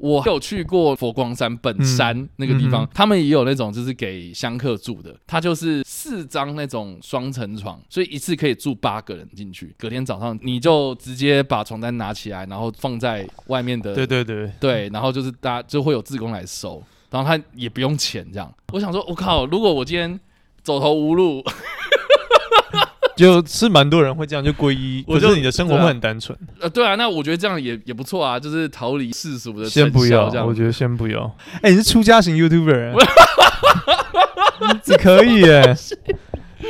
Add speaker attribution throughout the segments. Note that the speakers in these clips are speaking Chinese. Speaker 1: 我有去过佛光山
Speaker 2: 嗯
Speaker 1: 本山那个地方，他们也有那种就是给香客住的，它就是四张那种双层床，所以一次可以住八个人进去。隔天早上你就直接把床单拿起来，然后放在外面的
Speaker 2: 对对 对，
Speaker 1: 对，然后就是大家就会有志工来收，然后他也不用钱这样。我想说，我、靠，如果我今天走投无路，
Speaker 2: 就是蛮多人会这样就皈 依，
Speaker 1: 我
Speaker 2: 可
Speaker 1: 就是
Speaker 2: 你的生活
Speaker 1: 对啊
Speaker 2: 会很单纯，
Speaker 1: 呃，对啊，那我觉得这样也也不错啊，就是逃离世俗的
Speaker 2: 先
Speaker 1: 尘
Speaker 2: 不
Speaker 1: 嚣
Speaker 2: 要
Speaker 1: 这，样
Speaker 2: 我。觉得先不要。 哎，你是出家型 YouTuber，欸 你可以 哎，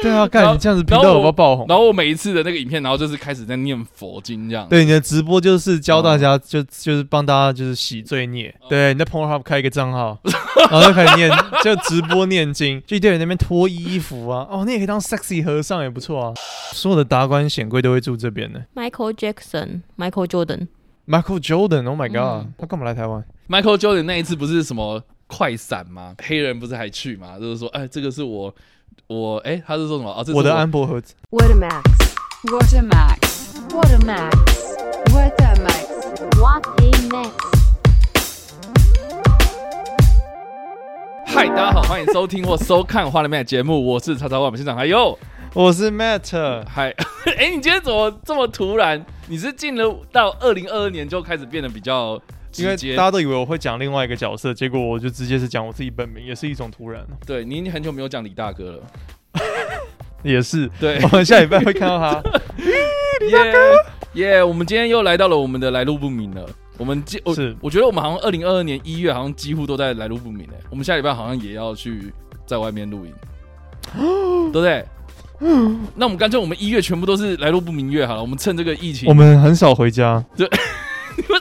Speaker 2: 对啊，
Speaker 1: 然后
Speaker 2: 干你这样子频
Speaker 1: 然后
Speaker 2: 道有
Speaker 1: 我
Speaker 2: 没有爆红？
Speaker 1: 然后我每一次的那个影片，然后就是开始在念佛经这样。
Speaker 2: 对，你的直播就是教大家，就就是帮大家就是洗罪孽。对，你在 Pornhub 开一个账 号，然后就开始念，就直播念经，就一堆人在那边脱衣服 啊。哦，你也可以当 sexy 和尚也不错啊。所有的达官显贵都会住这边的。
Speaker 3: Michael Jackson、Michael Jordan，
Speaker 2: Michael Jordan，Oh my god，、
Speaker 3: 嗯
Speaker 2: 他干嘛来台湾？
Speaker 1: Michael Jordan 那一次不是什么快闪吗？黑人不是还去吗？就是说，哎，这个是我我哎、他是说什么？哦，这是
Speaker 2: 我的安博盒子，
Speaker 4: What a max.
Speaker 5: What a max.
Speaker 4: What a max.
Speaker 5: What a max.
Speaker 3: What a max！
Speaker 1: 嗨，大家好，欢迎收听 或收看《花了妹》节目，我是叉叉万，现场还有
Speaker 2: 我是 Matt，
Speaker 1: 嗨， 哎、你今天怎么这么突然？你是进了到二零二二年就开始变得比较
Speaker 2: 因为
Speaker 1: 直接
Speaker 2: 大？家都以为我会讲另外一个角色，结果我就直接是讲我自己本名，也是一种突然哦，
Speaker 1: 对你已经很久没有讲李大哥了。
Speaker 2: 也 是。
Speaker 1: 对，
Speaker 2: 我们下礼拜会看到他。
Speaker 1: 耶耶！我们今天又来到了我们的来路不明了。我们今我
Speaker 2: 是
Speaker 1: 我觉得我们好像二零二二年一月好像几乎都在来路不明诶、我们下礼拜好像也要去在外面露营，对不对？那我们干脆我们一月全部都是来路不明月好了。我们趁这个疫 情，
Speaker 2: 我们很少回家。
Speaker 1: 对，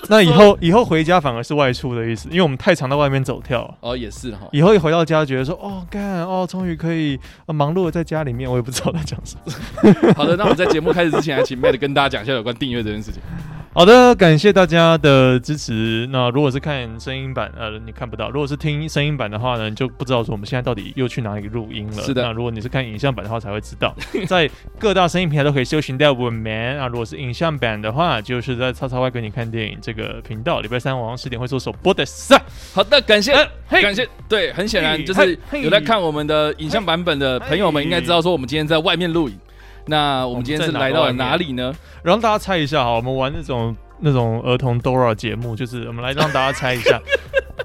Speaker 2: 那以后以后回家反而是外出的意思，因为我们太常在外面走跳了。
Speaker 1: 哦也是哈，
Speaker 2: 以后一回到家，觉得说哦干哦，终于可以、呃忙碌的在家里面，我也不知道在讲什么。
Speaker 1: 好的，那我们在节目开始之前，还请 Mate 跟大家讲一下有关订阅这件事情。
Speaker 2: 好的，感谢大家的支持。那如果是看声音版，呃，你看不到；如果是听声音版的话呢，你就不知道说我们现在到底又去哪里录音了。
Speaker 1: 是的
Speaker 2: 那如果你是看影像版的话，才会知 道，在各大声音平台都可以搜寻到我们。啊，如果是影像版的话，就是在叉叉 Y 跟你看电影这个频道，礼拜三晚上十点会做首播的噻。
Speaker 1: 好的，感谢，
Speaker 2: 哎嘿
Speaker 1: 感谢。对，很显然
Speaker 2: 嘿
Speaker 1: 就是
Speaker 2: 嘿
Speaker 1: 有在看我们的影像版本的朋友们，应该知道说我们今天在外面录影。那我们今天是来到了哪里呢？
Speaker 2: 让大家猜一下哈，我们玩那种那种儿童 Dora 节目，就是我们来让大家猜一 下。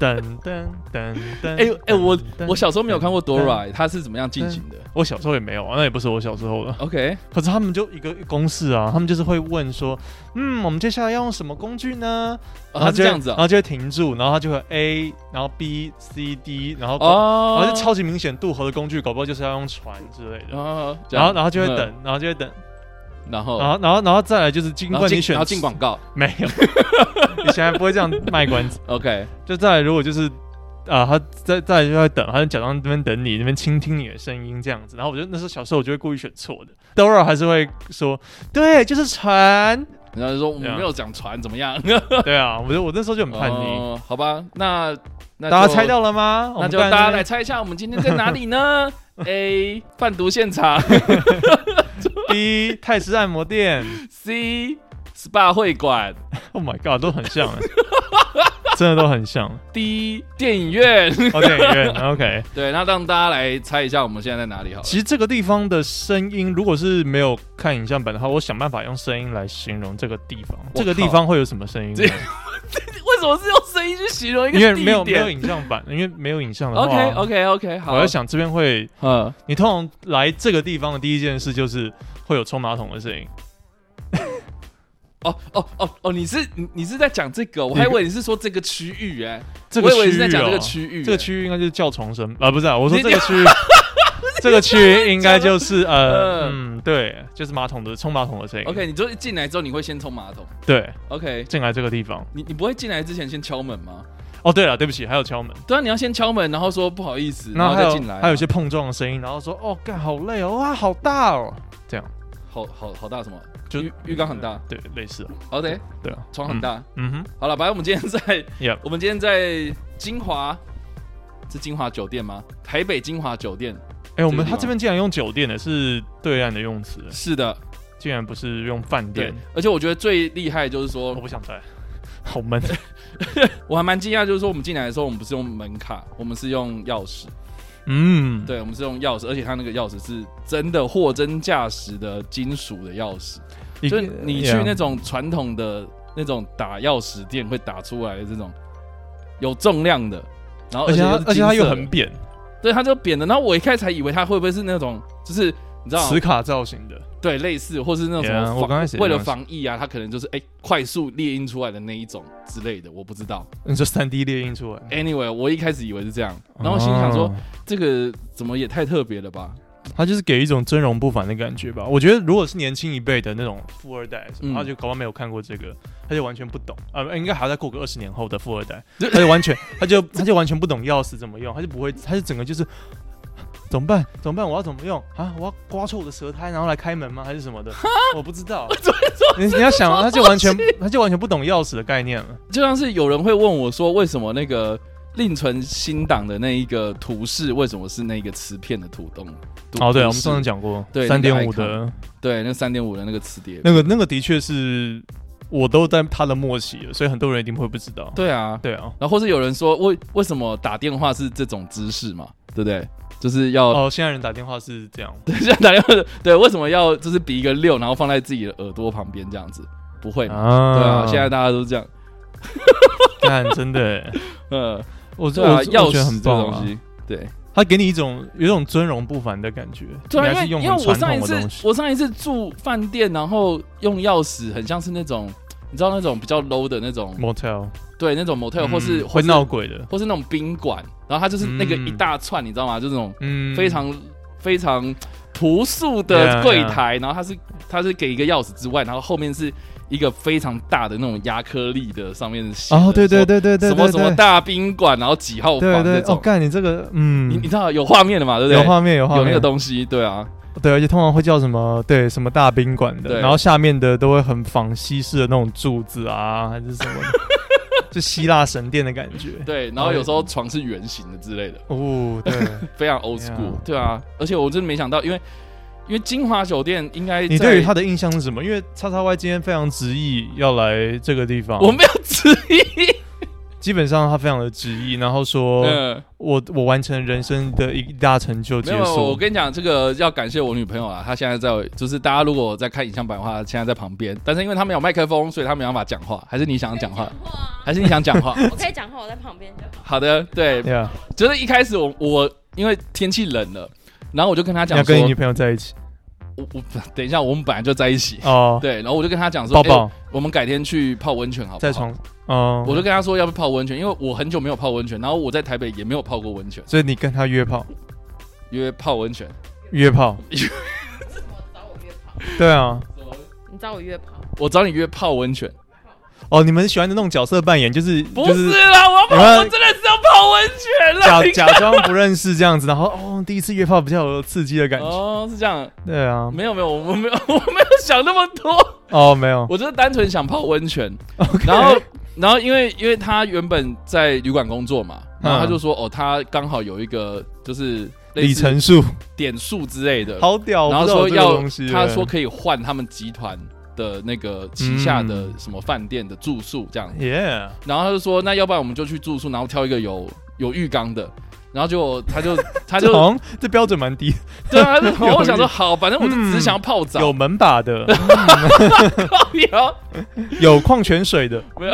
Speaker 2: 噔噔噔噔！
Speaker 1: 哎哎，我
Speaker 2: 噔
Speaker 1: 我小时候没有看过
Speaker 2: 噔
Speaker 1: Dora，它是怎么样进行的
Speaker 2: 我小时候也没有啊，那也不是我小时候的。
Speaker 1: ？OK，
Speaker 2: 可是他们就一个公式啊，他们就是会问说，嗯，我们接下来要用什么工具呢？
Speaker 1: 哦
Speaker 2: 然
Speaker 1: 它
Speaker 2: 后
Speaker 1: 是
Speaker 2: 就
Speaker 1: 这样子
Speaker 2: 然
Speaker 1: 啊。
Speaker 2: 后就会停住，然后他就会 A，然后 B、C、D，然后
Speaker 1: 哦，
Speaker 2: 然后就超级明显渡河的工具，搞不好就是要用船之类的。
Speaker 1: 哦，这
Speaker 2: 然
Speaker 1: 样
Speaker 2: 后然后就会，
Speaker 1: 嗯
Speaker 2: 等，然后就会等，
Speaker 1: 然后
Speaker 2: 然后然后然后再来就是尽
Speaker 1: 然
Speaker 2: 管
Speaker 1: 后
Speaker 2: 你
Speaker 1: 进
Speaker 2: 选
Speaker 1: 然后进广告。
Speaker 2: 没有， 你现在不会这样卖关子。
Speaker 1: OK，
Speaker 2: 就再来，如果就是啊、他在再来就在等，他就假装那边等你，那边倾听你的声音这样子。然后我觉得那时候小时候我就会故意选错的，Dora 还是会说对，就 是船。
Speaker 1: 然后就说我
Speaker 2: 这
Speaker 1: 们
Speaker 2: 样
Speaker 1: 没有讲船怎么样？
Speaker 2: 对啊，我就我那时候 就很叛逆。
Speaker 1: 哦，好吧，那那
Speaker 2: 大家
Speaker 1: 就
Speaker 2: 猜到了吗？
Speaker 1: 那就
Speaker 2: 我们
Speaker 1: 大
Speaker 2: 刚才
Speaker 1: 家来猜一下，我们今天在哪里呢 ？A. 贩毒现场
Speaker 2: 第一泰式按摩店。
Speaker 1: ，C. SPA 会馆
Speaker 2: Oh my god，都很像 欸，真的都很像。
Speaker 1: ，D. 电影院。
Speaker 2: 哦，电影院 OK。
Speaker 1: 对，那让大家来猜一下我们现在在哪里好了。
Speaker 2: 其实这个地方的声音，如果是没有看影像版的话，我想办法用声音来形容这个地方。这个地方会有什么声音呢？
Speaker 1: 这为什么是用声音去形容一个
Speaker 2: 因
Speaker 1: 地
Speaker 2: 为
Speaker 1: 点？
Speaker 2: 没有没有影像版，因为没有影像的话
Speaker 1: OK OK OK，好。
Speaker 2: 我在，想这边会，
Speaker 1: 嗯，
Speaker 2: 你通常来这个地方的第一件事就是会有冲马桶的声音，
Speaker 1: 哦哦哦哦，你是你你是在讲这个？我还以为你是说这个区域哎，
Speaker 2: 这个
Speaker 1: 我以
Speaker 2: 区
Speaker 1: 为
Speaker 2: 域、
Speaker 1: 你
Speaker 2: 哦、
Speaker 1: 是在讲这个区域欸，
Speaker 2: 这个区域应该就是叫重声啊，不是啊，我说
Speaker 1: 你
Speaker 2: 这个区 域，这个区域应该就是呃
Speaker 1: 嗯
Speaker 2: 嗯对，就是马桶的冲马桶的声音。
Speaker 1: OK，你就一进来之后你会先冲马桶。
Speaker 2: 对，
Speaker 1: OK，
Speaker 2: 进来这个地方。
Speaker 1: 你你不会进来之前先敲门吗？
Speaker 2: 哦，对了，对不起，还有敲门。
Speaker 1: 对啊，你要先敲门，然后说不好意思，
Speaker 2: 然
Speaker 1: 然
Speaker 2: 后
Speaker 1: 后
Speaker 2: 还
Speaker 1: 再
Speaker 2: 有
Speaker 1: 进来啊。
Speaker 2: 还有一些碰撞的声音，然后说哦，干好累哦，哇，好大哦，这样
Speaker 1: 好好好大什么？
Speaker 2: 就
Speaker 1: 浴浴缸很大，
Speaker 2: 对，类似啊，
Speaker 1: 好的，
Speaker 2: 对啊，
Speaker 1: 床很大。
Speaker 2: 嗯，嗯哼，
Speaker 1: 好了，反正我们今天在
Speaker 2: Yep
Speaker 1: 我们今天在金华，是金华酒店吗？台北金华酒店。
Speaker 2: 哎，我们
Speaker 1: 这个地
Speaker 2: 他这
Speaker 1: 方
Speaker 2: 边竟然用酒店的，是对岸的用词，
Speaker 1: 是的，
Speaker 2: 竟然不是用饭
Speaker 1: 对
Speaker 2: 店。。
Speaker 1: 而且我觉得最厉害就是说
Speaker 2: 哦我，不想猜， 好闷。
Speaker 1: 我还蛮惊讶，就是说我们进来的时候，我们不是用门卡，我们是用钥匙。
Speaker 2: 嗯，
Speaker 1: 对，我们是用钥匙，而且它那个钥匙是真的货真价实的金属的钥匙，
Speaker 2: 一
Speaker 1: 就
Speaker 2: 个哎
Speaker 1: 是你去那
Speaker 2: yeah
Speaker 1: 种传统的那种打钥匙店会打出来的这种有重量的，然后
Speaker 2: 而且它
Speaker 1: 又是
Speaker 2: 而且
Speaker 1: 金
Speaker 2: 它
Speaker 1: 色
Speaker 2: 又
Speaker 1: 的
Speaker 2: 很扁，
Speaker 1: 对，它就扁的。然后我一开始还以为它会不会是那种就是。你知道
Speaker 2: 磁卡造型的，
Speaker 1: 对类似，或是那种什
Speaker 2: Yeah，
Speaker 1: 么
Speaker 2: 我
Speaker 1: 防
Speaker 2: 刚开始也
Speaker 1: 为了
Speaker 2: 这样
Speaker 1: 防疫啊，它可能就是哎、快速列印出来的那一种之类的，我不知道。
Speaker 2: 你说三 D 列印出来。
Speaker 1: Anyway，我一开始以为是这样，然后心里想说、
Speaker 2: 哦，
Speaker 1: 这个怎么也太特别了吧？
Speaker 2: 他就是给一种峥嵘不凡的感觉吧。我觉得如果是年轻一辈的那种富二代什么，
Speaker 1: 嗯
Speaker 2: 他就搞不好没有看过这个，他就完全不懂啊、呃应该还要再过个二十年后的富二代，他就完全，他就他就完全不懂钥匙怎么用，他就不会，他就整个就是。怎么办？怎么办？我要怎么用啊？我要刮错我的舌苔，然后来开门吗？还是什么的？我不知道。你你要想，他就完全他就完全不懂钥匙的概念了。
Speaker 1: 就像是有人会问我说，为什么那个另存新党的那一个图示，为什么是那个瓷片的土洞？
Speaker 2: 哦，对，
Speaker 1: 图示
Speaker 2: 我们上次讲过，
Speaker 1: 对
Speaker 2: 三点五
Speaker 1: 那个
Speaker 2: 的
Speaker 1: 对那三点五的那个磁碟，
Speaker 2: 那个那个的确是，我都在他的默契了，所以很多人一定会不知道。
Speaker 1: 对啊，
Speaker 2: 对啊，
Speaker 1: 然后或是有人说为为什么打电话是这种姿势嘛？对不对？就是要、
Speaker 2: 哦，现在人打电话是这样，
Speaker 1: 等一下打电话的，对，为什么要就是比一个六，然后放在自己的耳朵旁边这样子？不会嘛？
Speaker 2: 啊
Speaker 1: 对啊，现在大家都这样，
Speaker 2: 看真 的欸，
Speaker 1: 嗯，
Speaker 2: 我
Speaker 1: 对啊，
Speaker 2: 我
Speaker 1: 钥
Speaker 2: 我觉
Speaker 1: 匙
Speaker 2: 得很
Speaker 1: 这个
Speaker 2: 棒
Speaker 1: 东
Speaker 2: 啊，
Speaker 1: 西，对。
Speaker 2: 它给你一种有一种尊荣不凡的感觉，
Speaker 1: 对
Speaker 2: 你
Speaker 1: 啊，因
Speaker 2: 还
Speaker 1: 为
Speaker 2: 是用
Speaker 1: 因为我
Speaker 2: 很
Speaker 1: 上
Speaker 2: 传
Speaker 1: 一
Speaker 2: 统的东
Speaker 1: 次
Speaker 2: 西，
Speaker 1: 我上一次住饭店，然后用钥匙，很像是那种你知道那种比较 low 的那种，
Speaker 2: motel
Speaker 1: 对，那种 motel 或是、
Speaker 2: 嗯
Speaker 1: 或
Speaker 2: 会
Speaker 1: 是
Speaker 2: 闹鬼的，
Speaker 1: 或是那种宾馆，然后它就是那个
Speaker 2: 嗯
Speaker 1: 一大串，你知道吗？就那种
Speaker 2: 嗯，
Speaker 1: 非常、非常朴素
Speaker 2: Yeah,
Speaker 1: 的柜台然后它是它是给一个钥匙之外，然后后面是一个非常大的那种亚克力的，上面写
Speaker 2: 哦，
Speaker 1: 的
Speaker 2: 对对
Speaker 1: 说
Speaker 2: 对对对，
Speaker 1: 什么
Speaker 2: 对
Speaker 1: 什么
Speaker 2: 对
Speaker 1: 大宾馆，然后几号
Speaker 2: 对
Speaker 1: 房
Speaker 2: 对
Speaker 1: 那
Speaker 2: 哦，
Speaker 1: 种，
Speaker 2: 干你这个，
Speaker 1: 你你
Speaker 2: 嗯，
Speaker 1: 知道有画面的嘛？对不对？
Speaker 2: 有画面有画
Speaker 1: 有那个
Speaker 2: 面，
Speaker 1: 东西，对啊，
Speaker 2: 对，而且通常会叫什么，对，什么大宾馆的，
Speaker 1: 对
Speaker 2: 然后下面的都会很仿西式的那种柱子啊，还是什么 的，就希腊神殿的感觉，
Speaker 1: 对，然后有时候床是圆形的之类的，
Speaker 2: 哦，对。
Speaker 1: 非常 old school。
Speaker 2: Yeah
Speaker 1: 对啊，而且我真的没想到，因为因为金华酒店应该
Speaker 2: 你
Speaker 1: 在
Speaker 2: 对于他的印象是什么？因为叉叉 Y 今天非常执意要来这个地方，
Speaker 1: 我没有质疑，
Speaker 2: 基本上他非常的执意，然后说、
Speaker 1: 嗯，
Speaker 2: 我我完成人生的一大成就
Speaker 1: 没
Speaker 2: 解
Speaker 1: 有，我
Speaker 2: 锁。
Speaker 1: 跟你讲，这个要感谢我女朋友啊，她现在在，就是大家如果在看影像版的话，她现在在旁边，但是因为她没有麦克风，所以她没办法讲话，还是你想讲话，还是你想讲话？
Speaker 4: 啊我可以讲话，我在旁边就好。
Speaker 1: 好的， 对，
Speaker 2: 对啊，
Speaker 1: 就是一开始我我因为天气冷了，然后我就跟她
Speaker 2: 你
Speaker 1: 讲
Speaker 2: 要
Speaker 1: 说
Speaker 2: 跟你，女朋友在一起
Speaker 1: 我我等一下，我们本来就在一起，
Speaker 2: 哦，
Speaker 1: 对，然后我就跟她讲说，
Speaker 2: 抱
Speaker 1: 哎
Speaker 2: 抱、
Speaker 1: 我们改天去泡温泉好不好？
Speaker 2: 在床哦，
Speaker 1: 我就跟他说要不泡温泉，因为我很久没有泡温泉，然后我在台北也没有泡过温泉，
Speaker 2: 所以你跟他约炮
Speaker 1: 约泡温泉。
Speaker 2: 约 炮，
Speaker 4: 找我约炮，
Speaker 2: 对啊，
Speaker 4: 你找我约炮，
Speaker 1: 我找你约泡温泉，
Speaker 2: 哦，你们喜欢的那种角色扮演就是
Speaker 1: 不
Speaker 2: 就是是
Speaker 1: 啦，我要
Speaker 2: 你
Speaker 1: 泡，
Speaker 2: 们
Speaker 1: 我真的是要泡温泉啦
Speaker 2: 假
Speaker 1: 你看。
Speaker 2: 假装不认识这样子，然后哦第一次约炮比较有刺激的感觉，
Speaker 1: 哦，是这样，
Speaker 2: 对啊，
Speaker 1: 没有没有，我我没有我没有想那么多，
Speaker 2: 哦没有，
Speaker 1: 我就是单纯想泡温泉。然后然后因为因为他原本在旅馆工作嘛，然后他就说、哦，他刚好有一个就是类
Speaker 2: 里
Speaker 1: 似
Speaker 2: 程数
Speaker 1: 点数之类的，
Speaker 2: 好屌，
Speaker 1: 然后
Speaker 2: 哦我不
Speaker 1: 说
Speaker 2: 知道有这个
Speaker 1: 要
Speaker 2: 东西，
Speaker 1: 他说可以换他们集团的那个旗
Speaker 2: 嗯
Speaker 1: 下的什么饭店的住宿这样，
Speaker 2: 耶。
Speaker 1: 然后他就说那要不然我们就去住宿，然后挑一个有有浴缸的，然后就他 就他
Speaker 2: 这
Speaker 1: 就
Speaker 2: 好像这标准蛮低，
Speaker 1: 对啊，他就然后我
Speaker 2: 有
Speaker 1: 想
Speaker 2: 浴
Speaker 1: 说好，反正我就只是想要泡澡，
Speaker 2: 有门把 的，
Speaker 1: 然后
Speaker 2: 有矿泉水的，嗯
Speaker 1: 没有，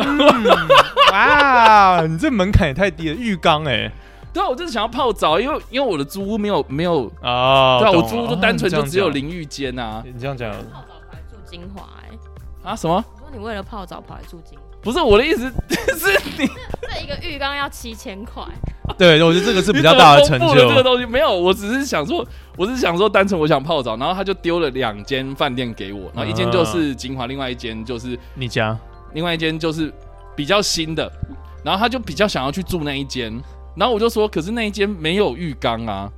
Speaker 2: 哇，哦你这门槛也太低了，浴缸哎、
Speaker 1: 对啊，我就是想要泡澡，因为因为我的租屋没有没有，
Speaker 2: 啊，
Speaker 1: 对啊，我
Speaker 2: 懂
Speaker 1: 租屋
Speaker 2: 了
Speaker 1: 就单纯就只有。
Speaker 2: 哦
Speaker 1: 淋浴间啊
Speaker 2: 你这样讲，
Speaker 4: 泡澡跑来住精华哎、
Speaker 1: 啊什么？
Speaker 4: 我说你为了泡澡跑来住精华，
Speaker 1: 不是我的意思，是你
Speaker 4: 这一个浴缸要七千块，
Speaker 2: 你这样讲对，我觉得这个是比较大的成
Speaker 1: 你怎么公布了这个
Speaker 2: 就。
Speaker 1: 东西没有，我只是想说，我只是想说，单纯我想泡澡，然后他就丢了两间饭店给我，然后一间
Speaker 2: 啊
Speaker 1: 就是金华，另外一间就是
Speaker 2: 你家
Speaker 1: 另外一间就是比较新的，然后他就比较想要去住那一间，然后我就说，可是那一间没有浴缸啊，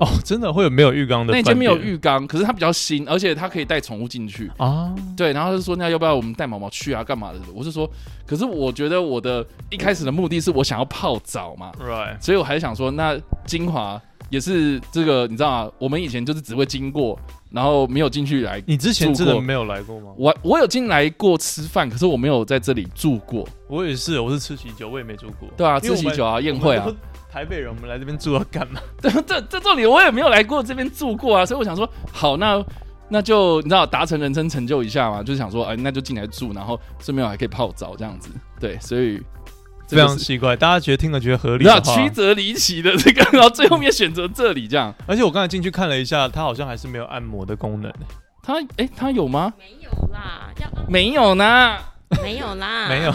Speaker 2: 哦，真的会有没有浴缸的
Speaker 1: 那
Speaker 2: 饭店？
Speaker 1: 一间没有浴缸，可是它比较新，而且它可以带宠物进去，
Speaker 2: 啊，
Speaker 1: 对，然后他就说那要不要我们带毛毛去啊，干嘛的？我就说，可是我觉得我的一开始的目的是我想要泡澡嘛，
Speaker 2: right，
Speaker 1: 所以我还想说，那金华也是这个，你知道吗？我们以前就是只会经过，然后没有进去来。
Speaker 2: 你之前真
Speaker 1: 住
Speaker 2: 的
Speaker 1: 过
Speaker 2: 没有来过吗？
Speaker 1: 我我有进来过吃饭，可是我没有在这里住过。
Speaker 2: 我也是，我是吃喜酒，我也没住过。
Speaker 1: 对啊，
Speaker 2: 因为
Speaker 1: 吃
Speaker 2: 我
Speaker 1: 喜
Speaker 2: 们
Speaker 1: 酒啊，宴会。啊
Speaker 2: 我，们都 台北人，我们来这边住要干嘛？
Speaker 1: 对， 这这这里我也没有来过这边住过啊，所以我想说，好，那那就你知道达成人生成就一下嘛，就是想说，哎、那就进来住，然后顺便还可以泡澡这样子。对，所以这
Speaker 2: 非
Speaker 1: 个
Speaker 2: 常
Speaker 1: 是
Speaker 2: 奇怪，大家觉得听了觉 得合理
Speaker 1: 那
Speaker 2: 的话
Speaker 1: 啊曲折离奇的这个，然后最后面选择这里这样。
Speaker 2: 而且我刚才进去看了一下，它好像还是没有按摩的功能，
Speaker 1: 他哎、他有吗？
Speaker 4: 没有啦，要
Speaker 1: 没有呢。
Speaker 4: 没有
Speaker 1: 啊
Speaker 4: 啦，
Speaker 2: 没有。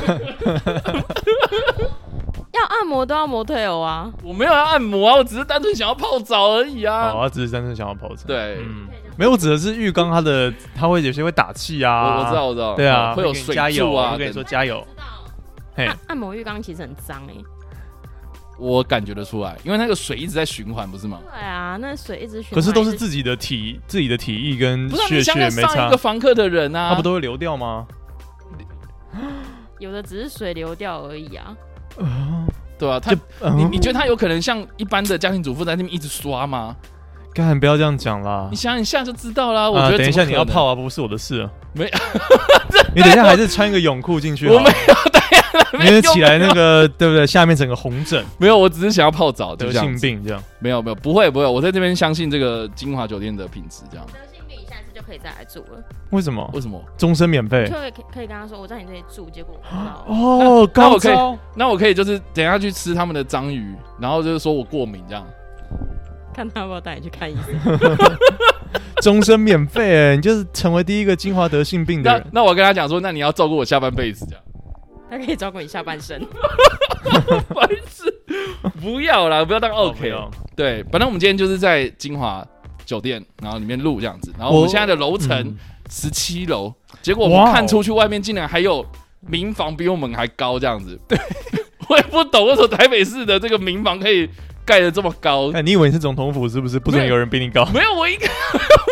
Speaker 4: 要按摩都要模特油啊，
Speaker 1: 我没有要按摩啊，我只是单纯想要泡澡而已啊。
Speaker 2: 好啊，只是单纯想要泡澡。，
Speaker 1: 对，
Speaker 2: 嗯，没有，我指的是浴缸，它的它会有些会打气
Speaker 1: 我
Speaker 2: 啊。
Speaker 1: 我知道，我知道，
Speaker 2: 对啊，
Speaker 1: 会有
Speaker 2: 会给你
Speaker 1: 水
Speaker 2: 加
Speaker 1: 柱
Speaker 2: 油
Speaker 1: 啊
Speaker 2: 会跟你说
Speaker 1: 等，
Speaker 2: 加油。
Speaker 4: 知道。
Speaker 2: 嘿，
Speaker 4: 按按摩浴缸其实很脏哎、
Speaker 1: 我感觉得出来，因为那个水一直在循环，不是吗？
Speaker 4: 对啊，那水一直循环。
Speaker 2: 可是都是
Speaker 4: 己
Speaker 2: 自己的体自己的体液跟
Speaker 1: 不是啊，
Speaker 2: 血
Speaker 1: 你
Speaker 2: 血
Speaker 1: 想想
Speaker 2: 没
Speaker 1: 上一
Speaker 2: 差
Speaker 1: 个，房客的人啊，
Speaker 2: 它不都会流掉吗？
Speaker 4: 有的只是水流掉而已啊。
Speaker 2: 啊，
Speaker 1: 对吧、他
Speaker 2: 就
Speaker 1: 你
Speaker 2: 嗯，
Speaker 1: 你觉得他有可能像一般的家庭主妇在那边一直刷吗？
Speaker 2: 干不要这样讲啦
Speaker 1: 你。想一下就知道啦。我
Speaker 2: 啊
Speaker 1: 觉得、
Speaker 2: 等一下你 要，泡啊，不是我的事啊。
Speaker 1: 没，
Speaker 2: 你等一下还是穿个泳裤进去好
Speaker 1: 我
Speaker 2: 了。
Speaker 1: 没
Speaker 2: 因为起来那个 对不对？下面整个红疹，
Speaker 1: 没有，我只是想要泡澡，就
Speaker 2: 得
Speaker 1: 这样
Speaker 2: 性
Speaker 1: 子。
Speaker 2: 病这样。
Speaker 1: 没有没有，不会不会，我在这边相信这个金华酒店的品质，这样。
Speaker 4: 得性病，下次就可以再来住了。
Speaker 2: 为什么？
Speaker 1: 为什么？
Speaker 2: 终身免费
Speaker 4: 就。会可以可以跟他说我在你这里住，结果我不知道
Speaker 2: 哦，
Speaker 1: 那
Speaker 2: 高
Speaker 1: 我可以
Speaker 2: 招。
Speaker 1: 那我可以就是等一下去吃他们的章鱼，然后就是说我过敏这样。
Speaker 4: 看他要不要带你去看医生。
Speaker 2: 终身免费，哎，你就是成为第一个金华得性病的
Speaker 1: 那
Speaker 2: 人。
Speaker 1: 那我跟他讲说，那你要照顾我下半辈子这样。
Speaker 4: 他可以照顾你下半身。
Speaker 1: 白痴， 不要啦，不要当 OK。
Speaker 2: 哦
Speaker 1: 对，反正我们今天就是在金华酒店，然后里面录这样子，然后我们
Speaker 2: 我
Speaker 1: 现在的楼层
Speaker 2: 嗯
Speaker 1: 十七楼，结果我们
Speaker 2: 哇哦
Speaker 1: 看出去外面竟然还有民房比我们还高这样子。 对，我也不懂为什么台北市的这个民房可以盖得这么 高。
Speaker 2: 哎，你以为你是总统府是不是？不准有人比你 高。
Speaker 1: 没有，我应该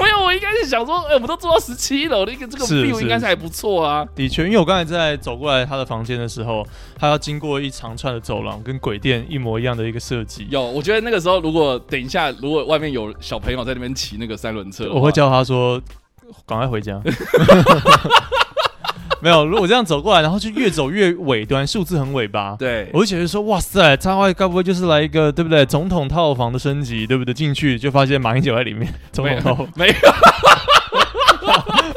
Speaker 1: 没有，我应该是想说，哎、我们都住到十七楼的一个这个
Speaker 2: 是
Speaker 1: view
Speaker 2: 是
Speaker 1: 应该是还不错啊。
Speaker 2: 的确，因为我刚才在走过来他的房间的时候，他要经过一长串的走廊，跟鬼店一模一样的一个设计。
Speaker 1: 有，我觉得那个时候如果等一下，如果外面有小朋友在那边骑那个三轮车的话，
Speaker 2: 我会叫他说，赶快回家。 没有，如果这样走过来，然后就越走越尾端，数字很尾巴。
Speaker 1: 对，
Speaker 2: 我就觉得说，哇塞，插画该不会就是来一个对不对？总统套房的升级，对不对？进去就发现马英九在里面，总
Speaker 1: 没
Speaker 2: 统套
Speaker 1: 有
Speaker 2: 房，
Speaker 1: 没 有，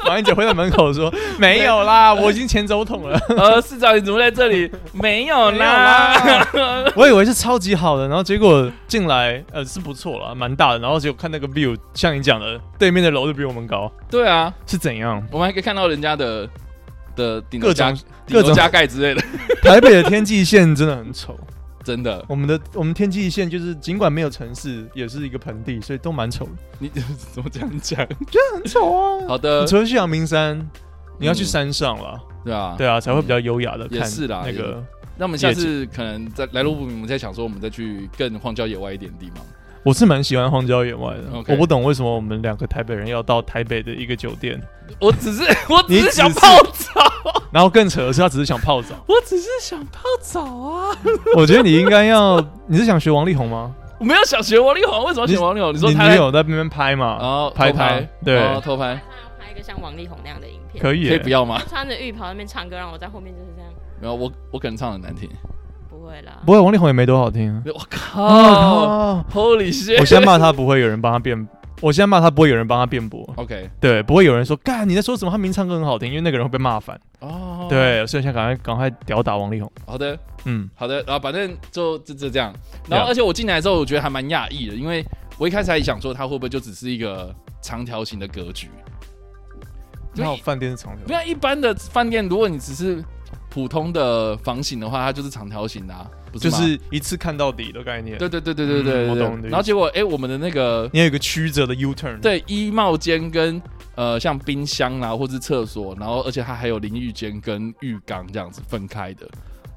Speaker 2: 马英九会在门口说，没有啦，我已经前总统了，
Speaker 1: 呃，市长你怎么在这 里？没有
Speaker 2: 没有
Speaker 1: 啦，
Speaker 2: 啦，我以为是超级好的，然后结果进来，呃，是不错啦，蛮大的，然后结果看那个 view，像你讲的，对面的楼就比我们高，
Speaker 1: 对啊，
Speaker 2: 是怎样？
Speaker 1: 我们还可以看到人家的的顶楼
Speaker 2: 各
Speaker 1: 加
Speaker 2: 种
Speaker 1: 顶
Speaker 2: 各
Speaker 1: 楼
Speaker 2: 种
Speaker 1: 加盖之类的，
Speaker 2: 台北的天际线真的很丑，
Speaker 1: 真的，
Speaker 2: 我们的我们天际线就是尽管没有城市，也是一个盆地，所以都蛮丑的，
Speaker 1: 你 怎么这样讲？
Speaker 2: 很丑啊。
Speaker 1: 好的
Speaker 2: 你，除了去阳明山，你要去
Speaker 1: 呃嗯
Speaker 2: 山上啦。
Speaker 1: 对啊，嗯
Speaker 2: 对啊，才会比较优雅的
Speaker 1: 也
Speaker 2: 看
Speaker 1: 是啦
Speaker 2: 那
Speaker 1: 也
Speaker 2: 个。
Speaker 1: 那我们下次可能在来路不明，我们再想说，我们再去更荒郊野外一点的地方。
Speaker 2: 我是蛮喜欢荒郊野外的
Speaker 1: OK
Speaker 2: 我不懂为什么我们两个台北人要到台北的一个酒店，
Speaker 1: 我只是， 我只
Speaker 2: 你
Speaker 1: 是
Speaker 2: 只
Speaker 1: 想
Speaker 2: 是
Speaker 1: 泡澡，。
Speaker 2: 然后更扯的是他只是想泡澡
Speaker 1: 我只是想泡澡啊！
Speaker 2: 我觉得你应该要，你是想学王力宏吗？
Speaker 1: 我没有想学王力宏，为什么要学王力宏？你
Speaker 2: 你
Speaker 1: 说他
Speaker 2: 女友在那边拍嘛，
Speaker 1: 哦，
Speaker 2: 拍
Speaker 1: 偷
Speaker 2: 他
Speaker 1: 拍，
Speaker 2: 对
Speaker 1: 哦偷拍
Speaker 4: 他要拍一个像王力宏那样的影片，
Speaker 2: 可以
Speaker 1: 可以
Speaker 2: 耶，
Speaker 1: 不要吗？
Speaker 4: 穿着浴袍在那边唱歌，让我在后面就是这样。
Speaker 1: 没有，我我可能唱的难听。
Speaker 4: 不会啦，
Speaker 2: 不会，王力宏也没多好听啊。
Speaker 1: 我靠
Speaker 2: 啊
Speaker 1: ，Holy
Speaker 2: 我
Speaker 1: shit！
Speaker 2: 现在骂他不会有人帮他辩，我现在骂他不会有人帮他辩驳，
Speaker 1: OK，
Speaker 2: 对，不会有人说干你在说什么，他明唱歌很好听，因为那个人会被骂烦。
Speaker 1: 哦，，
Speaker 2: 对，所以想赶快赶快屌打王力宏。
Speaker 1: 好的，
Speaker 2: 嗯，
Speaker 1: 好的，然后反正就就就这样。然后
Speaker 2: Yeah
Speaker 1: 而且我进来之后，我觉得还蛮讶异的，因为我一开始还想说它会不会就只是一个长条形的格局，就
Speaker 2: 那我
Speaker 1: 一
Speaker 2: 饭店是长条
Speaker 1: 不。像一般的饭店，如果你只是普通的房型的话，它就是长条形的、啊，不是
Speaker 2: 就
Speaker 1: 吗
Speaker 2: 是一次看到底的概念。
Speaker 1: 对对对对对对
Speaker 2: 嗯
Speaker 1: 对
Speaker 2: 我
Speaker 1: 对
Speaker 2: 懂你的意思
Speaker 1: 然后结果哎、我们的那个
Speaker 2: 你有一个曲折的 U turn。，
Speaker 1: 对衣帽间跟呃像冰箱啦、或是厕所，然后而且它还有淋浴间跟浴缸这样子分开的。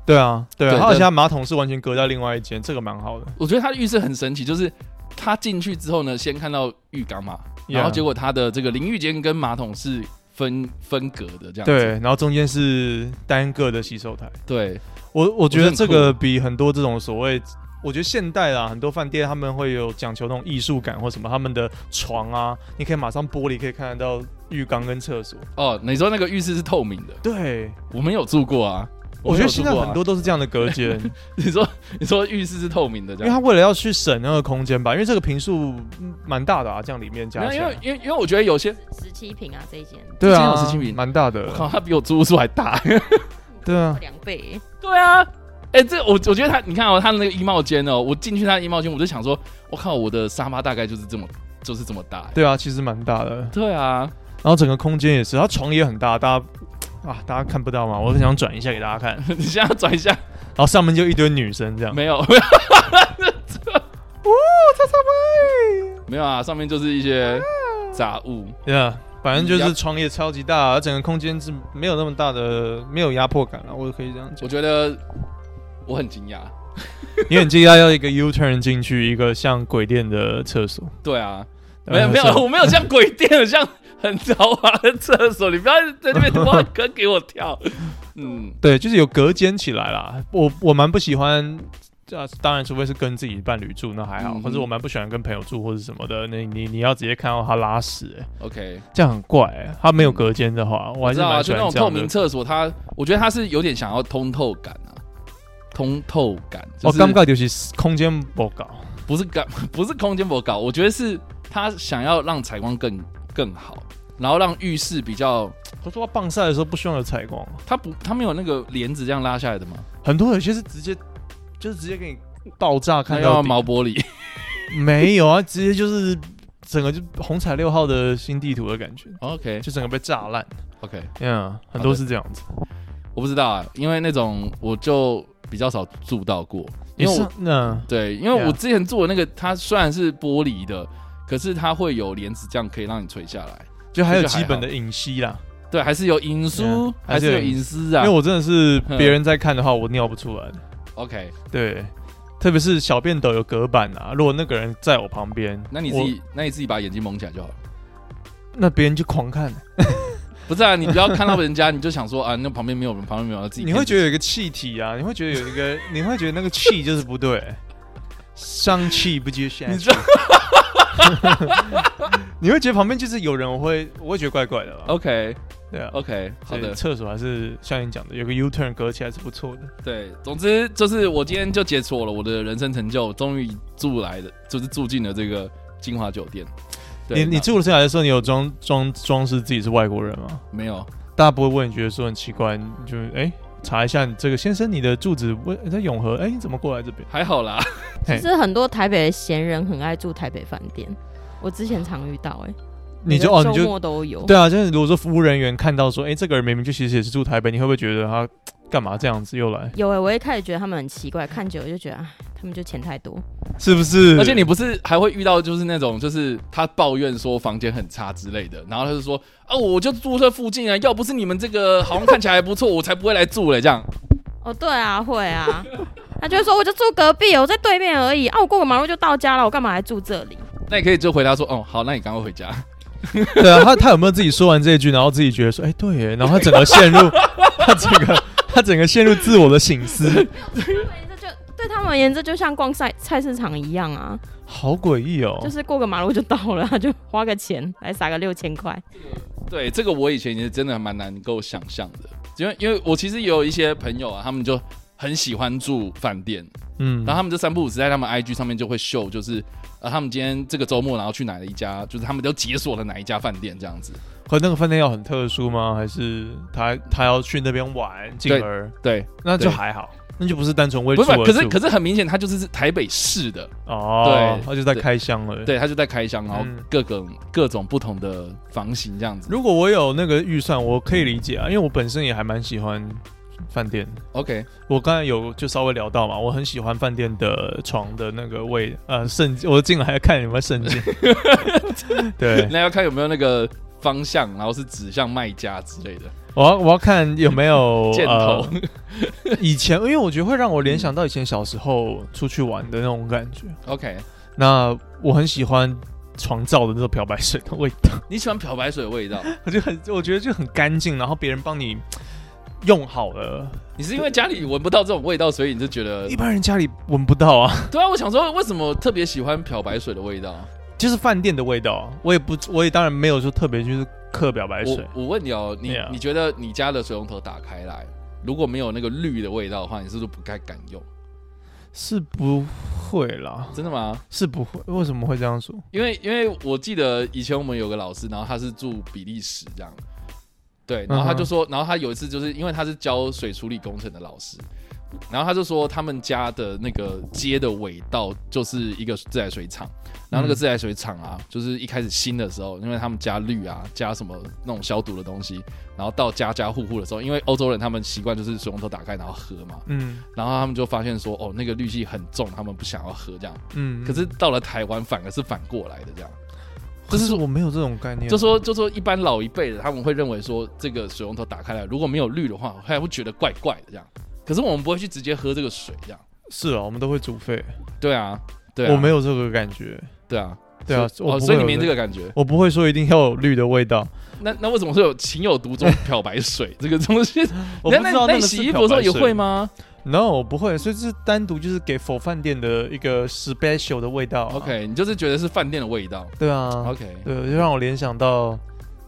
Speaker 2: 对啊，对啊，
Speaker 1: 对
Speaker 2: 它而
Speaker 1: 对
Speaker 2: 且它马桶是完全隔在另外一间，这个蛮好的。
Speaker 1: 我觉得它的浴室很神奇，就是他进去之后呢，先看到浴缸嘛，然后
Speaker 2: Yeah
Speaker 1: 结果他的这个淋浴间跟马桶是分分隔的这样子。
Speaker 2: 对，然后中间是单个的洗手台。
Speaker 1: 对，
Speaker 2: 我我觉
Speaker 1: 我觉得
Speaker 2: 得
Speaker 1: 很
Speaker 2: 这个比很多这种所谓我觉得现代啦，很多饭店他们会有讲求那种艺术感或什么，他们的床啊，你可以马上玻璃可以看得到浴缸跟厕所。
Speaker 1: 哦，你说那个浴室是透明的，
Speaker 2: 对，
Speaker 1: 我们有住过啊。
Speaker 2: 我
Speaker 1: 们有
Speaker 2: 觉得
Speaker 1: 住
Speaker 2: 现
Speaker 1: 过
Speaker 2: 在
Speaker 1: 啊
Speaker 2: 很多，都是这样的隔间，
Speaker 1: 你说你说浴室是透明的这
Speaker 2: 因为他
Speaker 1: 样，
Speaker 2: 为了要去省那个空间吧，因为这个平数嗯蛮大的啊，这样里面加
Speaker 1: 没
Speaker 2: 起
Speaker 1: 有因为
Speaker 2: 来，
Speaker 1: 因为因为我觉得有些，
Speaker 4: 十七平啊，这一间
Speaker 2: 对
Speaker 1: 之前
Speaker 2: 啊
Speaker 1: 有十七平，
Speaker 2: 蛮大
Speaker 1: 我
Speaker 2: 的，
Speaker 1: 靠，它比我租屋处还 大。
Speaker 2: 对啊，
Speaker 4: 两倍耶，
Speaker 1: 对啊，哎、这我我觉得他，你看哦，他的那个衣帽间哦，我进去他的衣帽间，我就想说，我靠，我的沙发大概就是这么就是这么大、欸。
Speaker 2: 对啊，其实蛮大的。
Speaker 1: 对啊，
Speaker 2: 然后整个空间也是，它床也很大，大家啊，大家看不到嘛，我很想转一下给大家看。
Speaker 1: 你现在转一下，
Speaker 2: 然后上面就一堆女生这样，
Speaker 1: 没有，
Speaker 2: 哦，叉叉妹，
Speaker 1: 没有啊，上面就是一些杂物。
Speaker 2: 对啊，反正就
Speaker 1: 你要
Speaker 2: 是床也超级大，整个空间是没有那么大的，没有压迫感了、我可以这样
Speaker 1: 我
Speaker 2: 讲。
Speaker 1: 觉得我很惊讶。
Speaker 2: 你很惊讶要一个 U turn 进去一个像鬼店的厕所，
Speaker 1: 对啊，
Speaker 2: 呃
Speaker 1: 没有没有，
Speaker 2: 是
Speaker 1: 我没有像鬼店，我像很豪华的厕所，你不要在那边挖坑给我 跳。嗯，
Speaker 2: 对，就是有隔间起来啦。我我蛮不喜欢。啊，当然，除非是跟自己伴侣住，那还好。
Speaker 1: 嗯
Speaker 2: 或者我蛮不喜欢跟朋友住，或者什么的。那你你要直接看到他拉屎、欸
Speaker 1: OK，
Speaker 2: 这样很怪、欸。他没有隔间的话，我还
Speaker 1: 知
Speaker 2: 是
Speaker 1: 道啊，
Speaker 2: 蛮
Speaker 1: 就
Speaker 2: 喜
Speaker 1: 那种
Speaker 2: 欢这
Speaker 1: 透
Speaker 2: 样的
Speaker 1: 明。厕所，它我觉得它是有点想要通透感啊，通透感。就
Speaker 2: 我
Speaker 1: 是、
Speaker 2: 哦尴尬就是空间不高，
Speaker 1: 不是感，不是空间不搞，我觉得是他想要让采光更更好，然后让浴室比较，
Speaker 2: 可是我棒晒的时候不希望有采光啊，
Speaker 1: 他不他没有那个帘子这样拉下来的吗？
Speaker 2: 很多有些是直接就是直接给你爆炸
Speaker 1: 他
Speaker 2: 看
Speaker 1: 要
Speaker 2: 到底
Speaker 1: 啊毛玻璃，
Speaker 2: 没有啊，直接就是整个就红彩六号的新地图的感觉，
Speaker 1: OK
Speaker 2: 就整个被炸烂。
Speaker 1: OK，
Speaker 2: 嗯，很多是这样子。
Speaker 1: 我不知道啊，因为那种我就比较少住到过，因
Speaker 2: 也
Speaker 1: 为
Speaker 2: 是
Speaker 1: 我
Speaker 2: 啊那
Speaker 1: 对，因为我
Speaker 2: Yeah
Speaker 1: 之前住的那个，它虽然是玻璃的，可是它会有帘子这样可以让你垂下来，
Speaker 2: 就还有
Speaker 1: 这就还
Speaker 2: 基本
Speaker 1: 好
Speaker 2: 的隐息啦，
Speaker 1: 对，还是有隐私
Speaker 2: Yeah，，
Speaker 1: 还是有
Speaker 2: 还是有
Speaker 1: 隐私
Speaker 2: 因
Speaker 1: 啊
Speaker 2: 为。我真的是别人在看的话，我尿不出来的。
Speaker 1: OK，
Speaker 2: 对，特别是小便斗有隔板啊，如果那个人在我旁边，
Speaker 1: 那你自己那你自己把眼睛蒙起来就好了。
Speaker 2: 我那别人就狂看，
Speaker 1: 不是啊，你不要看到人家，你就想说啊，那旁边没有人，旁边没有人，自己
Speaker 2: 你会觉
Speaker 1: 得
Speaker 2: 得有一个气体啊，你会觉得有一个， 你会觉得那个气就是不对，上气不接下
Speaker 1: 你
Speaker 2: 气
Speaker 1: 知，道
Speaker 2: 你会觉得旁边就是有人，我会我会觉得怪怪的吧？
Speaker 1: ？OK
Speaker 2: 对啊，
Speaker 1: OK，好哦
Speaker 2: 所以
Speaker 1: 的，
Speaker 2: 厕所还是像你讲的，有个 U turn 隔起来是不错的。
Speaker 1: 对，总之就是我今天就解锁了我的人生成就，终于住来的，就是住进了这个金华酒店。对，
Speaker 2: 你你
Speaker 1: 那
Speaker 2: 住进来的时候，你有装装装饰自己是外国人吗？
Speaker 1: 没有？
Speaker 2: 大家不会问，觉得说很奇怪，你就哎、查一下你这个先生，你的住址问在永和，哎、你怎么过来这边？
Speaker 1: 还好 啦，
Speaker 2: 嘿
Speaker 4: 其实很多台北的闲人很爱住台北饭店，我之前常遇到，哎，
Speaker 2: 你就
Speaker 4: 每
Speaker 2: 哦
Speaker 4: 个
Speaker 2: 你
Speaker 4: 周
Speaker 2: 就
Speaker 4: 末都有，
Speaker 2: 对啊，就是如果说服务人员看到说，哎、这个人明明就其实也是住台北，你会不会觉得他干嘛这样子又来？
Speaker 4: 有哎，我一开始觉得他们很奇怪，看久了就觉得啊，他们就钱太多，
Speaker 2: 是不是？
Speaker 1: 而且你不是还会遇到就是那种就是他抱怨说房间很差之类的，然后他就说啊，我就住这附近啊，要不是你们这个好像看起来还不错，我才不会来住嘞这样。
Speaker 4: 哦，对啊，会啊， 他就会说我就住隔壁，我在对面而已，啊，我过个马路就到家了，我干嘛还住这里？
Speaker 1: 那你可以就回答说，哦、好，那你赶快回 家。
Speaker 2: 对啊，他他有没有自己说完这一句，然后自己觉得说，哎、对耶，然后他整个 陷入他整个他整个陷入自我的醒思，
Speaker 4: 对他们而言这就对他们而言，这就像逛菜菜市场一样啊，
Speaker 2: 好诡异哦。
Speaker 4: 就是过个马路就到了， 他就花个钱来撒个六千块，
Speaker 1: 对，这个我以前也真的蛮难够想象的，因为因为我其实也有一些朋友啊，他们就很喜欢住饭店，
Speaker 2: 嗯，
Speaker 1: 然后他们就三不五时在他们 IG 上面就会秀，就是呃他们今天这个周末然后去哪一家，就是他们都解锁了哪一家饭店这样子。
Speaker 2: 和那个饭店要很特殊吗？还是他他要去那边玩，进
Speaker 1: 对
Speaker 2: 而
Speaker 1: 对，
Speaker 2: 那就
Speaker 1: 对
Speaker 2: 还好，那就不是单纯为
Speaker 1: 不
Speaker 2: 住
Speaker 1: 是，
Speaker 2: 而
Speaker 1: 可是
Speaker 2: 住
Speaker 1: 可是很明显，他就是台北市的，
Speaker 2: 哦，
Speaker 1: 对
Speaker 2: 他就在
Speaker 1: 对
Speaker 2: 开箱了。，
Speaker 1: 对，他就在开箱，然后
Speaker 2: 嗯
Speaker 1: 各种、各种不同的房型这样子。
Speaker 2: 如果我有那个预算，我可以理解啊，因为我本身也还蛮喜欢饭店。
Speaker 1: OK，
Speaker 2: 我刚才有就稍微聊到嘛，我很喜欢饭店的床的那个味，呃，渗，我进来看有没有 渗进。对，
Speaker 1: 那要看有没有那个方向，然后是指向卖家之类的
Speaker 2: 我要我要看有没有
Speaker 1: 箭头
Speaker 2: 呃。以前，因为我觉得会让我联想到以前小时候出去玩的那种感觉。
Speaker 1: OK，
Speaker 2: 那我很喜欢床罩的那种漂白水的味道，
Speaker 1: 你喜欢漂白水的味道？
Speaker 2: 我就很我觉得就很干净，然后别人帮你用好了，
Speaker 1: 你是因为家里闻不到这种味道，所以你就觉得
Speaker 2: 一般人家里闻不到啊，
Speaker 1: 对啊？我想说，为什么特别喜欢漂白水的味道？
Speaker 2: 就是饭店的味道啊。我也不，我也当然没有说特别就是刻漂白
Speaker 1: 我
Speaker 2: 水，
Speaker 1: 我问你哦，你
Speaker 2: 对啊
Speaker 1: 你觉得你家的水龙头打开来，如果没有那个绿的味道的话，你是不是不太敢用？
Speaker 2: 是不会啦，
Speaker 1: 真的吗？
Speaker 2: 是不会。为什么会这样说？
Speaker 1: 因为因为我记得以前我们有个老师，然后他是住比利时这样，对，然后他就说，然后他有一次就是因为他是教水处理工程的老师，然后他就说他们家的那个街的尾道就是一个自来水厂，然后那个自来水厂啊，就是一开始新的时候，因为他们加氯啊，加什么那种消毒的东西，然后到家家户户的时候，因为欧洲人他们习惯就是水龙头打开然后喝嘛，
Speaker 2: 嗯
Speaker 1: 然后他们就发现说哦那个氯气很重，他们不想要喝这样，
Speaker 2: 嗯，
Speaker 1: 可是到了台湾反而是反过来的这样。
Speaker 2: 可是我没有这种概念，
Speaker 1: 就说就说一般老一辈的他们会认为说这个水龙头打开来如果没有绿的话，还会觉得怪怪的这样。可是我们不会去直接喝这个水这样。
Speaker 2: 是啊，我们都会煮沸，
Speaker 1: 对啊，对啊，
Speaker 2: 我没有这个感觉。
Speaker 1: 对啊，
Speaker 2: 对啊，
Speaker 1: 所以
Speaker 2: 我
Speaker 1: 哦，
Speaker 2: 不
Speaker 1: 所以
Speaker 2: 会
Speaker 1: 你
Speaker 2: 有
Speaker 1: 没这个
Speaker 2: 个，
Speaker 1: 感觉。
Speaker 2: 我不会说一定要有绿的味道。
Speaker 1: 那那为什么会有情有独 钟漂白水这个东西？
Speaker 2: 我
Speaker 1: 那
Speaker 2: 不
Speaker 1: 那
Speaker 2: 知道
Speaker 1: 那
Speaker 2: 个
Speaker 1: 你
Speaker 2: 是
Speaker 1: 洗衣服
Speaker 2: 漂
Speaker 1: 的时候
Speaker 2: 白
Speaker 1: 也
Speaker 2: 水
Speaker 1: 会？吗
Speaker 2: ？No，我不会，所以这是单独就是给否饭店的一个 special 的味道啊、
Speaker 1: ？OK，你就是觉得是饭店的味道。
Speaker 2: 对啊
Speaker 1: OK，
Speaker 2: 对，就让我联想到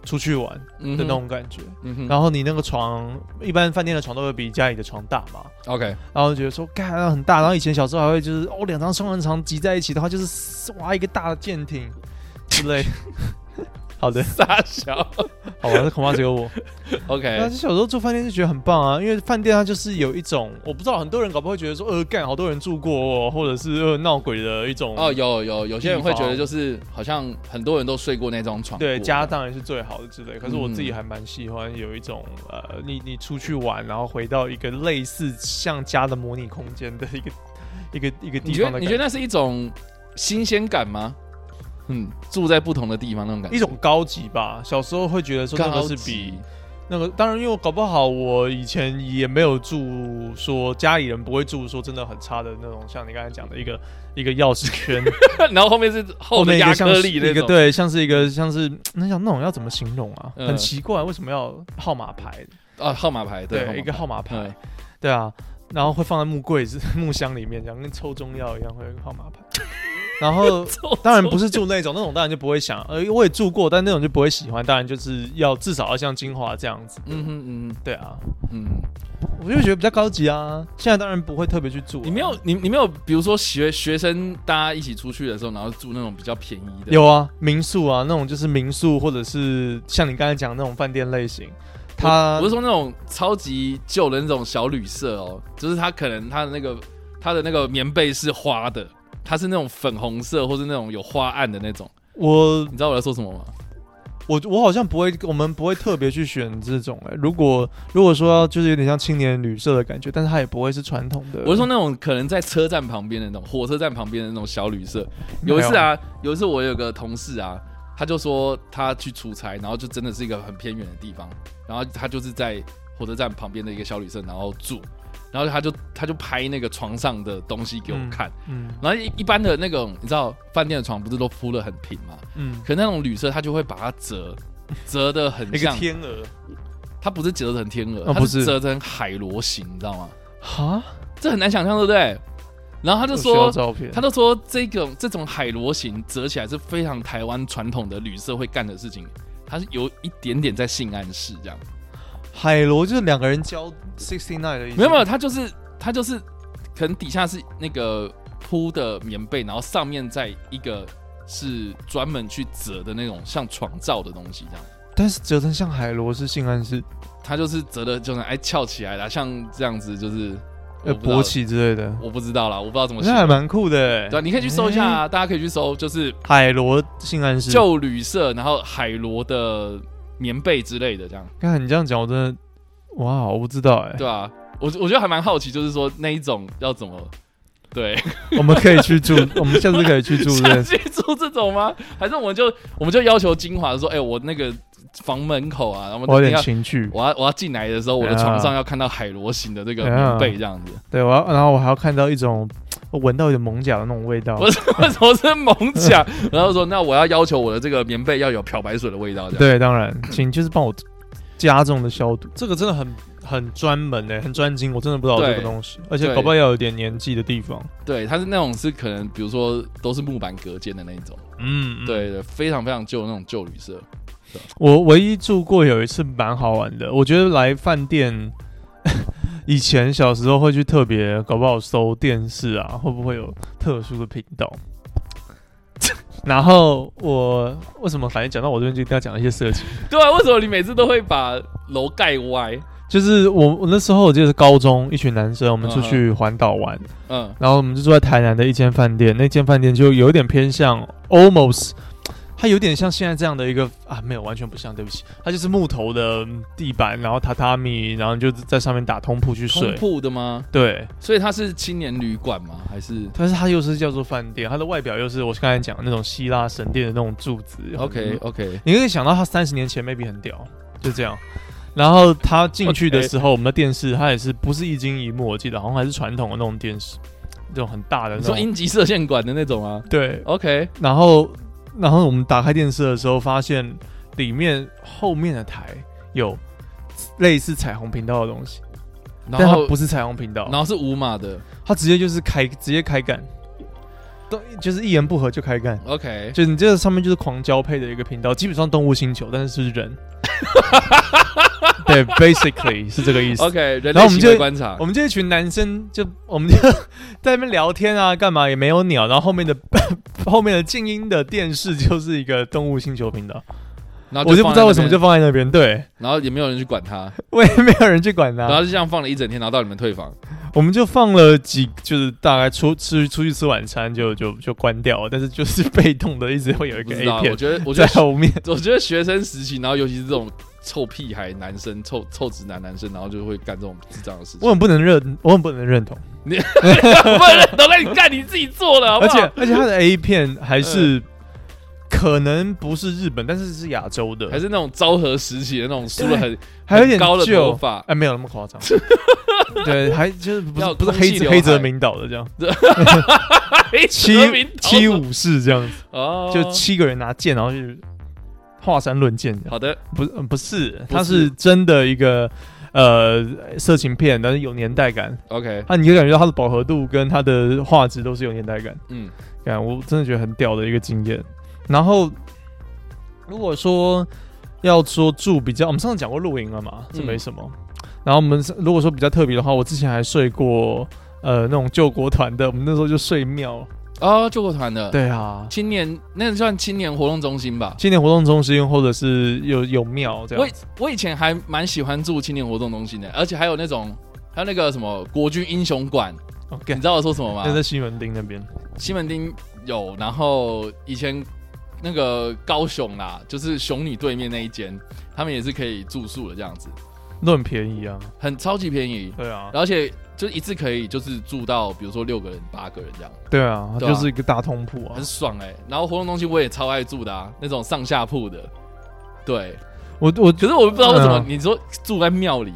Speaker 2: 出去玩
Speaker 1: 嗯
Speaker 2: 的
Speaker 1: 哼
Speaker 2: 那，种感觉。
Speaker 1: 嗯哼
Speaker 2: 然后你那个床，一般饭店的床都会比家里的床大嘛，
Speaker 1: ，OK，
Speaker 2: 然后就觉得说，干那很大。然后以前小时候还会就是，哦，两张双人床挤在一起的话，就是哇一个大的舰艇之类的。 好的，
Speaker 1: 傻笑
Speaker 2: 好吧，这恐怕只有 我。那
Speaker 1: ，OK，
Speaker 2: 小时候住饭店就觉得很棒啊，因为饭店它就是有一种，我不知道很多人搞不好会觉得说，呃，干好多人住过、哦，或者是呃闹鬼的一种
Speaker 1: 哦，有有有些人会觉得就是好像很多人都睡过那张床过，
Speaker 2: 对，家当然是最好的之类。可是我自己
Speaker 1: 嗯
Speaker 2: 还蛮喜欢有一种、呃，你你出去玩，然后回到一个类似像家的模拟空间的一个一个一个
Speaker 1: 你
Speaker 2: 地
Speaker 1: 觉
Speaker 2: 方
Speaker 1: 得
Speaker 2: 的
Speaker 1: 你觉
Speaker 2: 感觉，
Speaker 1: 得那是一种新鲜感吗？嗯，住在不同的地方那种感觉，
Speaker 2: 一种高级吧。小时候会觉得说那
Speaker 1: 高
Speaker 2: 个是
Speaker 1: 级
Speaker 2: 比那个，当然因为我搞不好我以前也没有住说家里人不会住说真的很差的那种，像你刚才讲的一个一个钥匙 圈，
Speaker 1: 然后后面是厚
Speaker 2: 后面
Speaker 1: 的
Speaker 2: 一
Speaker 1: 亚
Speaker 2: 个像
Speaker 1: 克
Speaker 2: 是
Speaker 1: 力
Speaker 2: 一
Speaker 1: 那
Speaker 2: 个
Speaker 1: 种，啊
Speaker 2: 对，像是一个像是那种那种要怎么形容啊？
Speaker 1: 嗯
Speaker 2: 很奇怪，为什么要号码牌？
Speaker 1: 啊，号码牌，对，
Speaker 2: 对，一个号码牌
Speaker 1: 嗯。
Speaker 2: 对啊，然后会放在木柜子、 木箱里面，这样跟抽中药一样，会有一个号 码牌。然后 当然不是住那种，那种当然就不会想，呃，我也住过，但那种就不会喜欢。当然就是要至少要像金华这样子，
Speaker 1: 嗯哼嗯
Speaker 2: 对啊，
Speaker 1: 哼嗯，
Speaker 2: 我就觉得比较高级啊。现在当然不会特别去住啊、
Speaker 1: 你没有你你没有，比如说学学生大家一起出去的时候，然后住那种比较便宜的，
Speaker 2: 有啊，民宿啊，那种就是民宿或者是像你刚才讲的那种饭店类型，它
Speaker 1: 我是说那种超级旧的那种小旅社哦，就是它可能它的那个它的那个棉被是花的，它是那种粉红色或是那种有花案的那种，
Speaker 2: 我
Speaker 1: 你知道我在说什么吗？
Speaker 2: 我我好像不会，我们不会特别去选这种哎、欸如果如果说要就是有点像青年旅社的感觉，但是它也不会是传统的。
Speaker 1: 我是说那种可能在车站旁边的那种，火车站旁边的那种小旅社。有一次啊，有一次我有个同事啊，他就说他去出差，然后就真的是一个很偏远的地方，然后他就是在火车站旁边的一个小旅社，然后住，然后他就他就拍那个床上的东西给我看，
Speaker 2: 没有，嗯
Speaker 1: 然后一一般的那种你知道饭店的床不是都铺的很平嘛，
Speaker 2: 嗯，
Speaker 1: 可那种旅社他就会把它折。折的很
Speaker 2: 一个
Speaker 1: 像，
Speaker 2: 天鹅
Speaker 1: 它不是折成天鹅，
Speaker 2: 哦
Speaker 1: 它
Speaker 2: 不
Speaker 1: 是
Speaker 2: 是
Speaker 1: 折成海螺形，你知道吗？
Speaker 2: 哈，
Speaker 1: 这很难想象，对不对？然后他就
Speaker 2: 我需
Speaker 1: 说
Speaker 2: 要，照片，
Speaker 1: 他都说这种这种海螺形折起来是非常台湾传统的旅社会干的事情，它是有一点点在性暗示这
Speaker 2: 嗯
Speaker 1: 样。
Speaker 2: 海螺就是两个人交 sixty nine 的意思，
Speaker 1: 没有没有，，它就是它就是可能底下是那个铺的棉被，然后上面再一个是专门去折的那种像床罩的东西这样。
Speaker 2: 但是折成像海螺是性暗示，
Speaker 1: 它就是折的，就是哎翘起来了，像这样子就是
Speaker 2: 呃，
Speaker 1: 我不知道
Speaker 2: 勃，起之类的，
Speaker 1: 我不知道啦，我不知道怎么
Speaker 2: 那还
Speaker 1: 写。
Speaker 2: 蛮酷的、
Speaker 1: 对啊，
Speaker 2: 欸。
Speaker 1: 你可以去搜一下啊，大家可以去搜，就是
Speaker 2: 海螺性暗示，
Speaker 1: 旧旅社，然后海螺的棉被之类的这样。
Speaker 2: 看你这样讲，我真的，哇，我不知道哎、
Speaker 1: 对啊，我我觉得还蛮好奇，就是说那一种要怎么对
Speaker 2: 我们可以去 住，我们下次可以去住这
Speaker 1: 下去做这种吗？还是我们就我们就要求金华说，哎、我那个房门口啊，然后
Speaker 2: 我有
Speaker 1: 等一
Speaker 2: 点
Speaker 1: 下
Speaker 2: 情趣。
Speaker 1: 我要我要进来的时候，我的床上要看到海螺形的这个
Speaker 2: 啊
Speaker 1: 棉被这样子。
Speaker 2: 对，我要，然后我还要看到一种，我闻到一种猛甲的那种味道。
Speaker 1: 我说为什么是猛甲？ 然后说那我要要求我的这个棉被要有漂白水的味道这样。
Speaker 2: 对，当然，请就是帮我加重的消毒。这个真的很很专门诶、欸很专精，我真的不知道
Speaker 1: 对
Speaker 2: 这个东西，而且
Speaker 1: 对
Speaker 2: 搞不好要有点年纪的地方。
Speaker 1: 对，它是那种是可能比如说都是木板隔间的那一种，
Speaker 2: 嗯，嗯，
Speaker 1: 对对，非常非常旧的那种旧旅社，
Speaker 2: 我唯一住过有一次蛮好玩的，我觉得来饭店。 以前小时候会去特别搞不好搜电视啊，会不会有特殊的频道？ 然后我为什么反正讲到我这边就一定要讲一些色情？
Speaker 1: 对啊，为什么你每次都会把楼盖歪？
Speaker 2: 就是我我那时候我记得是高中，一群男生我们出去环岛玩，
Speaker 1: 嗯，
Speaker 2: 然后我们就住在台南的一间饭店，那间饭店就有点偏向 almost，它有点像现在这样的一个啊，没有完全不像，对不起，它就是木头的嗯地板，然后榻榻米，然后你就在上面打通铺去
Speaker 1: 通
Speaker 2: 睡。
Speaker 1: 铺的吗？
Speaker 2: 对，
Speaker 1: 所以它是青年旅馆吗？还是
Speaker 2: 但是它又是叫做饭店，它的外表又是我刚才讲的那种希腊神殿的那种柱子。嗯
Speaker 1: OK OK？
Speaker 2: 你可以想到它三十年前 maybe 很屌，就这样。然后他进去的时候，我们的电视它也是不是一惊一幕，我记得好像还是传统的那种电视，那种很大的那
Speaker 1: 你说
Speaker 2: 种。
Speaker 1: 英吉射线管的那种啊
Speaker 2: 对，
Speaker 1: ？OK，
Speaker 2: 然后然后我们打开电视的时候，发现里面后面的台有类似彩虹频道的东西，但
Speaker 1: 然
Speaker 2: 它
Speaker 1: 后
Speaker 2: 不是彩虹频道
Speaker 1: 然，后是五码的
Speaker 2: 它直接就是开直接开干，都就是一言不合就开干。
Speaker 1: OK，
Speaker 2: 就你这个上面就是狂交配的一个频道，基本上动物星球，但是是 人。对，basically 是这个意思。
Speaker 1: OK，人
Speaker 2: 然后
Speaker 1: 类
Speaker 2: 我们
Speaker 1: 行
Speaker 2: 就
Speaker 1: 为观察
Speaker 2: 我。们这一群男生就我们就 在那边聊天啊，干嘛也没有鸟，然后后面的 后面的静音的电视就是一个动物星球频道，
Speaker 1: 然后
Speaker 2: 我就不知道为什么就
Speaker 1: 啊
Speaker 2: 啊
Speaker 1: 放在
Speaker 2: 放在那边，对，
Speaker 1: 那边，然后也没有人去管它，
Speaker 2: 我也没有人去管
Speaker 1: 然
Speaker 2: 它
Speaker 1: 后，就这样放了一整天，然后到你们退房。
Speaker 2: 我们就放了几，就是大概出吃出去吃晚餐就就就关掉了，但是就是被动的一直会有一
Speaker 1: 不
Speaker 2: 个
Speaker 1: 知道，
Speaker 2: A
Speaker 1: 我
Speaker 2: 片
Speaker 1: 觉得，我觉
Speaker 2: 在
Speaker 1: 得，
Speaker 2: 后面，
Speaker 1: 我觉得学生时期，然后尤其是这种臭屁孩男生、臭臭直男男生，然后就会干这种智障的事情。
Speaker 2: 我很不能认，我很不能认同，
Speaker 1: 不然都在你干，你自己做了，好嗯不
Speaker 2: 而
Speaker 1: 好
Speaker 2: 且而且他的 A 片还是。可能不是日本，但是是亚洲的，
Speaker 1: 还是那种昭和时期的那种梳了很
Speaker 2: 还有点
Speaker 1: 很高的
Speaker 2: 旧
Speaker 1: 头发，
Speaker 2: 哎，没有那么 夸张。对，还就是不
Speaker 1: 要
Speaker 2: 是不是
Speaker 1: 空
Speaker 2: 黑
Speaker 1: 气
Speaker 2: 泽
Speaker 1: 刘
Speaker 2: 黑泽
Speaker 1: 海
Speaker 2: 明导的 这样，七
Speaker 1: 七
Speaker 2: 七武士这样子，
Speaker 1: 哦，
Speaker 2: 就七个人拿剑，然后去华山论剑这样。
Speaker 1: 好的，
Speaker 2: 不是呃不是，
Speaker 1: 不
Speaker 2: 它
Speaker 1: 是
Speaker 2: 是真的一个呃色情片，但是有年代感。
Speaker 1: OK，
Speaker 2: 啊，你可以感觉到它的饱和度跟它的画质都是有年代感。
Speaker 1: 嗯，
Speaker 2: 感我真的觉得很屌的一个经验。然后如果说要说住比较，我们上次讲过露营了嘛，这
Speaker 1: 嗯
Speaker 2: 没什么。然后我们是如果说比较特别的话，我之前还睡过呃那种救国团的，我们那时候就睡庙。
Speaker 1: 哦，救国团的，，
Speaker 2: 对啊，
Speaker 1: 青年那算青年活动中心吧。
Speaker 2: 青年活动中心或者是有有庙这
Speaker 1: 我
Speaker 2: 样
Speaker 1: 以。我以前还蛮喜欢住青年活动中心的，而且还有那种还有那个什么国军英雄馆，你
Speaker 2: OK，
Speaker 1: 知道我说什么吗
Speaker 2: 那？在西门町那边。
Speaker 1: 西门町有，然后以前那个高雄啦，就是雄女对面那一间，他们也是可以住宿的这样子，
Speaker 2: 都很便宜啊，
Speaker 1: 很超级便宜，
Speaker 2: 对啊，
Speaker 1: 而且就一次可以就是住到比如说六个人、八个人这样，
Speaker 2: 对啊，它
Speaker 1: 对啊
Speaker 2: 就是一个大通铺啊
Speaker 1: 很。爽哎、然后活动中心我也超爱住的啊，那种上下铺的，对。
Speaker 2: 我我
Speaker 1: 可是我不知道为什么
Speaker 2: 嗯
Speaker 1: 你说住在庙里，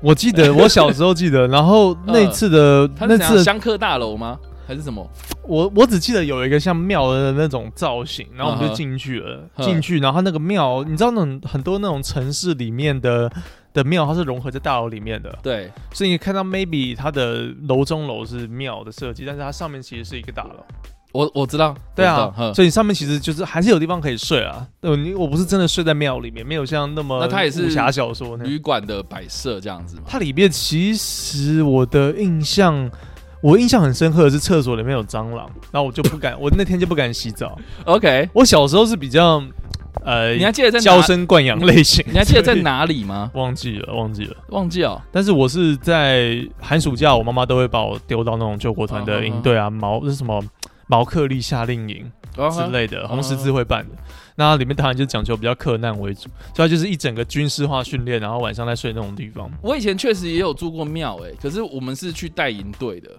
Speaker 2: 我记得，我小时候记得，然后那次的、
Speaker 1: 它
Speaker 2: 那
Speaker 1: 是怎
Speaker 2: 次
Speaker 1: 样
Speaker 2: 的
Speaker 1: 香客大楼吗？还是什么？
Speaker 2: 我我只记得有一个像庙的那种造型，然后我们就进去了，
Speaker 1: 嗯哼
Speaker 2: 进去，然后它那个庙，你知道那种很多那种城市里面的的庙，它是融合在大楼里面的，
Speaker 1: 对，
Speaker 2: 所以你看到 maybe 它的楼中楼是庙的设计，但是它上面其实是一个大楼，
Speaker 1: 我我知道，
Speaker 2: 对
Speaker 1: 我
Speaker 2: 啊
Speaker 1: 知道，嗯哼
Speaker 2: 所以上面其实就是还是有地方可以睡啊，对，你我不是真的睡在庙里面，没有像那么
Speaker 1: 那它也是
Speaker 2: 武侠小说那样，
Speaker 1: 旅馆的摆设这样子嘛。
Speaker 2: 它里面其实我的印象。我印象很深刻的是厕所里面有蟑螂，然后我就不敢，我那天就不敢洗澡，
Speaker 1: OK，
Speaker 2: 我小时候是比较呃，
Speaker 1: 你还记得在哪
Speaker 2: 娇生惯养类型。
Speaker 1: 你还记得在
Speaker 2: 所以？
Speaker 1: 哪里吗？
Speaker 2: 忘记了，忘记了。
Speaker 1: 忘记哦。
Speaker 2: 但是我是在寒暑假，我妈妈都会把我丢到那种救国团
Speaker 1: 嗯
Speaker 2: 的营队啊，毛是什么毛克利夏令营之类
Speaker 1: 嗯
Speaker 2: 的，红十字会办的。那里面当然就讲究比较克难为主，所以它就是一整个军事化训练，然后晚上再睡那种地方。
Speaker 1: 我以前确实也有住过庙，哎，可是我们是去带营队的，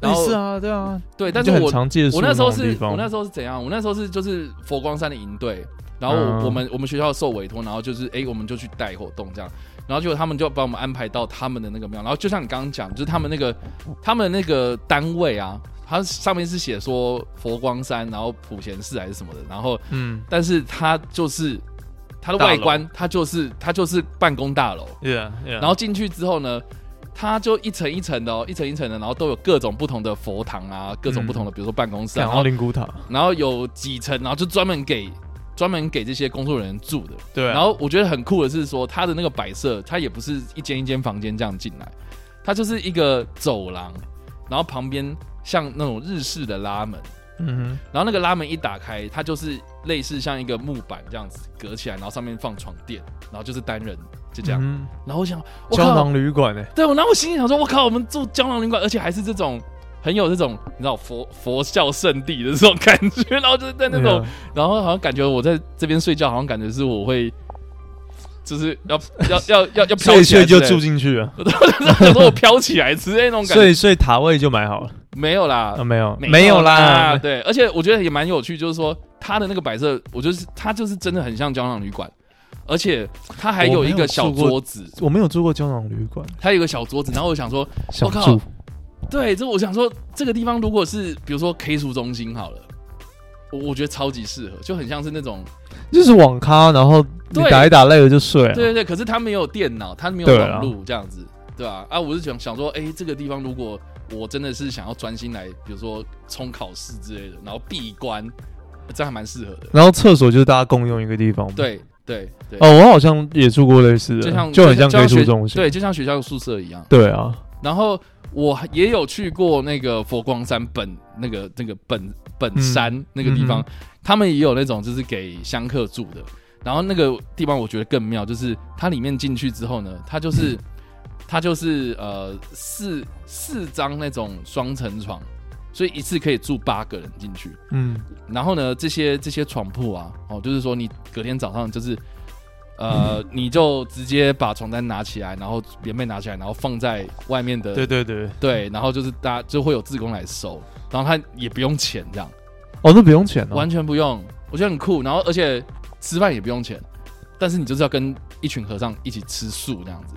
Speaker 1: 然
Speaker 2: 类
Speaker 1: 后
Speaker 2: 似啊，对啊，
Speaker 1: 对，但是
Speaker 2: 就很
Speaker 1: 我
Speaker 2: 常借宿
Speaker 1: 我那时候
Speaker 2: 种
Speaker 1: 是
Speaker 2: 地，
Speaker 1: 我
Speaker 2: 方
Speaker 1: 那。时候是怎样？我那时候是就是佛光山的营队，然后我,、
Speaker 2: 嗯
Speaker 1: 我们我们学校受委托，然后就是哎、我们就去带活动这样，然后结果他们就把我们安排到他们的那个庙，然后就像你刚刚讲，就是他们那个他们那个单位啊，它上面是写说佛光山，然后普贤寺还是什么的，然后
Speaker 2: 嗯，
Speaker 1: 但是它就是它的外观它就是它就是办公大楼，
Speaker 2: Yeah, yeah.
Speaker 1: 然后进去之后呢，它就一层一层的哦，一层一层的，然后都有各种不同的佛堂啊，各种不同的，比如说办公室、啊，
Speaker 2: 看
Speaker 1: 然后
Speaker 2: 奥林古塔，
Speaker 1: 然后有几层，然后就专门给专门给这些工作人员住的。
Speaker 2: 对啊，
Speaker 1: 然后我觉得很酷的是说，它的那个摆设，它也不是一间一间房间这样进来，它就是一个走廊，然后旁边像那种日式的拉门，
Speaker 2: 嗯
Speaker 1: 然后那个拉门一打开，它就是类似像一个木板这样子隔起来，然后上面放床垫，然后就是单人就
Speaker 2: 哼，
Speaker 1: 这样。
Speaker 2: 嗯
Speaker 1: 然后我想，我
Speaker 2: 胶
Speaker 1: 靠，
Speaker 2: 囊旅馆哎，
Speaker 1: 对我，然后我心里想说，我靠，我们住胶囊旅馆，而且还是这种。很有这种你知道佛佛教圣地的这种感觉，然后就是在那种
Speaker 2: Yeah，
Speaker 1: 然后好像感觉我在这边睡觉，好像感觉是我会，就是 要要要要要
Speaker 2: 睡
Speaker 1: 飘
Speaker 2: 一
Speaker 1: 起来之
Speaker 2: 睡就
Speaker 1: 类的
Speaker 2: 住，进去了，
Speaker 1: 想 说我飘起来之类那种感觉，
Speaker 2: 睡一睡塔位就买好了
Speaker 1: 没有啦
Speaker 2: 啊？，没有，
Speaker 1: 有
Speaker 2: 有啦，
Speaker 1: 对，而且我觉得也蛮有趣，就是说它的那个摆设，我就是它就是真的很像胶囊旅馆，而且它还有一个小
Speaker 2: 我没有住过
Speaker 1: 桌子，
Speaker 2: 我没有住过胶囊旅馆，
Speaker 1: 它有一个小桌子，然后我想说，
Speaker 2: 想
Speaker 1: 我靠
Speaker 2: 住，
Speaker 1: 对，这我想说，这个地方如果是比如说 K 书中心好了，我我觉得超级适合，就很像是那种
Speaker 2: 就是网咖，然后你
Speaker 1: 对
Speaker 2: 打一打累了就睡啊，
Speaker 1: 对对对，可是他没有电脑，他没有
Speaker 2: 对啊
Speaker 1: 网络这样子，对吧、啊？我是想想说，哎、这个地方如果我真的是想要专心来，比如说冲考试之类的，然后闭关，这还蛮适合的。
Speaker 2: 然后厕所就是大家共用一个地方嘛，
Speaker 1: 对对对，
Speaker 2: 哦，我好像也住过类似的，
Speaker 1: 就像
Speaker 2: 很像
Speaker 1: 就
Speaker 2: 可以
Speaker 1: 学
Speaker 2: 住中心，
Speaker 1: 对，就像学校宿舍一样。
Speaker 2: 对啊，
Speaker 1: 然后我也有去过那个佛光山本那个那个本本山那个地方，
Speaker 2: 嗯
Speaker 1: 他们也有那种就是给香客住的。然后那个地方我觉得更妙，就是它里面进去之后呢，它就是、
Speaker 2: 嗯
Speaker 1: 它就是呃四四张那种双层床，所以一次可以住八个人进去。
Speaker 2: 嗯，
Speaker 1: 然后呢，这些这些床铺啊，哦，就是说你隔天早上就是， 呃，你就直接把床单拿起来，然后棉被拿起来，然后放在外面的
Speaker 2: 对对对，
Speaker 1: 对然后就是大家就会有自工来收，然后他也不用钱，这样
Speaker 2: 哦，那不用钱哦
Speaker 1: 完，全不用，我觉得很酷。然后而且吃饭也不用钱，但是你就是要跟一群和尚一起吃素这样子。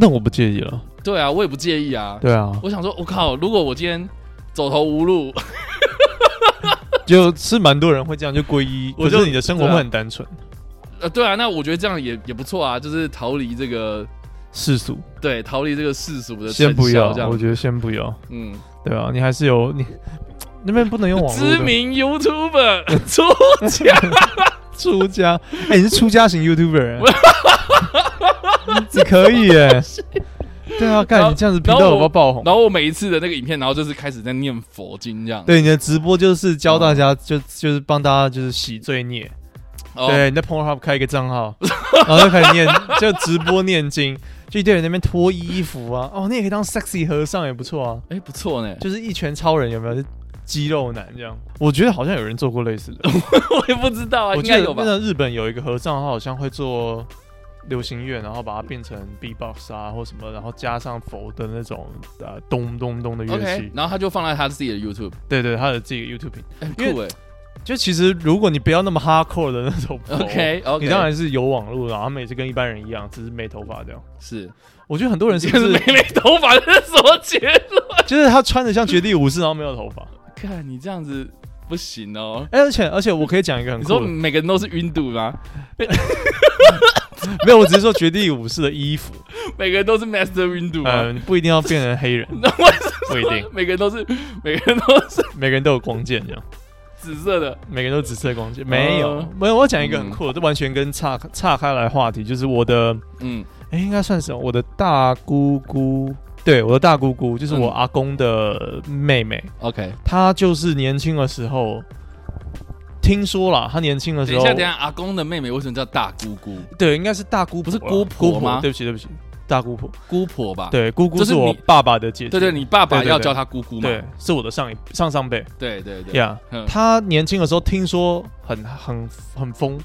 Speaker 2: 那我不介意了，
Speaker 1: 对啊，我也不介意啊。
Speaker 2: 对啊，
Speaker 1: 我想说，我、靠，如果我今天走投无路，
Speaker 2: 就是蛮多人会这样就皈依，
Speaker 1: 我就
Speaker 2: 可是你的生活会很单纯，
Speaker 1: 呃，对啊，那我觉得这样也也不错啊，就是逃离这个
Speaker 2: 世俗
Speaker 1: 对，逃离这个世俗的
Speaker 2: 先不
Speaker 1: 尘嚣
Speaker 2: 要
Speaker 1: 这，样
Speaker 2: 我，觉得先不要，
Speaker 1: 嗯，
Speaker 2: 对啊，你还是有你那边不能用网络的
Speaker 1: 知名 YouTuber 出，
Speaker 2: 出家，哎，你是出家型 YouTuber，哎你可以哎，对啊，
Speaker 1: 然后
Speaker 2: 干你这样子频
Speaker 1: 然后
Speaker 2: 道有没
Speaker 1: 我
Speaker 2: 有爆红？
Speaker 1: 然后我每一次的那个影片，然后就是开始在念佛经这样，
Speaker 2: 对，你的直播就是教大家，就就是帮大家就是洗罪孽。
Speaker 1: 哦，
Speaker 2: 对，你在 Pornhub 开一个账 号，然后就开始念，就直播念经，就一堆人在那边脱衣服啊。哦，你也可以当 sexy 和尚也不错啊，
Speaker 1: 哎，不错呢，
Speaker 2: 就是一拳超人有没有？就肌肉男这样，我觉得好像有人做过类似的，
Speaker 1: 我也不知道啊，
Speaker 2: 我
Speaker 1: 应
Speaker 2: 记
Speaker 1: 该
Speaker 2: 得
Speaker 1: 有吧
Speaker 2: 那？个日本有一个和尚，他好像会做流行乐，然后把它变成 B-box 啊或什么，然后加上佛的那种呃咚咚咚的乐器。
Speaker 1: OK，然后他就放在他自己的 YouTube，
Speaker 2: 对对，他的自己的 YouTube 频道。
Speaker 1: 哎很
Speaker 2: 因
Speaker 1: 酷哎
Speaker 2: 就其实如果你不要那么 hardcore 的那种佛
Speaker 1: ，OK OK，
Speaker 2: 哦你当然是有网络，然后他们也是跟一般人一样，只是没头发这样。
Speaker 1: 是，
Speaker 2: 我觉得很多人是
Speaker 1: 就
Speaker 2: 不
Speaker 1: 是
Speaker 2: 是
Speaker 1: 没没头发这是什么结论？
Speaker 2: 就是他穿的像绝地武士，然后没有头发。
Speaker 1: 看你这样子不行哦。
Speaker 2: 哎而且而且我可以讲一个很
Speaker 1: 你说嗯
Speaker 2: 酷的，
Speaker 1: 每个人都是晕度吗？
Speaker 2: 没有，我只是说绝地武士的衣服，
Speaker 1: 每个人 都是 Master 晕度吗？
Speaker 2: 嗯，你不一定要变成黑人，
Speaker 1: 那为什
Speaker 2: 不一定
Speaker 1: 么，每个人都是每个人都是
Speaker 2: 每个人都有光剑这样，
Speaker 1: 紫色的？
Speaker 2: 每个人都紫色光剑，没有
Speaker 1: 哦
Speaker 2: 没有。我讲一个很酷的，这完全跟岔岔开来的话题，就是我的，
Speaker 1: 嗯，
Speaker 2: 哎，应该算什么？我的大姑姑。对，我的大姑姑就是我
Speaker 1: 嗯
Speaker 2: 阿公的妹妹，
Speaker 1: OK，
Speaker 2: 她就是年轻的时候，听说啦，她年轻的
Speaker 1: 等
Speaker 2: 时
Speaker 1: 一
Speaker 2: 候，
Speaker 1: 下，等一下，阿公的妹妹为什么叫大姑姑？
Speaker 2: 对，应该是大姑
Speaker 1: 不是
Speaker 2: 啦
Speaker 1: 姑婆
Speaker 2: 姑
Speaker 1: 吗
Speaker 2: 对不起，对不起，大姑婆。
Speaker 1: 姑婆吧？
Speaker 2: 对，姑姑
Speaker 1: 就是
Speaker 2: 是我
Speaker 1: 你
Speaker 2: 爸爸的姐姐。
Speaker 1: 对对，你爸爸
Speaker 2: 对对
Speaker 1: 要
Speaker 2: 对
Speaker 1: 叫她姑姑嘛？
Speaker 2: 对，是我的上一上上辈
Speaker 1: 对对对，
Speaker 2: 呀。Yeah，
Speaker 1: 嗯
Speaker 2: 他年轻的时候听说很很很疯。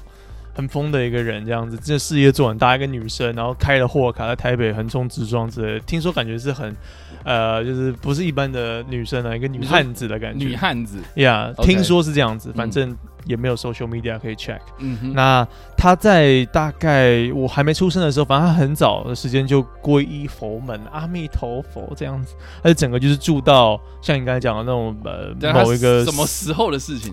Speaker 2: 很疯的一个人，这样子，这事业做很大，一个女生，然后开了货卡，在台北横冲直撞之类的。听说感觉是很，呃，就是不是一般的女生啊，一个女
Speaker 1: 你说
Speaker 2: 汉子的感觉。
Speaker 1: 女汉子，
Speaker 2: 呀
Speaker 1: OK
Speaker 2: 听说是这样子，反
Speaker 1: 嗯
Speaker 2: 正也没有 social media 可以 check。
Speaker 1: 嗯哼，
Speaker 2: 那他在大概我还没出生的时候，反正他很早的时间就皈依佛门，阿弥陀佛这样子，他就整个就是住到像你刚才讲的那种呃
Speaker 1: 对啊
Speaker 2: 某一
Speaker 1: 她
Speaker 2: 个
Speaker 1: 什么时候的事情？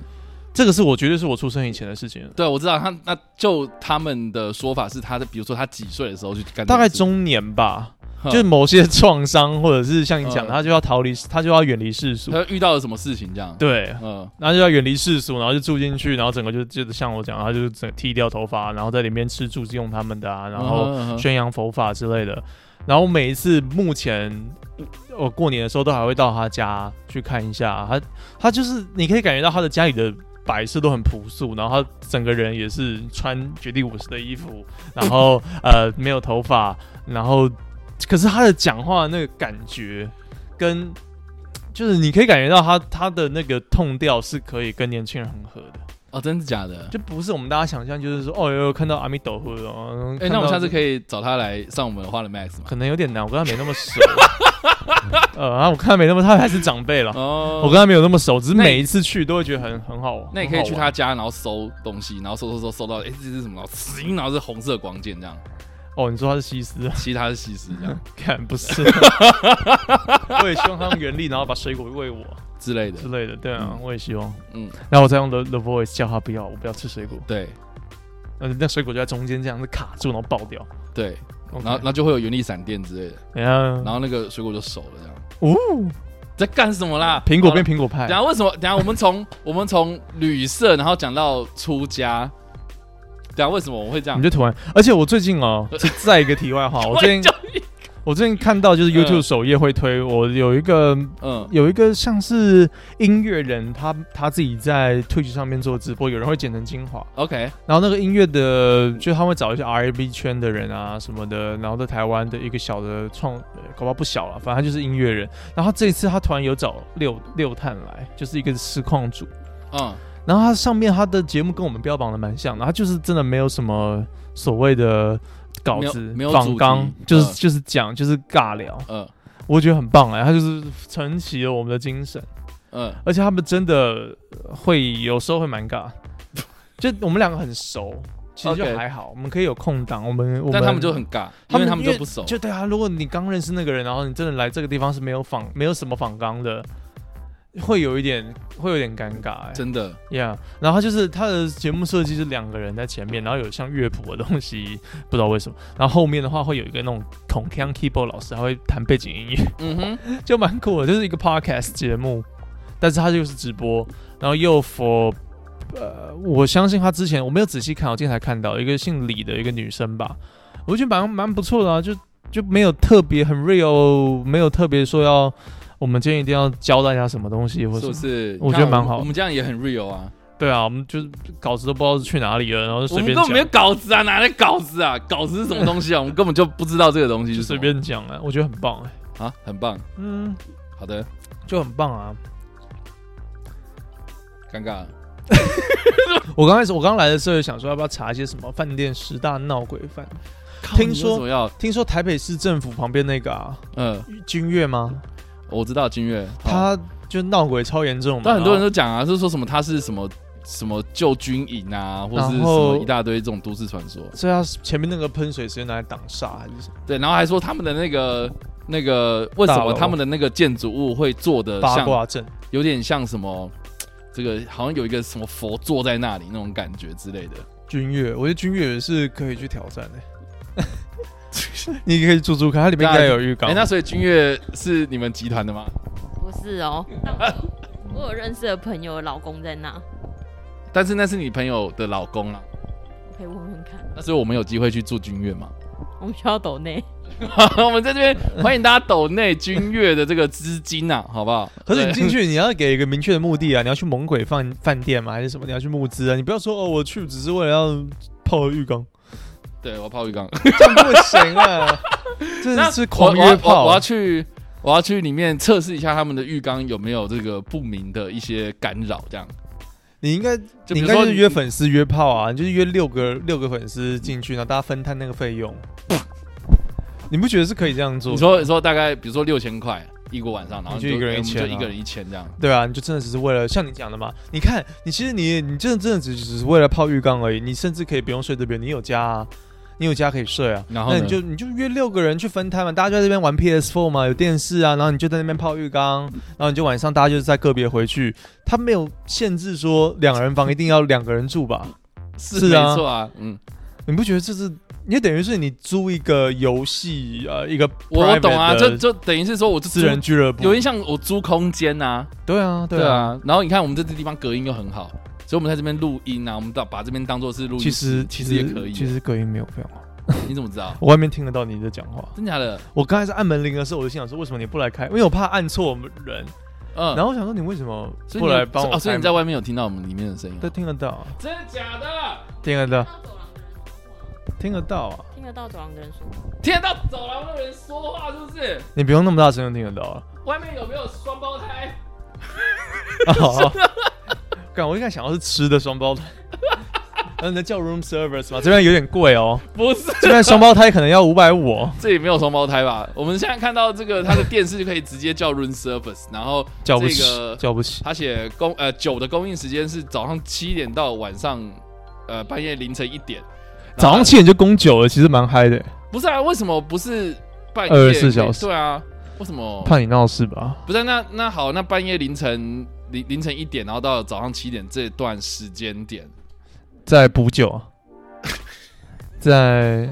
Speaker 2: 这个是我绝对是我出生以前的事情了，
Speaker 1: 对，我知道他，那就他们的说法是他在，比如说他几岁的时候去干这种事，
Speaker 2: 大概中年吧，
Speaker 1: 哼
Speaker 2: 就是某些创伤或者是像你讲
Speaker 1: 嗯
Speaker 2: 的，他就要逃离，他就要远离世俗，
Speaker 1: 他遇到了什么事情这样，
Speaker 2: 对。
Speaker 1: 嗯，
Speaker 2: 然后就要远离世俗，然后就住进去，然后整个就就像我讲，他就是整个剃掉头发，然后在里面吃住是用他们的啊，然后
Speaker 1: 嗯哼嗯哼
Speaker 2: 宣扬佛法之类的。然后每一次目前我过年的时候都还会到他家去看一下，他他就是你可以感觉到他的家里的摆设都很朴素，然后他整个人也是穿绝地武士的衣服，然 后呃没有头发，然后可是他的讲话那个感觉跟。就是你可以感觉到他他的那个痛调是可以跟年轻人很合的，
Speaker 1: 哦，真的假的？
Speaker 2: 就不是我们大家想象，就是说哦有看到阿弥陀佛哦。
Speaker 1: 哎、
Speaker 2: 看
Speaker 1: 那我
Speaker 2: 到
Speaker 1: 们下次
Speaker 2: 这
Speaker 1: 可以找他来上我们花的 Max 吗？
Speaker 2: 可能有点难，我跟他没那么熟。 呃，啊，我看他没那么，他还是长辈了。
Speaker 1: 哦，
Speaker 2: 我跟他嗯没有那么熟，只是
Speaker 1: 那
Speaker 2: 每一次去都会觉得很很好玩。
Speaker 1: 那你可以去
Speaker 2: 很好
Speaker 1: 他
Speaker 2: 玩
Speaker 1: 家，然后搜东西，然后搜搜搜搜到，哎、这是什么？然后呲然后是红色光剑这样，
Speaker 2: 哦，你说他是西施 啊，
Speaker 1: 其他是西施这样
Speaker 2: 看不是？ 我也希望他们原力，然后把水果喂我
Speaker 1: 之类的
Speaker 2: 之。类的。对啊，我也希望。
Speaker 1: 嗯，
Speaker 2: 然后我再用 The The Voice 叫他不要，我不要吃水果。
Speaker 1: 对
Speaker 2: 那那水果就在中间这样子卡住，然后爆掉。
Speaker 1: 对，
Speaker 2: OK 哎
Speaker 1: 然后然后就会有原力闪电之类的，
Speaker 2: 等一下，
Speaker 1: 然后那个水果就熟了这样。
Speaker 2: 哦，
Speaker 1: 在干什么啦？
Speaker 2: 苹果
Speaker 1: 好了
Speaker 2: 变苹果派
Speaker 1: 等一。下为什么？等一下我们从 我们从旅社，然后讲到出家，等一下为什么我们会这样
Speaker 2: 你？就突然，而且我最近 哦，这再一个题外话，我最近我最近看到就是 YouTube 首页会推，我有一个
Speaker 1: 嗯，
Speaker 2: 有一个像是音乐人，他他自己在 Twitch 上面做直播，有人会剪成精华，
Speaker 1: OK，
Speaker 2: 然后那个音乐的，就他会找一些 R&B 圈的人啊什么的，然后在台湾的一个小的创，呃搞不好不小了，反正他就是音乐人。然后这一次他突然有找六六探来，就是一个实况组，
Speaker 1: 嗯，
Speaker 2: 然后他上面他的节目跟我们标榜的蛮像的，他就是真的没有什么所谓的稿子
Speaker 1: 没有没有主
Speaker 2: 仿
Speaker 1: 题
Speaker 2: 纲，就是、
Speaker 1: 嗯
Speaker 2: 就是讲就是尬聊，
Speaker 1: 嗯，
Speaker 2: 我觉得很棒哎、他就是承袭了我们的精神，
Speaker 1: 嗯，
Speaker 2: 而且他们真的会有时候会蛮 尬，就我们两个很熟，其实就
Speaker 1: OK
Speaker 2: 还好我们可以有空档，我们我们
Speaker 1: 但他们就很尬，因为他们就不熟。
Speaker 2: 就对啊，如果你刚认识那个人，然后你真的来这个地方是没有仿没有什么仿纲的，会有一点会有点尴尬哎、
Speaker 1: 真的，
Speaker 2: Yeah，然后他就是他的节目设计是两个人在前面，然后有像乐谱的东西，不知道为什么。然后后面的话会有一个那种孔腔 keyboard 老师，他会弹背景音乐，
Speaker 1: 嗯哼，
Speaker 2: 就蛮酷的，就是一个 podcast 节目，但是他就是直播，然后又 for 呃，我相信他之前我没有仔细看，我今天才看到一个姓李的一个女生吧，我觉得蛮蛮不错的啊，就就没有特别很 real，没有特别说要我们今天一定要教大家什么东西或
Speaker 1: 是
Speaker 2: 者
Speaker 1: 不是？
Speaker 2: 我
Speaker 1: 你看
Speaker 2: 觉得蛮好
Speaker 1: 我们这样也很 real 啊，
Speaker 2: 对啊，我们就是稿子都不知道是去哪里了，然后就
Speaker 1: 我
Speaker 2: 随
Speaker 1: 们根
Speaker 2: 便
Speaker 1: 本没有
Speaker 2: 讲，
Speaker 1: 稿子啊，哪来稿子啊？稿子是什么东 西啊？我们根本就不知道这个东西
Speaker 2: 就
Speaker 1: 什
Speaker 2: 是随
Speaker 1: 么
Speaker 2: 便讲啊，我觉得很棒哎、
Speaker 1: 啊，很棒。
Speaker 2: 嗯，
Speaker 1: 好的，
Speaker 2: 就很棒啊。
Speaker 1: 尴尬了。
Speaker 2: 我刚开始我刚来的时候也想说要不要查一些什么饭店十大闹鬼饭，
Speaker 1: 靠
Speaker 2: 听
Speaker 1: 你为
Speaker 2: 说
Speaker 1: 什么要？
Speaker 2: 听说台北市政府旁边那个啊
Speaker 1: 嗯，
Speaker 2: 君悦吗？
Speaker 1: 我知道金月，好
Speaker 2: 他就闹鬼超严重嘛，
Speaker 1: 但很多人
Speaker 2: 然后
Speaker 1: 都讲啊，是说什么他是什么什么旧军营啊，或是什
Speaker 2: 然后
Speaker 1: 么一大堆这种都市传说。
Speaker 2: 所以他前面那个喷水直接拿来挡煞还是什么？
Speaker 1: 对，然后还说他们的那个那个为什
Speaker 2: 大楼
Speaker 1: 么他们的那个建筑物会做的
Speaker 2: 八
Speaker 1: 呃像
Speaker 2: 卦阵，
Speaker 1: 有点像什么？这个好像有一个什么佛坐在那里那种感觉之类的。
Speaker 2: 君悦，我觉得君悦也是可以去挑战的、 你可以住住看，它里面应该有浴
Speaker 1: 哎、
Speaker 2: 缸。
Speaker 1: 那所以君悦是你们集团的吗？
Speaker 4: 不是 哦，但我有我有认识的朋友的老公在那，
Speaker 1: 但是那是你朋友的老公啊，
Speaker 4: 我可以问问看。
Speaker 1: 那所以我们有机会去住君悦吗？
Speaker 4: 我们需要抖内，
Speaker 1: 我们在这边欢迎大家抖内君悦的这个资金呐、好不好？
Speaker 2: 可是你
Speaker 1: 对
Speaker 2: 进去，你要给一个明确的目的啊！你要去猛鬼饭饭店吗？还是什么？你要去募资啊！你不要说哦，我去只是为了要泡 浴缸，
Speaker 1: 对我泡浴缸，
Speaker 2: 这样不行啊！这是
Speaker 1: 我
Speaker 2: 狂
Speaker 1: 我
Speaker 2: 约
Speaker 1: 要我我
Speaker 2: 炮啊
Speaker 1: 要，去，我要去里面测试一下他们的浴缸有没有这个不明的一些干扰，这样。
Speaker 2: 你应该
Speaker 1: 就
Speaker 2: 你
Speaker 1: 比
Speaker 2: 应
Speaker 1: 如
Speaker 2: 该
Speaker 1: 说
Speaker 2: 就是约粉丝约炮啊！你就是约六个六个粉丝进去，然后大家分摊那个费用。你不觉得是可以这样做？
Speaker 1: 你说你说大概比如说六千块一个晚上，然后
Speaker 2: 你
Speaker 1: 你
Speaker 2: 就
Speaker 1: 就
Speaker 2: 一个人
Speaker 1: 哎我们
Speaker 2: 一千啊
Speaker 1: 就一个人一千这样。
Speaker 2: 对啊，你就真的只是为了像你讲的嘛？你看，你其实你你真的真的只只是为了泡浴缸而已，你甚至可以不用睡这边，你有家啊。你有家可以睡啊。
Speaker 1: 然后
Speaker 2: 那
Speaker 1: 呢
Speaker 2: 你就你就约六个人去分摊嘛，大家就在这边玩 PS4 嘛，有电视啊，然后你就在那边泡浴缸，然后你就晚上大家就是在个别回去，他没有限制说两人房一定要两个人住吧？
Speaker 1: 是
Speaker 2: 是
Speaker 1: 没
Speaker 2: 啊
Speaker 1: 错啊，嗯，
Speaker 2: 你不觉得这是？也等于是你租一个游戏呃一个
Speaker 1: 我我懂啊，
Speaker 2: private
Speaker 1: 就
Speaker 2: 的
Speaker 1: 就等于是说我就
Speaker 2: 私人
Speaker 1: 租
Speaker 2: 俱乐部
Speaker 1: 有点像我租空间呐、
Speaker 2: 对啊
Speaker 1: 对啊，然后你看我们这地方隔音又很好，所以我们在这边录音啊，我们到把这边当做是录音。
Speaker 2: 其实
Speaker 1: 其实也可以啊
Speaker 2: 其实隔音没有非常好，
Speaker 1: 你怎么知道？
Speaker 2: 我外面听得到你在讲话。
Speaker 1: 真假的？
Speaker 2: 我刚才在按门铃的时候，我就心想说，为什么你不来开？因为我怕按错人。
Speaker 1: 嗯，
Speaker 2: 然后我想说，你为什么
Speaker 1: 所以
Speaker 2: 不
Speaker 1: 你
Speaker 2: 来帮我
Speaker 1: 哦，所以
Speaker 2: 开
Speaker 1: 你在
Speaker 2: 门？
Speaker 1: 外面有听到我们里面的声音啊、
Speaker 2: 都听得到啊，
Speaker 1: 真的假的？
Speaker 2: 听得到，啊听得到啊！
Speaker 4: 走廊的人说话，听得到走廊的人说话。
Speaker 1: 听得到走廊的人说话是不是？
Speaker 2: 你不用那么大声就听得到啊。
Speaker 1: 外面有没有双胞胎？
Speaker 2: 啊好啊干，我应该想要是吃的双胞胎。 然后你在叫 room service 嘛，这边有点贵哦，
Speaker 1: 不是，
Speaker 2: 这边双胞胎可能要五百五，
Speaker 1: 这里没有双胞胎吧？我们现在看到这个，它的电视就可以直接叫 room service，然后
Speaker 2: 叫不
Speaker 1: 这
Speaker 2: 起
Speaker 1: 个，
Speaker 2: 叫不起。
Speaker 1: 他写供呃酒的供应时间是早上七点到晚上呃半夜凌晨一点。
Speaker 2: 早上七点就供酒了，其实蛮嗨的，
Speaker 1: 不是啊？为什么不是半夜
Speaker 2: 24小时
Speaker 1: 对啊，为什么？
Speaker 2: 怕你闹事吧？
Speaker 1: 不是啊那那好，那半夜凌晨凌凌晨一点，然后到早上七点这段时间点，
Speaker 2: 在补 酒啊，在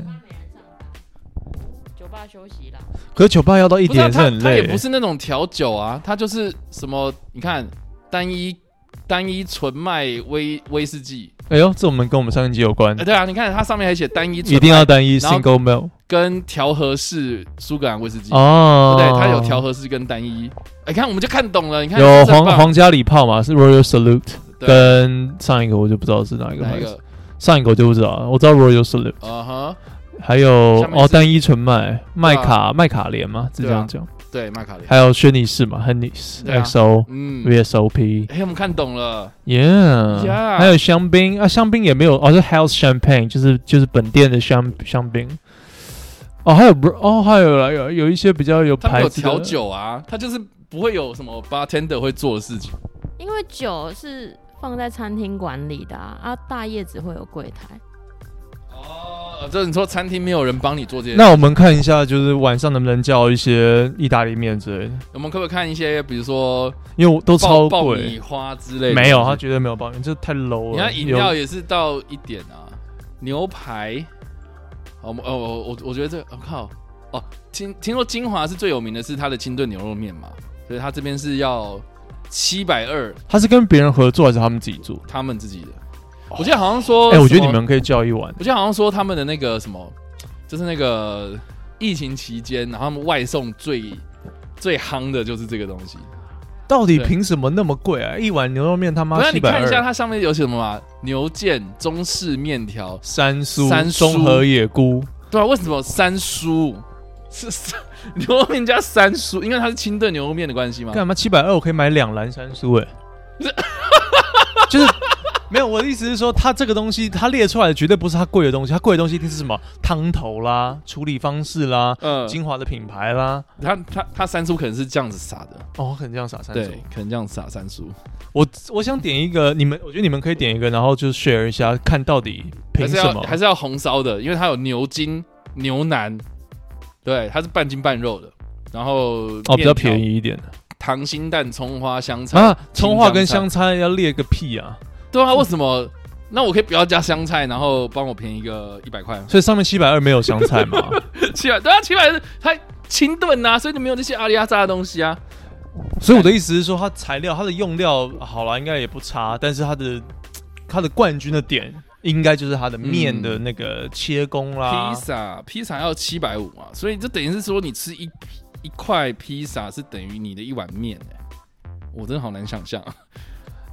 Speaker 4: 酒嗯吧没人上班，酒吧休息啦。
Speaker 2: 可是酒吧要到一
Speaker 1: 不是啊
Speaker 2: 点也是很
Speaker 1: 他他
Speaker 2: 累、
Speaker 1: 也不是那种调酒啊，他就是什么？你看单一单一纯麦威威士忌，
Speaker 2: 哎呦，这我们跟我们上一集有关
Speaker 1: 哎、，对啊，你看它上面还写单一纯
Speaker 2: 一定要单一
Speaker 1: 然后
Speaker 2: single malt
Speaker 1: 跟调和式苏格兰威士忌
Speaker 2: 哦。
Speaker 1: 对，它有调和式跟单一。哎，看我们就看懂了，你看
Speaker 2: 有
Speaker 1: 这很
Speaker 2: 皇
Speaker 1: 棒
Speaker 2: 皇家礼炮嘛，是 Royal Salute，
Speaker 1: 对
Speaker 2: 跟上一个我就不知道是哪一个
Speaker 1: 哪
Speaker 2: 牌
Speaker 1: 一
Speaker 2: 子，
Speaker 1: 个？
Speaker 2: 上一个我就不知道了，我知道 Royal Salute，
Speaker 1: 啊哈，
Speaker 2: 还有
Speaker 1: 下面是啊
Speaker 2: 哦单一纯麦麦卡麦卡莲嘛，是这样讲，
Speaker 1: 对，麦卡莲。
Speaker 2: 还有轩尼诗嘛，Hennis
Speaker 1: 对啊
Speaker 2: XO
Speaker 1: 嗯，
Speaker 2: VSOP。
Speaker 1: 哎，我们看懂了。
Speaker 2: Yeah，
Speaker 1: Yeah
Speaker 2: 还有香槟啊，香槟也没有哦，是 House Champagne，就是就是本店的香香槟。哦，还有不哦，还有啦有有一些比较有
Speaker 1: 他们
Speaker 2: 牌
Speaker 1: 有
Speaker 2: 子
Speaker 1: 调
Speaker 2: 的，
Speaker 1: 酒啊，他就是不会有什么 bartender 会做的事情。
Speaker 4: 因为酒是放在餐厅管理的啊，啊大叶子会有柜台，
Speaker 1: 哦，就是你说餐厅没有人帮你做这些，
Speaker 2: 那我们看一下，就是晚上能不能叫一些意大利面之类的，
Speaker 1: 我们可不可以看一些，比如说
Speaker 2: 因为我都超
Speaker 1: 爆爆米
Speaker 2: 贵。
Speaker 1: 花之类的？
Speaker 2: 没有，他绝对没有爆米，这太 low 了。
Speaker 1: 你看饮料
Speaker 2: 有
Speaker 1: 也是到一点啊，牛排。哦，我们哦，我我我觉得这，我、靠，哦，听听说金华是最有名的是它的清炖牛肉面嘛，所以它这边是要七百二，
Speaker 2: 他是跟别人合作还是他们自己做？
Speaker 1: 他们自己的。我记得好像说，
Speaker 2: 哎、我觉得
Speaker 1: 什么
Speaker 2: 你，们可以叫一碗。
Speaker 1: 我记得好像说他们的那个什么，就是那个疫情期间，然后他们外送最最夯的就是这个东西。
Speaker 2: 到底
Speaker 1: 对
Speaker 2: 凭什么那么贵啊？一碗牛肉面他
Speaker 1: 不
Speaker 2: 妈
Speaker 1: 然
Speaker 2: 七
Speaker 1: 你
Speaker 2: 百
Speaker 1: 看一下
Speaker 2: 二。
Speaker 1: 它上面有写什么嘛？牛腱、中式面条，
Speaker 2: 三叔、
Speaker 1: 三叔
Speaker 2: 综合野菇，
Speaker 1: 对啊，为什么三叔是是牛肉面加三叔？因为它是清炖牛肉面的关系吗？
Speaker 2: 干嘛七百二我可以买两篮 三叔哎、就是没有我的意思是说，它这个东西它列出来的绝对不是它贵的东西，它贵的东西一定是什么汤头啦、处理方式啦、
Speaker 1: 嗯，
Speaker 2: 精华的品牌啦。
Speaker 1: 他他他三叔可能是这样子撒的，
Speaker 2: 哦，我可能这样撒三叔
Speaker 1: 对。，可能这样撒三叔。
Speaker 2: 我我想点一个，你们我觉得你们可以点一个，然后就 share 一下，看到底
Speaker 1: 还
Speaker 2: 凭
Speaker 1: 是
Speaker 2: 什
Speaker 1: 要
Speaker 2: 么？
Speaker 1: 还是要红烧的，因为它有牛筋、牛腩，对，它是半筋半肉的。然后
Speaker 2: 哦，比
Speaker 1: 面条
Speaker 2: 较便，宜一点的
Speaker 1: 溏心蛋、葱花、香菜
Speaker 2: 啊，葱花跟
Speaker 1: 青
Speaker 2: 香菜要列个屁啊！
Speaker 1: 对啊，为什么？那我可以不要加香菜，然后帮我便宜个一百块吗？啊
Speaker 2: 所以上面七百二没有香菜嘛？
Speaker 1: 七百对啊，七百是它清炖呐、啊，所以就没有那些阿里阿扎的东西啊。
Speaker 2: 所以我的意思是说，它材料它的用料好了，应该也不差，但是它的它的冠军的点应该就是它的面的那个切工啦
Speaker 1: 披。萨披萨要七百五嘛，所以就等于是说你吃一一块披萨是等于你的一碗面哎、我真的好难想象。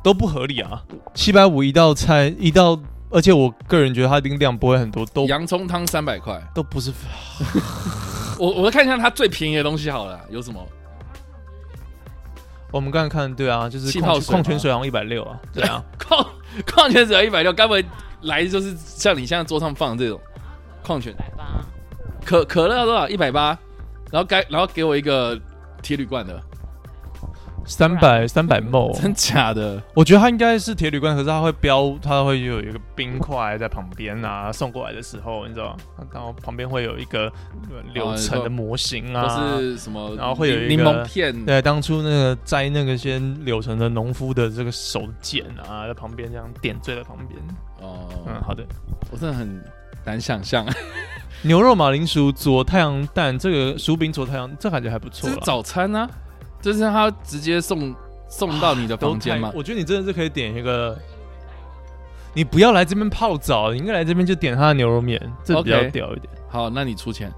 Speaker 2: 都不合理啊！七百五一道菜一道，而且我个人觉得它一定量不会很多，都
Speaker 1: 洋葱汤三百块，
Speaker 2: 都不是
Speaker 1: 我我看一下它最便宜的东西好了，有什么？
Speaker 2: 我们刚才看对啊，就是
Speaker 1: 气
Speaker 2: 矿
Speaker 1: 泡
Speaker 2: 泉
Speaker 1: 水
Speaker 2: 矿
Speaker 1: 嘛
Speaker 2: 泉水好像一百六啊，对 啊，
Speaker 1: 矿矿泉水要一百六，该不会来就是像你现在桌上放的这种矿泉
Speaker 4: 百八。
Speaker 1: 可可乐多少？一百八，然后该然后给我一个铁铝罐的，
Speaker 2: 三百三百 m
Speaker 1: 真假的？
Speaker 2: 我觉得它应该是铁铝罐，可是它会标，它会有一个冰块在旁边啊，送过来的时候，你知道吗，然后旁边会有一个呃流程的模型
Speaker 1: 不
Speaker 2: 啊。
Speaker 1: 哦是什么？
Speaker 2: 然后会有一个
Speaker 1: 柠檬片，
Speaker 2: 对，当初那个摘那个些柳橙的农夫的这个手剪啊，在旁边这样点缀在旁边。
Speaker 1: 哦，
Speaker 2: 嗯，好的。
Speaker 1: 我真的很难想象，
Speaker 2: 牛肉马铃薯佐太阳蛋，这个薯饼佐太阳，这感觉还不错
Speaker 1: 这
Speaker 2: 啦。
Speaker 1: 是早餐啊，就是他直接送送到你的
Speaker 2: 都
Speaker 1: 房间
Speaker 2: 太
Speaker 1: 嘛。
Speaker 2: 我觉得你真的是可以点一个，你不要来这边泡澡，你应该来这边就点他的牛肉面，这比较
Speaker 1: OK
Speaker 2: 屌一点。
Speaker 1: 好，那你出钱，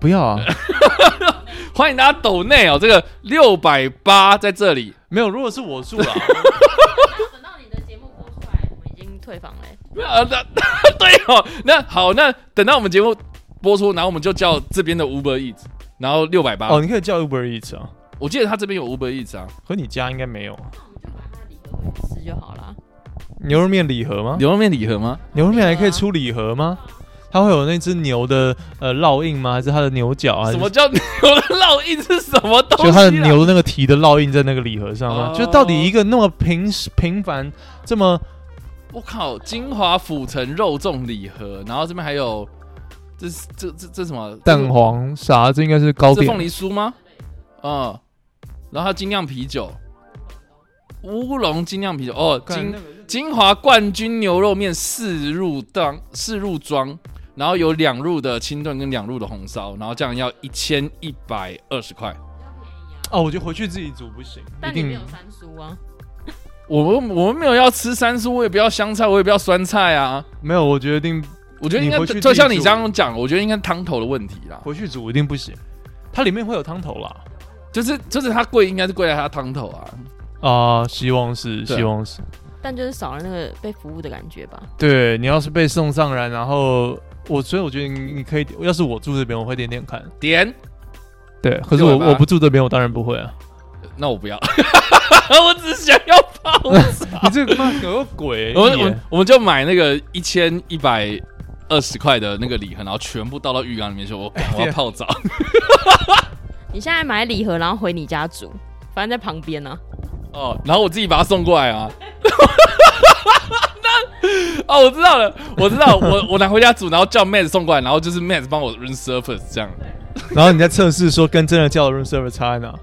Speaker 2: 不要啊，
Speaker 1: 欢迎大家抖内哦，这个六百八在这里，
Speaker 2: 没有，如果是我住
Speaker 1: 啊
Speaker 2: 啦，
Speaker 4: 等到你的节目播出来，我们已经退房了欸。
Speaker 1: 啊， 那对哦，那好，那等到我们节目播出，然后我们就叫这边的 Uber Eats，然后六百八
Speaker 2: 哦，，你可以叫 Uber Eats 啊，
Speaker 1: 我记得他这边有 Uber Eats 啊，
Speaker 2: 可你家应该没有啊
Speaker 4: 吃就好了。
Speaker 2: 嗯牛啊肉面礼盒吗？
Speaker 1: 牛肉面礼盒吗？
Speaker 2: 牛肉面还可以出礼盒吗？它会有那只牛的呃烙印吗？还是它的牛角啊？
Speaker 1: 什么叫牛的烙印是什么东西
Speaker 2: 就
Speaker 1: 啊？
Speaker 2: 它的牛的那个蹄的烙印在那个礼盒上吗？
Speaker 1: 哦
Speaker 2: 就到底一个那么平平凡这么
Speaker 1: 我靠，金华府城肉粽礼盒，然后这边还有，这是这这这什么
Speaker 2: 蛋黄啥？这应该是糕
Speaker 1: 这
Speaker 2: 点
Speaker 1: 凤梨酥吗？嗯，然后它精酿啤酒，乌龙精酿啤酒哦，
Speaker 2: 干
Speaker 1: 金金华冠军牛肉面四入当四入装，然后有两入的清炖跟两入的红烧，然后这样要一千一百二十块。
Speaker 4: 啊
Speaker 2: 哦，我觉得回去自己煮不行，一
Speaker 4: 但你没
Speaker 2: 定
Speaker 4: 有三叔啊，
Speaker 1: 我们我们没有要吃三蔬，我也不要香菜，我也不要酸菜啊。
Speaker 2: 没有，我觉得一定
Speaker 1: 我觉得应
Speaker 2: 你
Speaker 1: 该
Speaker 2: 回去
Speaker 1: 就
Speaker 2: 自己
Speaker 1: 就像你
Speaker 2: 煮
Speaker 1: 刚刚讲，我觉得应该汤头的问题啦。
Speaker 2: 回去煮一定不行，它里面会有汤头啦。
Speaker 1: 就是就是它贵，应该是贵在它汤头啊。
Speaker 2: 啊、希望是，
Speaker 1: 对
Speaker 2: 希望是。
Speaker 4: 但就是少了那个被服务的感觉吧。
Speaker 2: 对你要是被送上来，然后我，所以我觉得你你可以，要是我住这边，我会点点看。
Speaker 1: 点，
Speaker 2: 对，可是我
Speaker 1: 对吧
Speaker 2: 我不住这边，我当然不会啊。
Speaker 1: 那我不要， 我只想要泡。
Speaker 2: 你 这个妈有个鬼、
Speaker 1: 我们
Speaker 2: 你
Speaker 1: 我们我们就买那个一千一百二十块的那个礼盒，然后全部倒到浴缸里面去。我
Speaker 2: 哎
Speaker 1: 干我要泡澡，
Speaker 4: 你现在买礼盒，然后回你家煮，反正在旁边啊呢、
Speaker 1: 哦，然后我自己把它送过来啊。 那哦，我知道了，我知道，我我拿回家煮，然后叫 Max 送过来，然后就是 Max 帮我扔 surface 这样。
Speaker 2: 然后你在测试说跟真的叫 room server 差在哪？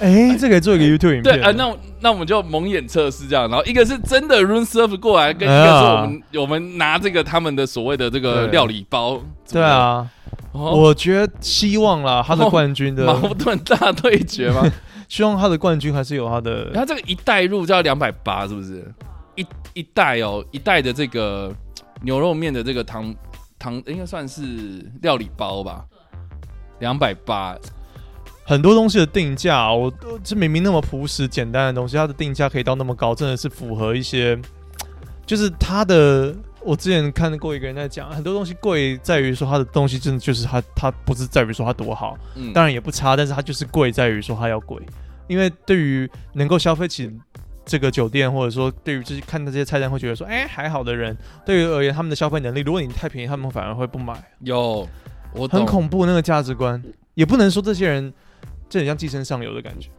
Speaker 2: 哎、这可以做一个 YouTube 影片。
Speaker 1: 对啊、那我那我们就蒙眼测试这样，然后一个是真的 room serve 过来，跟一
Speaker 2: 哎
Speaker 1: 个
Speaker 2: 呀
Speaker 1: 是我们、我们拿这个他们的所谓的这个
Speaker 2: 对
Speaker 1: 料理包。
Speaker 2: 对，啊，
Speaker 1: 哦、
Speaker 2: 我觉得希望啦，他的冠军 的，
Speaker 1: 矛盾大对决吗？
Speaker 2: 希望他的冠军还是有他的。
Speaker 1: 它这个一袋入就要两百八，是不是？一一袋哦，一袋的这个牛肉面的这个糖糖应该算是料理包吧，两百八。
Speaker 2: 很多东西的定价，我都这明明那么朴实简单的东西，它的定价可以到那么高，真的是符合一些，就是它的。我之前看过一个人在讲，很多东西贵在于说它的东西真的就是它，它不是在于说它多好，
Speaker 1: 嗯，
Speaker 2: 当然也不差，但是它就是贵在于说它要贵，因为对于能够消费起这个酒店，或者说对于这些看到这些菜单会觉得说，哎、还好的人，对于而言他们的消费能力，如果你太便宜，他们反而会不买。
Speaker 1: 有，我
Speaker 2: 很
Speaker 1: 懂。
Speaker 2: 恐怖那个价值观，也不能说这些人这很像寄生上流的感觉。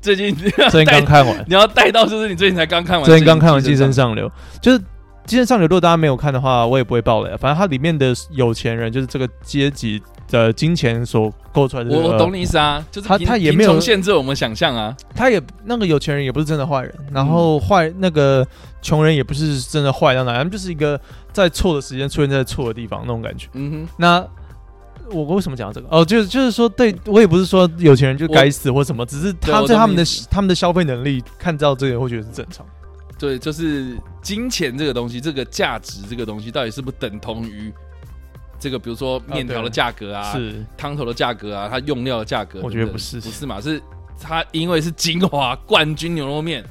Speaker 1: 最近
Speaker 2: 最近
Speaker 1: 带
Speaker 2: 刚看完，
Speaker 1: 你要带到就是你最近才刚看完，
Speaker 2: 最近刚看 完《寄生上流》，就是《寄生上流》，如果大家没有看的话，我也不会爆雷啊。反正它里面的有钱人，就是这个阶级的金钱所构出来的、
Speaker 1: 我我懂
Speaker 2: 你，
Speaker 1: 你意思啊，就是
Speaker 2: 呃他
Speaker 1: 贫
Speaker 2: 他也没有
Speaker 1: 贫穷限制我们想象啊。
Speaker 2: 他也那个有钱人也不是真的坏人，然后坏、那个穷人也不是真的坏到哪，他们就是一个在错的时间出现在错的地方那种感觉。
Speaker 1: 嗯哼，
Speaker 2: 那我为什么讲这个？哦，就是就是说，对我也不是说有钱人就该死或什么，只是他
Speaker 1: 我
Speaker 2: 在
Speaker 1: 懂
Speaker 2: 他们
Speaker 1: 你
Speaker 2: 的
Speaker 1: 意思
Speaker 2: 他们的消费能力看到这个会觉得是正常。
Speaker 1: 对，就是金钱这个东西，这个价值这个东西，到底是不是等同于这个，比如说面条的价格啊，
Speaker 2: 是，
Speaker 1: 汤头的价格啊，它用料的价格？
Speaker 2: 我
Speaker 1: 对
Speaker 2: 觉得
Speaker 1: 对
Speaker 2: 不是
Speaker 1: 不是嘛？是它因为是精华冠军牛肉面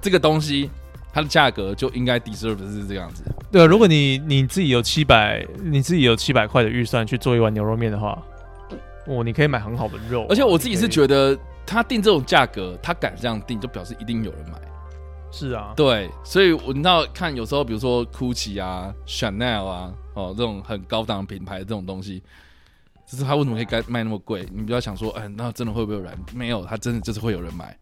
Speaker 1: 这个东西，它的价格就应该 deserve 是这样子。
Speaker 2: 对啊，如果你你自己有七百，你自己有七百块的预算去做一碗牛肉面的话，哦，你可以买很好的肉啊。
Speaker 1: 而且我自己是
Speaker 2: 得
Speaker 1: 觉得，他定这种价格，他敢这样定，就表示一定有人买。
Speaker 2: 是啊，
Speaker 1: 对，所以我你知道看有时候，比如说 GUCCI 啊、Chanel 啊，哦这种很高档的品牌这种东西，就是他为什么可以该卖那么贵？你不要想说，哎，那真的会不会有人？没有，他真的就是会有人买。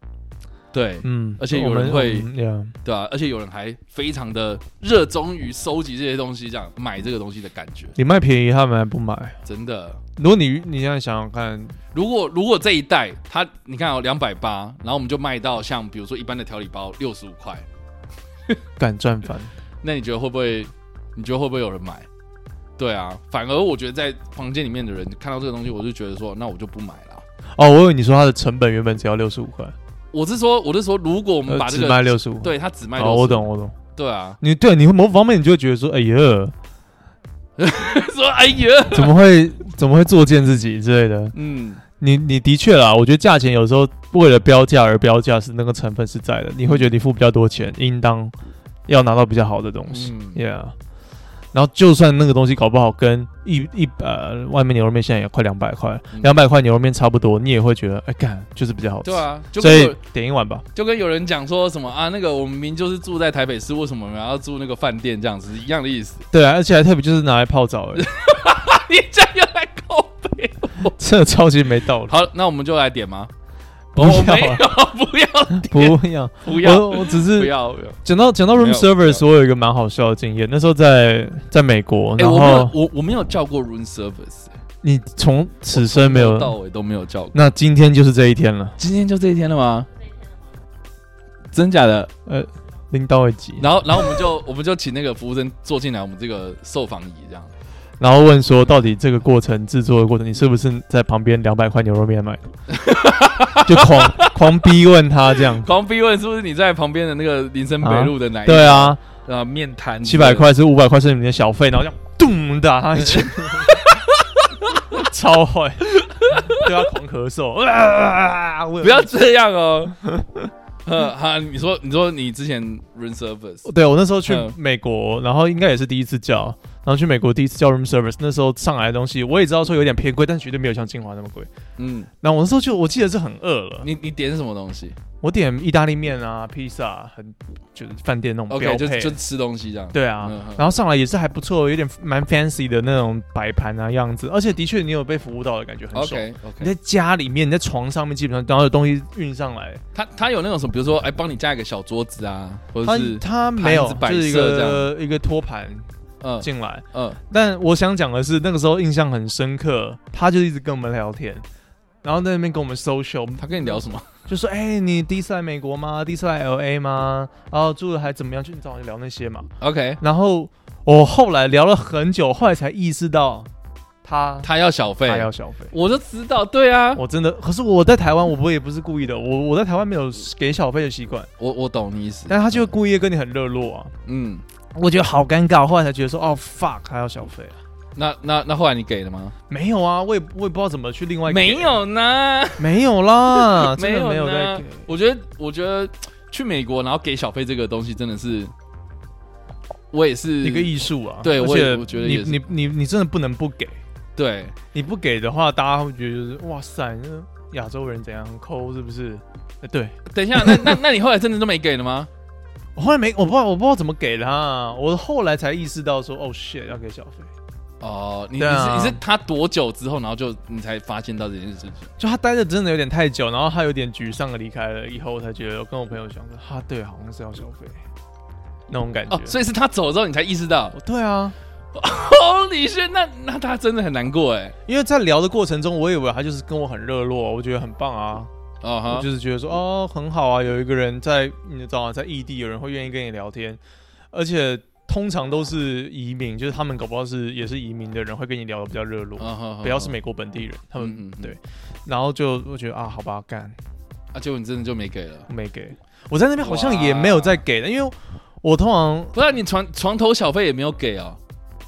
Speaker 1: 对，
Speaker 2: 嗯，
Speaker 1: 而且有
Speaker 2: 我们
Speaker 1: 人会
Speaker 2: 我们，yeah，
Speaker 1: 对啊，而且有人还非常的热衷于收集这些东西，这样买这个东西的感觉，
Speaker 2: 你卖便宜他们还不买。
Speaker 1: 真的。
Speaker 2: 如果你你现在想想看，
Speaker 1: 如果如果这一袋它，你看哦，两百八，然后我们就卖到像比如说一般的调理包六十五块，
Speaker 2: 敢赚翻，
Speaker 1: 那你觉得会不会？你觉得会不会有人买？对啊，反而我觉得在房间里面的人看到这个东西，我就觉得说，那我就不买了。
Speaker 2: 哦，我以为你说它的成本原本只要六十五块，
Speaker 1: 我是说，我是说，如果我嗯们把
Speaker 2: 呃，
Speaker 1: 这
Speaker 2: 只
Speaker 1: 个
Speaker 2: 卖六十五。，
Speaker 1: 对他只卖
Speaker 2: 哦，
Speaker 1: 65
Speaker 2: 我，懂，我懂。
Speaker 1: 对啊，
Speaker 2: 你对，你会某方面你就会觉得说，哎呀，
Speaker 1: 说哎呀，
Speaker 2: 怎么会怎么会作践自己之类的？
Speaker 1: 嗯，
Speaker 2: 你你的确啦，我觉得价钱有时候为了标价而标价是那个成分是在的，你会觉得你付比较多钱，应当要拿到比较好的东西、
Speaker 1: 嗯
Speaker 2: y e a h 然后就算那个东西搞不好跟一一呃外面牛肉面现在也快两百块
Speaker 1: 嗯，
Speaker 2: 两百、块牛肉面差不多，你也会觉得哎干就是比较好吃，
Speaker 1: 对啊，就
Speaker 2: 所
Speaker 1: 跟有
Speaker 2: 以点一碗吧。
Speaker 1: 就跟有人讲说什么啊，那个我们明明就是住在台北市，为什么我们要住那个饭店这样子，一样的意 思。
Speaker 2: 对啊，而且还特别就是拿来泡澡 而已，
Speaker 1: 啊你这样又来告白。
Speaker 2: 这超级没道理。
Speaker 1: 好，那我们就来点吗？
Speaker 2: 不
Speaker 1: 哦没
Speaker 2: 要啊，
Speaker 1: 有，不要，
Speaker 2: 不要，
Speaker 1: 不要，
Speaker 2: 我我只
Speaker 1: 不
Speaker 2: 是
Speaker 1: 要。
Speaker 2: 讲到讲到
Speaker 1: 没
Speaker 2: room
Speaker 1: 有没有
Speaker 2: service，我有一个蛮好笑的经验。那时候在在美国，
Speaker 1: 哎，
Speaker 2: 然
Speaker 1: 我没有
Speaker 2: 后，
Speaker 1: 我我没有叫过 room service，哎
Speaker 2: 你从此生没
Speaker 1: 从头到
Speaker 2: 有，
Speaker 1: 尾都没有叫过。
Speaker 2: 那今天就是这一天了。
Speaker 1: 今天就这一天了吗？真假的？
Speaker 2: 拎刀一集，
Speaker 1: 然后，然后我们 就我们就请那个服务生坐进来我们这个受访椅，这样。
Speaker 2: 然后问说，到底这个过程制作的过程，你是不是在旁边两百块牛肉面买的？ 就狂 狂逼问他这样。
Speaker 1: 狂逼问是不是你在旁边的那个林森北路的哪一家？
Speaker 2: 对啊，
Speaker 1: 啊，面摊
Speaker 2: 七百，块是五百块是你的小费，然后这样咚打他一 拳，超坏，对他狂咳嗽，啊、我
Speaker 1: 不要这样 哦。呃，哈，你说你说你之前 room service，
Speaker 2: 对我那时候去
Speaker 1: 嗯
Speaker 2: 美国，然后应该也是第一次叫，然后去美国第一次叫 room service，那时候上来的东西我也知道说有点偏贵，但绝对没有像金华那么贵。
Speaker 1: 嗯，
Speaker 2: 那我那时候就我记得是很饿了，
Speaker 1: 你你点什么东西
Speaker 2: 我点意大利面啊、披萨，很就是饭店那种标
Speaker 1: ？OK，就
Speaker 2: 配。
Speaker 1: 就吃东西这样。
Speaker 2: 对啊，
Speaker 1: 嗯嗯
Speaker 2: 然后上来也是还不错，有点蛮 fancy 的那种摆盘啊样子，而且的确你有被服务到的感觉，很爽。
Speaker 1: OK
Speaker 2: 你
Speaker 1: OK，
Speaker 2: 在家里面，你在床上面，基本上然后有东西运上来，
Speaker 1: 他他有那种什么，比如说哎，帮你加一个小桌子啊，或者
Speaker 2: 它
Speaker 1: 是
Speaker 2: 它没有
Speaker 1: 盘子，摆
Speaker 2: 就
Speaker 1: 设
Speaker 2: 是一
Speaker 1: 这
Speaker 2: 个一个托盘
Speaker 1: 嗯
Speaker 2: 进来。
Speaker 1: 嗯，
Speaker 2: 但我想讲的是，那个时候印象很深刻，他就一直跟我们聊天，然后在那边跟我们 social，
Speaker 1: 他跟你聊什 么？
Speaker 2: 就说：“哎、你第一次来美国吗？第一次来 LA 吗？然后住的还怎么样？”就你找我聊那些嘛。
Speaker 1: OK，
Speaker 2: 然后我后来聊了很久，后来才意识到他
Speaker 1: 他要小费
Speaker 2: 他，要消费。
Speaker 1: 我就知道，对啊，
Speaker 2: 我真的，可是我在台湾，我不也不是故意的，我我在台湾没有给小费的习惯，
Speaker 1: 我我懂你意思，
Speaker 2: 但他就故意跟你很热络啊，
Speaker 1: 嗯，
Speaker 2: 我觉得好尴尬，后来才觉得说，哦 fuck，他要小费啊，
Speaker 1: 那那那后来你给了吗？
Speaker 2: 没有啊，我也我也不知道怎么去另外给
Speaker 1: 没有呢，
Speaker 2: 没有 啦，真
Speaker 1: 没
Speaker 2: 的
Speaker 1: 有
Speaker 2: 没有在
Speaker 1: 呢
Speaker 2: 给。
Speaker 1: 我觉得我觉得去美国然后给小费这个东西真的是，我也是
Speaker 2: 一个艺术啊。
Speaker 1: 对
Speaker 2: 而
Speaker 1: 我也
Speaker 2: 且
Speaker 1: 我觉得
Speaker 2: 你
Speaker 1: 也是
Speaker 2: 你你你真的不能不给，
Speaker 1: 对，
Speaker 2: 你不给的话，大家会觉得就是哇塞，那亚洲人怎样很抠是不是？呃对，
Speaker 1: 等一下，那那那你后来真的都没给了吗？
Speaker 2: 我后来没，我不知道我不知道怎么给的啊，我后来才意识到说，哦 shit，要给小费。
Speaker 1: 哦，你、
Speaker 2: 对啊
Speaker 1: 你是你是他多久之后，然后就你才发现到这件事情？
Speaker 2: 就他待的真的有点太久，然后他有点沮丧的离开了，以后我才觉得我跟我朋友讲说，哈，对，好像是要小费那种感觉。
Speaker 1: 哦，所以是他走了之后你才意识到
Speaker 2: 哦对啊，
Speaker 1: ，Holy shit！那那他真的很难过哎。
Speaker 2: 因为在聊的过程中，我以为他就是跟我很热络，我觉得很棒啊，
Speaker 1: 哦
Speaker 2: 我
Speaker 1: 哈，
Speaker 2: 就是觉得说哦很好啊，有一个人在你知道吗，在异地有人会愿意跟你聊天，而且通常都是移民，就是他们搞不好是也是移民的人会跟你聊的比较热络，
Speaker 1: 哦哈
Speaker 2: 不要是，美国本地人，他们、
Speaker 1: 嗯嗯嗯
Speaker 2: 对，然后就我觉得啊好吧干
Speaker 1: 啊，结果你真的就没给了。
Speaker 2: 我没给，我在那边好像也没有再给的，因为我通常
Speaker 1: 不然你床床头小费也没有给哦，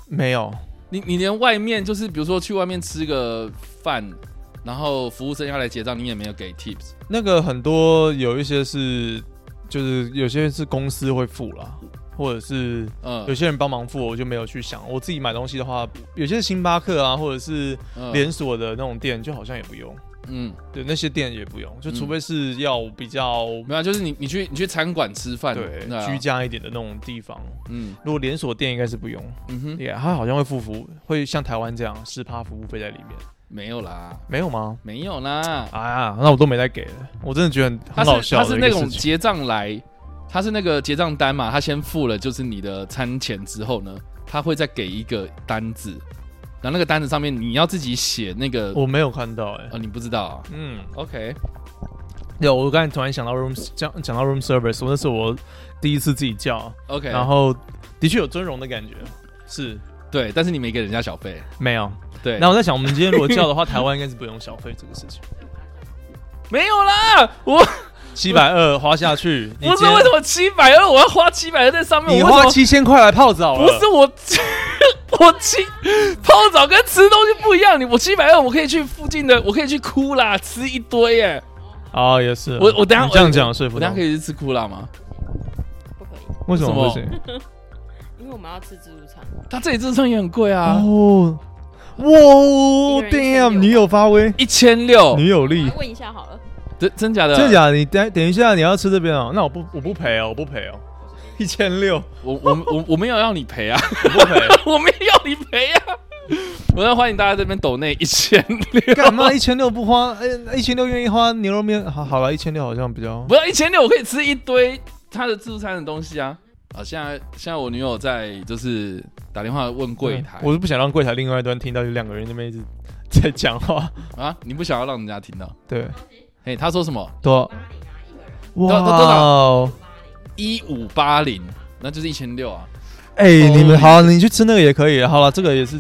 Speaker 2: 没有，
Speaker 1: 你你连外面就是比如说去外面吃个饭，然后服务生要来结账，你也没有给 tips。
Speaker 2: 那个很多有一些是就是有些是公司会付啦，或者是
Speaker 1: 嗯
Speaker 2: 有，些人帮忙付，我就没有去想。我自己买东西的话，有些星巴克啊，或者是
Speaker 1: 嗯
Speaker 2: 连锁的那种店，就好像也不用。
Speaker 1: 嗯，
Speaker 2: 对，那些店也不用，就
Speaker 1: 嗯
Speaker 2: 除非是要比较、
Speaker 1: 没有啊，就是你你去你去餐馆吃饭，
Speaker 2: 对
Speaker 1: 啊
Speaker 2: 居，家一点的那种地方。
Speaker 1: 嗯
Speaker 2: 如果连锁店应该是不用，
Speaker 1: 嗯哼，
Speaker 2: 也、yeah, 它好像会付服务，会像台湾这样十趴服务费在里面。
Speaker 1: 没有啦，
Speaker 2: 没有吗？
Speaker 1: 没有啦，
Speaker 2: 哎呀，那我都没再给了，我真的觉得很
Speaker 1: 他
Speaker 2: 很好
Speaker 1: 是
Speaker 2: 笑
Speaker 1: 他
Speaker 2: 的
Speaker 1: 是
Speaker 2: 一
Speaker 1: 那
Speaker 2: 个
Speaker 1: 种
Speaker 2: 事情。
Speaker 1: 结账来，他是那个结账单嘛，他先付了就是你的餐钱之后呢，他会再给一个单子，然后那个单子上面你要自己写那个，
Speaker 2: 我没有看到哎、
Speaker 1: 呃，你不知道啊
Speaker 2: 嗯，
Speaker 1: ？OK，
Speaker 2: 有，我刚才突然想到 room 讲讲到 room service，我那是我第一次自己叫，
Speaker 1: OK，
Speaker 2: 然后的确有尊荣的感觉，是
Speaker 1: 对，但是你没给人家小费，
Speaker 2: 没有。
Speaker 1: 对，
Speaker 2: 那我在想，我们今天如果叫的话，台湾应该是不用小费这个事情，
Speaker 1: 没有啦，我
Speaker 2: 七百二花下去，你
Speaker 1: 不是
Speaker 2: 今天
Speaker 1: 为什么七百二我要花七百二在上面，
Speaker 2: 你
Speaker 1: 我为什
Speaker 2: 花
Speaker 1: 么
Speaker 2: 七千块来泡澡了？
Speaker 1: 不是我， 我七泡澡跟吃东西不一样。你我七百二，我可以去附近的，我可以去哭啦，吃一堆耶。
Speaker 2: 哦，也是。
Speaker 1: 我我等下
Speaker 2: 你这样讲说服
Speaker 1: 我等下可
Speaker 2: 以，
Speaker 1: 以去吃哭啦吗？
Speaker 4: 不可以，
Speaker 2: 为什么不
Speaker 1: 为什
Speaker 2: 行？
Speaker 4: 因为我们要吃自助餐。
Speaker 1: 他这里自助餐也很贵啊，
Speaker 2: 哦，哇
Speaker 4: 一个人
Speaker 2: ，damn，
Speaker 4: 1600
Speaker 2: 女友发威，
Speaker 1: 一千六，
Speaker 2: 女友
Speaker 4: 我
Speaker 2: 力
Speaker 4: 来，问一下好了，
Speaker 1: 真真假的？
Speaker 2: 哦真的？假的？你等等一下，你要吃这边呃哦？那我不，我不赔哦，我不赔哦， 一千六，
Speaker 1: 我我我我没有要你赔啊，
Speaker 2: 我不赔。
Speaker 1: 我没有要你赔啊。我要欢迎大家这边抖内一千六，
Speaker 2: 干嘛一千六不花？哎，一千六愿意花牛肉面？好，好了，一千六好像比较
Speaker 1: 不要一千六，我可以吃一堆他的自助餐的东西啊。啊，现在现在我女友在就是打电话问柜台，
Speaker 2: 我是不想让柜台另外一端听到有两个人那边一直在讲话。
Speaker 1: 啊，你不想要让人家听到？
Speaker 2: 对，
Speaker 1: 哎，他说什么？
Speaker 2: 多哇
Speaker 1: 多多
Speaker 2: 哦！
Speaker 1: 一五八零，那就是一千六啊。
Speaker 2: 哎，你们好，你去吃那个也可以。啊好了，这个也是，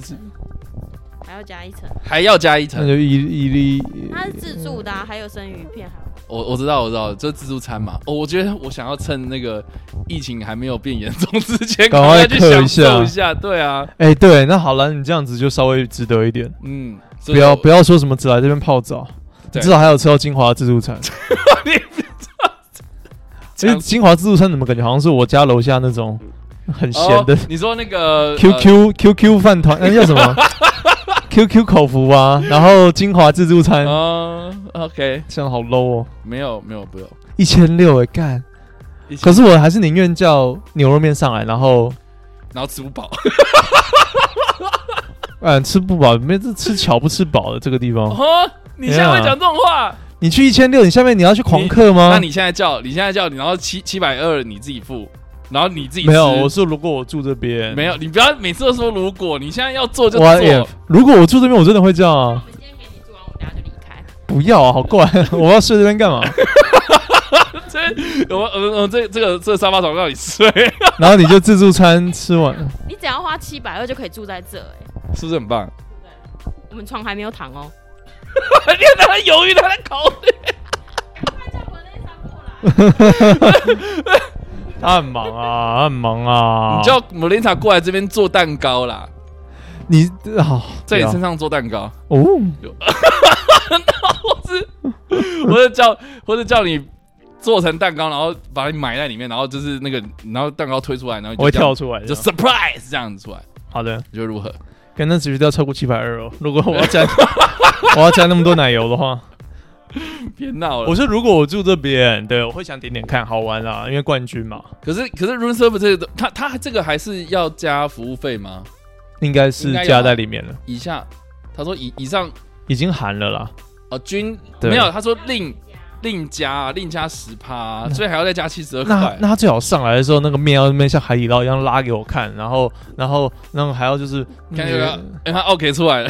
Speaker 4: 还要加一层，
Speaker 1: 还要加一
Speaker 2: 那
Speaker 1: 层。
Speaker 2: 就一一粒。
Speaker 4: 它是自助的、啊，还有生鱼片，还有
Speaker 1: 我我知道，我知道，这自助餐嘛。哦，我觉得我想要趁那个疫情还没有变严重之前，
Speaker 2: 赶
Speaker 1: 赶
Speaker 2: 快
Speaker 1: 去
Speaker 2: 克一
Speaker 1: 享
Speaker 2: 下
Speaker 1: 受一下。对啊，
Speaker 2: 哎、对，那好了，你这样子就稍微值得一点，
Speaker 1: 嗯，
Speaker 2: 不要不
Speaker 1: 要，
Speaker 2: 要说什么只来这边泡澡，你
Speaker 1: 对
Speaker 2: 至少还有吃到金华自 助餐。其实金华自助餐怎么感觉好像是我家楼下那种很咸的
Speaker 1: 哦你说那 个
Speaker 2: QQ
Speaker 1: 呃
Speaker 2: QQ 饭团，那、叫什 么 QQ 口服啊？然后金华自助餐，
Speaker 1: 啊，OK，
Speaker 2: 这样好 low 哦，
Speaker 1: 没有没有没有。
Speaker 2: 一千六哎干！
Speaker 1: 一千
Speaker 2: 可是我还是宁愿叫牛肉面上来，然后
Speaker 1: 然后吃不饱，
Speaker 2: 嗯、吃不饱，没这吃巧不吃饱的这个地方，
Speaker 1: 哦，你现在会讲这种话？
Speaker 2: 你去一千六，你下面你要去狂客吗？
Speaker 1: 那你现在叫，你现在叫，然后七七百二你自己付，然后你自己
Speaker 2: 没有，
Speaker 1: 吃
Speaker 2: 我是如果我住这边，
Speaker 1: 没有，你不要每次都说如果，你现在要做就做
Speaker 2: What。if？如果我住这边，我真的会这样啊！
Speaker 4: 我们今天给你做完，我们等下就离开。
Speaker 2: 不要啊，好怪！我要睡这边干嘛？
Speaker 1: 这我我我这这个这个沙发床让你睡，
Speaker 2: 然后你就自助餐吃完，
Speaker 4: 你只要花七百二就可以住在这、哎，
Speaker 1: 是不是很棒？
Speaker 4: 我们床还没有躺哦。
Speaker 1: 你看他在犹豫，他在考虑。
Speaker 2: 他很忙啊，他很忙啊。
Speaker 1: 你叫 Melissa 过来这边做蛋糕啦，
Speaker 2: 你好，
Speaker 1: 在你
Speaker 2: 不
Speaker 1: 身
Speaker 2: 要
Speaker 1: 上做蛋 糕，
Speaker 2: 哦，
Speaker 1: 或者叫或者叫你做成蛋糕，然后把你埋在里面，然后就是那个，然后蛋糕推出来，然后你就
Speaker 2: 我会
Speaker 1: 这样
Speaker 2: 跳出来的。
Speaker 1: 就 surprise 这样子出来，
Speaker 2: 好的，
Speaker 1: 你觉得如何？
Speaker 2: 跟那只需要超过七百 二哦。如果我要加，我要加那么多奶油的话，
Speaker 1: 别闹了
Speaker 2: 我。说如果我住这边，对，我会想点点看，好玩啦，因为冠军嘛，
Speaker 1: 可是可是 room service 这个他他这个还是要加服务费吗？
Speaker 2: 应该啊是
Speaker 1: 应该有
Speaker 2: 加在里面了，
Speaker 1: 以下他说以以上
Speaker 2: 已经含了啦。
Speaker 1: 哦，均
Speaker 2: 对
Speaker 1: 没有，他说另另加另加十趴，所以还要再加七十二
Speaker 2: 那
Speaker 1: 块。
Speaker 2: 那他最好上来的时候，那个面要面像海底捞一样拉给我看，然后然后然后还要就是，嗯
Speaker 1: 看这个，哎，他 OK 出来了。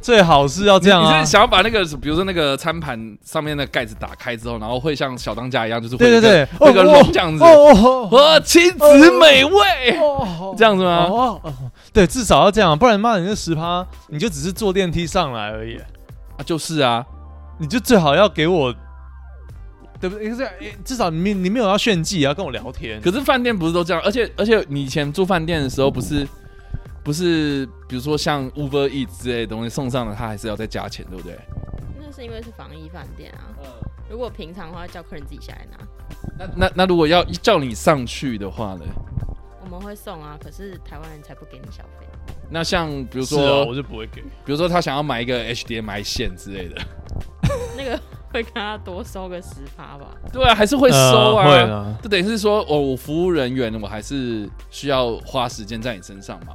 Speaker 2: 最好是要这样
Speaker 1: 你
Speaker 2: 啊
Speaker 1: 是。想要把那个，比如说那个餐盘上面的盖子打开之后，然后会像小当家一样，就是会
Speaker 2: 对对对，
Speaker 1: 有一个有一个
Speaker 2: 哦
Speaker 1: 笼这样子，
Speaker 2: 哦哦哦
Speaker 1: 和亲子美味
Speaker 2: 哦，
Speaker 1: 这样子吗？
Speaker 2: 哦哦，对，至少要这样，不然妈，你那十趴，你就只是坐电梯上来而已，
Speaker 1: 啊就是啊，
Speaker 2: 你就最好要给我，对不对？可是诶至少你你没有要炫技，也啊要跟我聊天。
Speaker 1: 可是饭店不是都这样，而且而且你以前住饭店的时候不是。不是，比如说像 Uber E 之类的东西送上了，他还是要再加钱，对不对？
Speaker 4: 那是因为是防疫饭店啊。如果平常的话，叫客人自己下来拿，
Speaker 1: 那那那如果要叫你上去的话呢？
Speaker 4: 我们会送啊。可是台湾人才不给你小费，
Speaker 1: 那像比如
Speaker 2: 是啊，
Speaker 1: 说，
Speaker 2: 我就不会给。
Speaker 1: 比如说他想要买一个 HDMI 线之类的，
Speaker 4: 那个会跟他多收个十趴吧。
Speaker 1: 对啊，还是会收啊。
Speaker 2: 呃会啊。
Speaker 1: 就等于是说，哦，我服务人员我还是需要花时间在你身上嘛。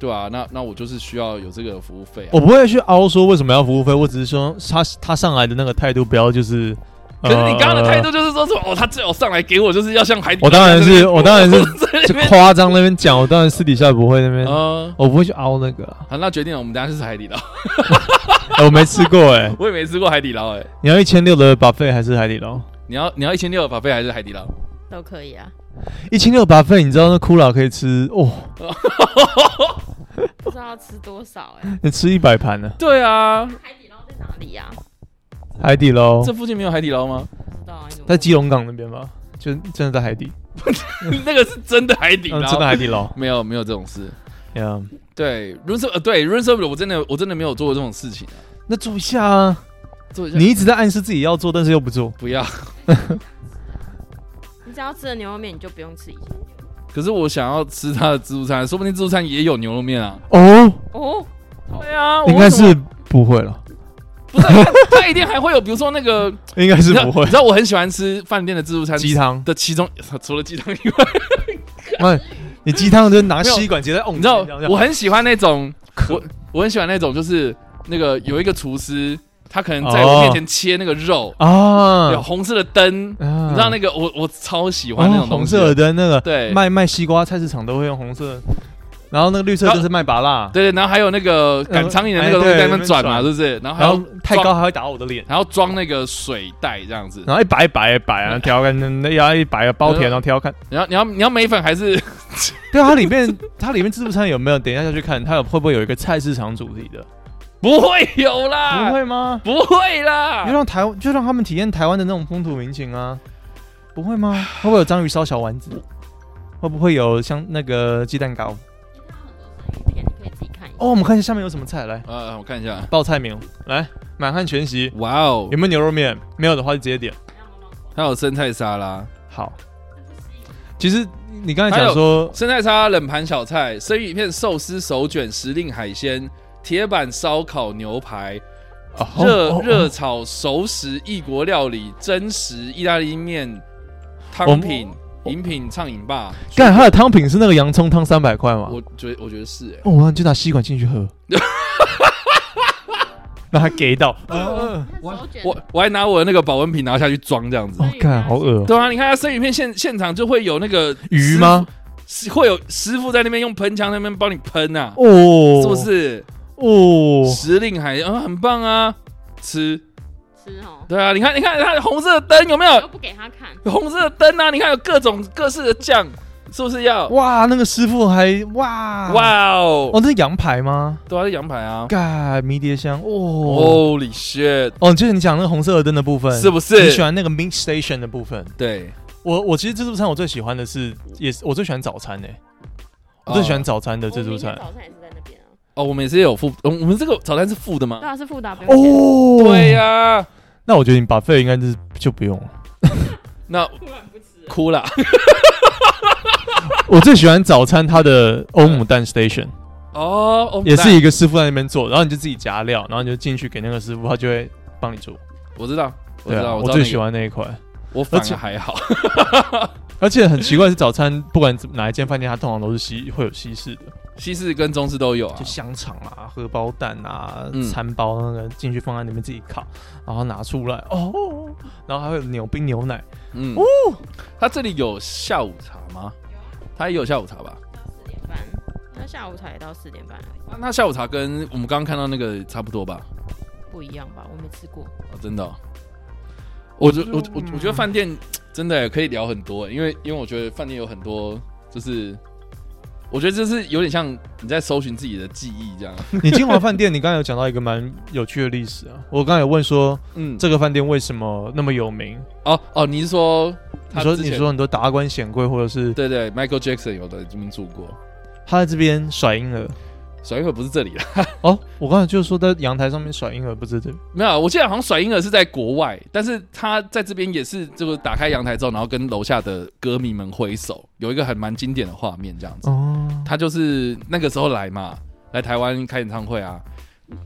Speaker 1: 对啊，那那我就是需要有这个服务费啊。
Speaker 2: 我不会去凹说为什么要服务费，我只是说他他上来的那个态度不要就是。
Speaker 1: 可是你刚刚的态
Speaker 2: 呃
Speaker 1: 度就是说什么？哦，他最好上来给我就是要像海底
Speaker 2: 我
Speaker 1: 捞
Speaker 2: 当
Speaker 1: 那
Speaker 2: 然
Speaker 1: 样
Speaker 2: 是
Speaker 1: 子，
Speaker 2: 我当然是
Speaker 1: 是
Speaker 2: 就夸张那边讲，我当然私底下不会那边，
Speaker 1: 嗯，
Speaker 2: 我不会去凹那个啊、
Speaker 1: 好，那决定了，我们等一下去吃海底捞。
Speaker 2: 哎我没吃过哎、
Speaker 1: 我也没吃过海底捞，哎，
Speaker 2: 你要一千六的 buffet 还是海底捞？
Speaker 1: 你要你要一千六的把费还是海底捞？
Speaker 4: 都可以啊。
Speaker 2: 一千六 buffet，你知道那骷髅可以吃哦，
Speaker 4: 不知道要吃多少哎、
Speaker 2: 你吃一百盘呢、
Speaker 1: 对啊，
Speaker 2: 哦
Speaker 4: 海底捞在哪里呀、啊？
Speaker 2: 海底捞
Speaker 1: 这附近没有海底捞吗？
Speaker 4: 不知道啊，你怎么
Speaker 2: 在基隆港那边吧，就真的在海底，
Speaker 1: 那个是真的海底
Speaker 2: 嗯，
Speaker 1: 捞，
Speaker 2: 真的海底 捞，
Speaker 1: 没有没有这种事。
Speaker 2: 呀、
Speaker 1: 对 r u n s e 呃，对 r u n s e 我真的我真的没有做过这种事情啊。
Speaker 2: 那坐一下啊，
Speaker 1: 做一下
Speaker 2: 你一直在暗示自己要做，但是又不做，
Speaker 1: 不要，
Speaker 4: 你只要吃了牛肉面，你就不用吃一千
Speaker 1: 可是我想要吃他的自助餐， 说不定自助餐也有牛肉面啊。
Speaker 2: 哦，
Speaker 4: 哦，
Speaker 1: 对啊，
Speaker 2: 应该是不会了，
Speaker 1: 不是他 他一定还会有，比如说那 个
Speaker 2: 应该
Speaker 1: 你
Speaker 2: 是
Speaker 1: 知道
Speaker 2: 不会
Speaker 1: 你知，道我很喜欢吃饭店的自助餐
Speaker 2: 鸡汤，
Speaker 1: 的其中， 除了鸡汤以外，
Speaker 2: 那你鸡汤就拿
Speaker 1: 没有
Speaker 2: 吸管直接，哦，
Speaker 1: 你知道
Speaker 2: 这样这样
Speaker 1: 我很喜欢那种，我我很喜欢那种，就是那个有一个厨师，他可能在
Speaker 2: 哦
Speaker 1: 我面前切那个肉，
Speaker 2: 啊，
Speaker 1: 有红色的灯，
Speaker 2: 啊
Speaker 1: 你知道那个我我超喜欢那
Speaker 2: 哦
Speaker 1: 种
Speaker 2: 红
Speaker 1: 东西
Speaker 2: 色
Speaker 1: 的，
Speaker 2: 的灯那个，
Speaker 1: 对
Speaker 2: 卖卖西瓜菜市场都会用红色，然后那个绿色
Speaker 1: 然后
Speaker 2: 就是卖啊拔辣，
Speaker 1: 对对，然后还有那个赶苍蝇的那个东西
Speaker 2: 呃哎对
Speaker 1: 在那边转嘛，
Speaker 2: 那边转
Speaker 1: 是不是？然后还
Speaker 2: 然
Speaker 1: 要
Speaker 2: 后太
Speaker 1: 装
Speaker 2: 高还会打我的脸，
Speaker 1: 还要装那个水袋这样子，
Speaker 2: 然后一摆一摆一摆 啊，挑看那要一摆啊包
Speaker 1: 嗯
Speaker 2: 甜，然后挑看。
Speaker 1: 你要你要你要美粉还是
Speaker 2: 对啊，它里面 它里面自助餐有没有？等一下下去看，它有会不会有一个菜市场主题的？
Speaker 1: 不会有啦？
Speaker 2: 不会吗？
Speaker 1: 不会
Speaker 2: 就
Speaker 1: 啦，
Speaker 2: 让台就让他们体验台湾的那种风土民情啊，不会吗？会不会有章鱼烧小丸子？会不会有像那个鸡蛋糕？
Speaker 4: 影片你可以自己看一下。
Speaker 2: 哦，我们看一下下面有什么菜来。
Speaker 1: 呃，我看一下，
Speaker 2: 报菜名来，满汉全席
Speaker 1: 哇哦
Speaker 2: 有，没有牛肉面？没有的话就直接点。
Speaker 4: 哦
Speaker 1: 还有生菜沙拉，
Speaker 2: 好，其实你刚才讲说，
Speaker 1: 生菜沙拉、冷盘小菜、生鱼片、寿司、手卷、时令海鲜、铁板烧烤、牛排、
Speaker 2: 哦
Speaker 1: 热
Speaker 2: 哦
Speaker 1: 热炒熟食、异国料理、真实意大利面、
Speaker 2: 我
Speaker 1: 汤
Speaker 2: 们
Speaker 1: 品、饮品、畅饮吧。
Speaker 2: 哦干它的汤品是那个洋葱汤三百块吗？
Speaker 1: 我觉得我觉得是欸
Speaker 2: 哦，我就拿吸管进去 喝，让他给到，哦
Speaker 4: 我
Speaker 1: 我我还拿我的那个保温瓶然后下去装这样子。
Speaker 2: 哦，干好恶哦，
Speaker 1: 对啊，你看他生鱼片现现场就会有那个
Speaker 2: 鱼吗？
Speaker 1: 师傅？会有师傅在那边用喷枪在那边帮你喷啊，
Speaker 2: 哦，
Speaker 1: 是不？是？
Speaker 2: 哦，
Speaker 1: 时令海啊，很棒啊，吃。
Speaker 4: 吃哦，
Speaker 1: 对啊，你看，你看它的红色的灯有没有
Speaker 4: 都？不给他看，
Speaker 1: 有红色的灯啊，你看有各种各式的酱，是不是要？
Speaker 2: 哇，那个师傅还哇，
Speaker 1: 哇哦，
Speaker 2: 哦，这是羊排吗？
Speaker 1: 对啊，是羊排啊。
Speaker 2: 干迷迭香，哦
Speaker 1: Holy shit，
Speaker 2: 哦，就是你讲那个红色的灯的部分，
Speaker 1: 是不
Speaker 2: 你喜
Speaker 1: 是？
Speaker 2: 欢那个 Mint Station 的部分？
Speaker 1: 对，
Speaker 2: 我我其实自助餐我最喜欢的是，也是我最喜欢早餐呢、欸我最喜欢早餐的自助餐。
Speaker 4: 我明天早餐也是在那边
Speaker 1: 啊
Speaker 4: 啊。
Speaker 1: 哦，我们也是有付，嗯我们这个早餐是付的吗
Speaker 4: 对？啊，是富达不用钱。
Speaker 2: 哦
Speaker 1: 对、呀，
Speaker 2: 那我觉得你把费应该就是就不用了。
Speaker 1: 那哭了。
Speaker 2: 我最喜欢早餐它的欧姆蛋 station，
Speaker 1: 哦，欧姆
Speaker 2: 也是
Speaker 1: 蛋
Speaker 2: 一个师傅在那边做，然后你就自己加料，然后你就进去给那个师傅，他就会帮你做。
Speaker 1: 我知道，我
Speaker 2: 对
Speaker 1: 知
Speaker 2: 啊，
Speaker 1: 道，
Speaker 2: 我
Speaker 1: 知道
Speaker 2: 最
Speaker 1: 那个
Speaker 2: 喜，欢那一块。
Speaker 1: 我反
Speaker 2: 而且
Speaker 1: 而还好。
Speaker 2: 而且很奇怪是早餐， 不管哪一间饭店，它通常都是西会有西式的，
Speaker 1: 西式跟中式都有啊
Speaker 2: 就。香肠啊、荷包蛋啊、
Speaker 1: 嗯
Speaker 2: 餐包那个进去放在里面自己烤，然后拿出来哦，然后还会有牛冰牛 奶。
Speaker 1: 嗯，哦，他这里有下午茶吗？他也有下午茶吧？
Speaker 4: 四点半，那下午茶也到四点半而已，
Speaker 1: 那那下午茶跟我们刚刚看到那个差不多吧？
Speaker 4: 不一样吧？我没吃过。
Speaker 1: 哦，真的哦、我觉我我我觉得饭店真的可以聊很多，因为因为我觉得饭店有很多就是。我觉得这是有点像你在搜寻自己的记忆 这样，
Speaker 2: 你金华饭店，你刚才有讲到一个蛮有趣的历史啊。我刚才有问说，
Speaker 1: 嗯，
Speaker 2: 这个饭店为什么那么有名？
Speaker 1: 哦哦，你是说
Speaker 2: 你
Speaker 1: 他
Speaker 2: 说
Speaker 1: 之
Speaker 2: 你
Speaker 1: 前
Speaker 2: 说很多达官显贵，或者是
Speaker 1: 对对，Michael Jackson 有的这边住过，
Speaker 2: 他在这边甩婴儿。
Speaker 1: 小一会不是这里啦，
Speaker 2: 哦，我刚才就说在阳台上面甩婴儿，不是这
Speaker 1: 没有，我记得好像甩婴儿是在国外，但是他在这边也是，就是打开阳台之后，然后跟楼下的歌迷们挥手，有一个很蛮经典的画面这样子。
Speaker 2: 哦，
Speaker 1: 他就是那个时候来嘛，来台湾开演唱会啊，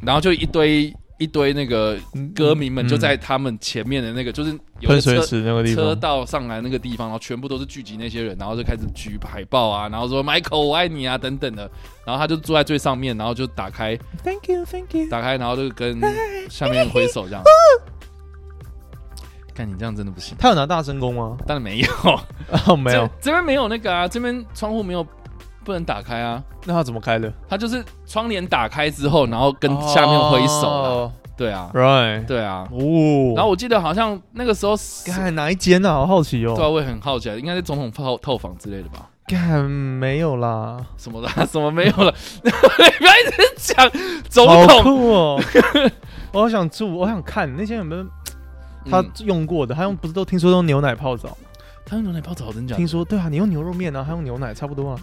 Speaker 1: 然后就一堆。一堆那个
Speaker 2: 嗯
Speaker 1: 歌迷们就
Speaker 2: 嗯
Speaker 1: 在他们前面的那个，就是有一
Speaker 2: 喷
Speaker 1: 个
Speaker 2: 水
Speaker 1: 车
Speaker 2: 池那个地
Speaker 1: 车
Speaker 2: 方，
Speaker 1: 道上来那个地方，然后全部都是聚集那些人，然后就开始举海报啊，然后说 Michael 我爱你啊等等的，然后他就坐在最上面，然后就打开
Speaker 2: Thank you, thank you。
Speaker 1: 打开，然后就跟下面挥手这样。看你这样真的不行，
Speaker 2: 他有拿大声公吗？
Speaker 1: 当然没有，
Speaker 2: 哦，没有
Speaker 1: 这，这边没有那个啊，这边窗户没有不能打开啊，
Speaker 2: 那他怎么开的？
Speaker 1: 他就是窗帘打开之后，然后跟下面挥手啊，
Speaker 2: 哦
Speaker 1: 对啊，
Speaker 2: ，Right，
Speaker 1: 对啊。
Speaker 2: 哦，
Speaker 1: 然后我记得好像那个时候，对
Speaker 2: 看哪一间啊？好好奇
Speaker 1: 啊，
Speaker 2: 哦。
Speaker 1: 我也很好奇，啊，应该是总统套套房之类的吧。
Speaker 2: 看没有啦，
Speaker 1: 什么的、啊什么没有了，你不要一直讲总
Speaker 2: 好
Speaker 1: 统，
Speaker 2: 酷哦！ 我好想住，我好想看那些有没有
Speaker 1: 嗯
Speaker 2: 他用过的。他用不是都听说都用牛奶泡澡？
Speaker 1: 他用牛奶泡澡真假的？
Speaker 2: 听说对啊，你用牛肉面啊，他用牛奶差不多啊。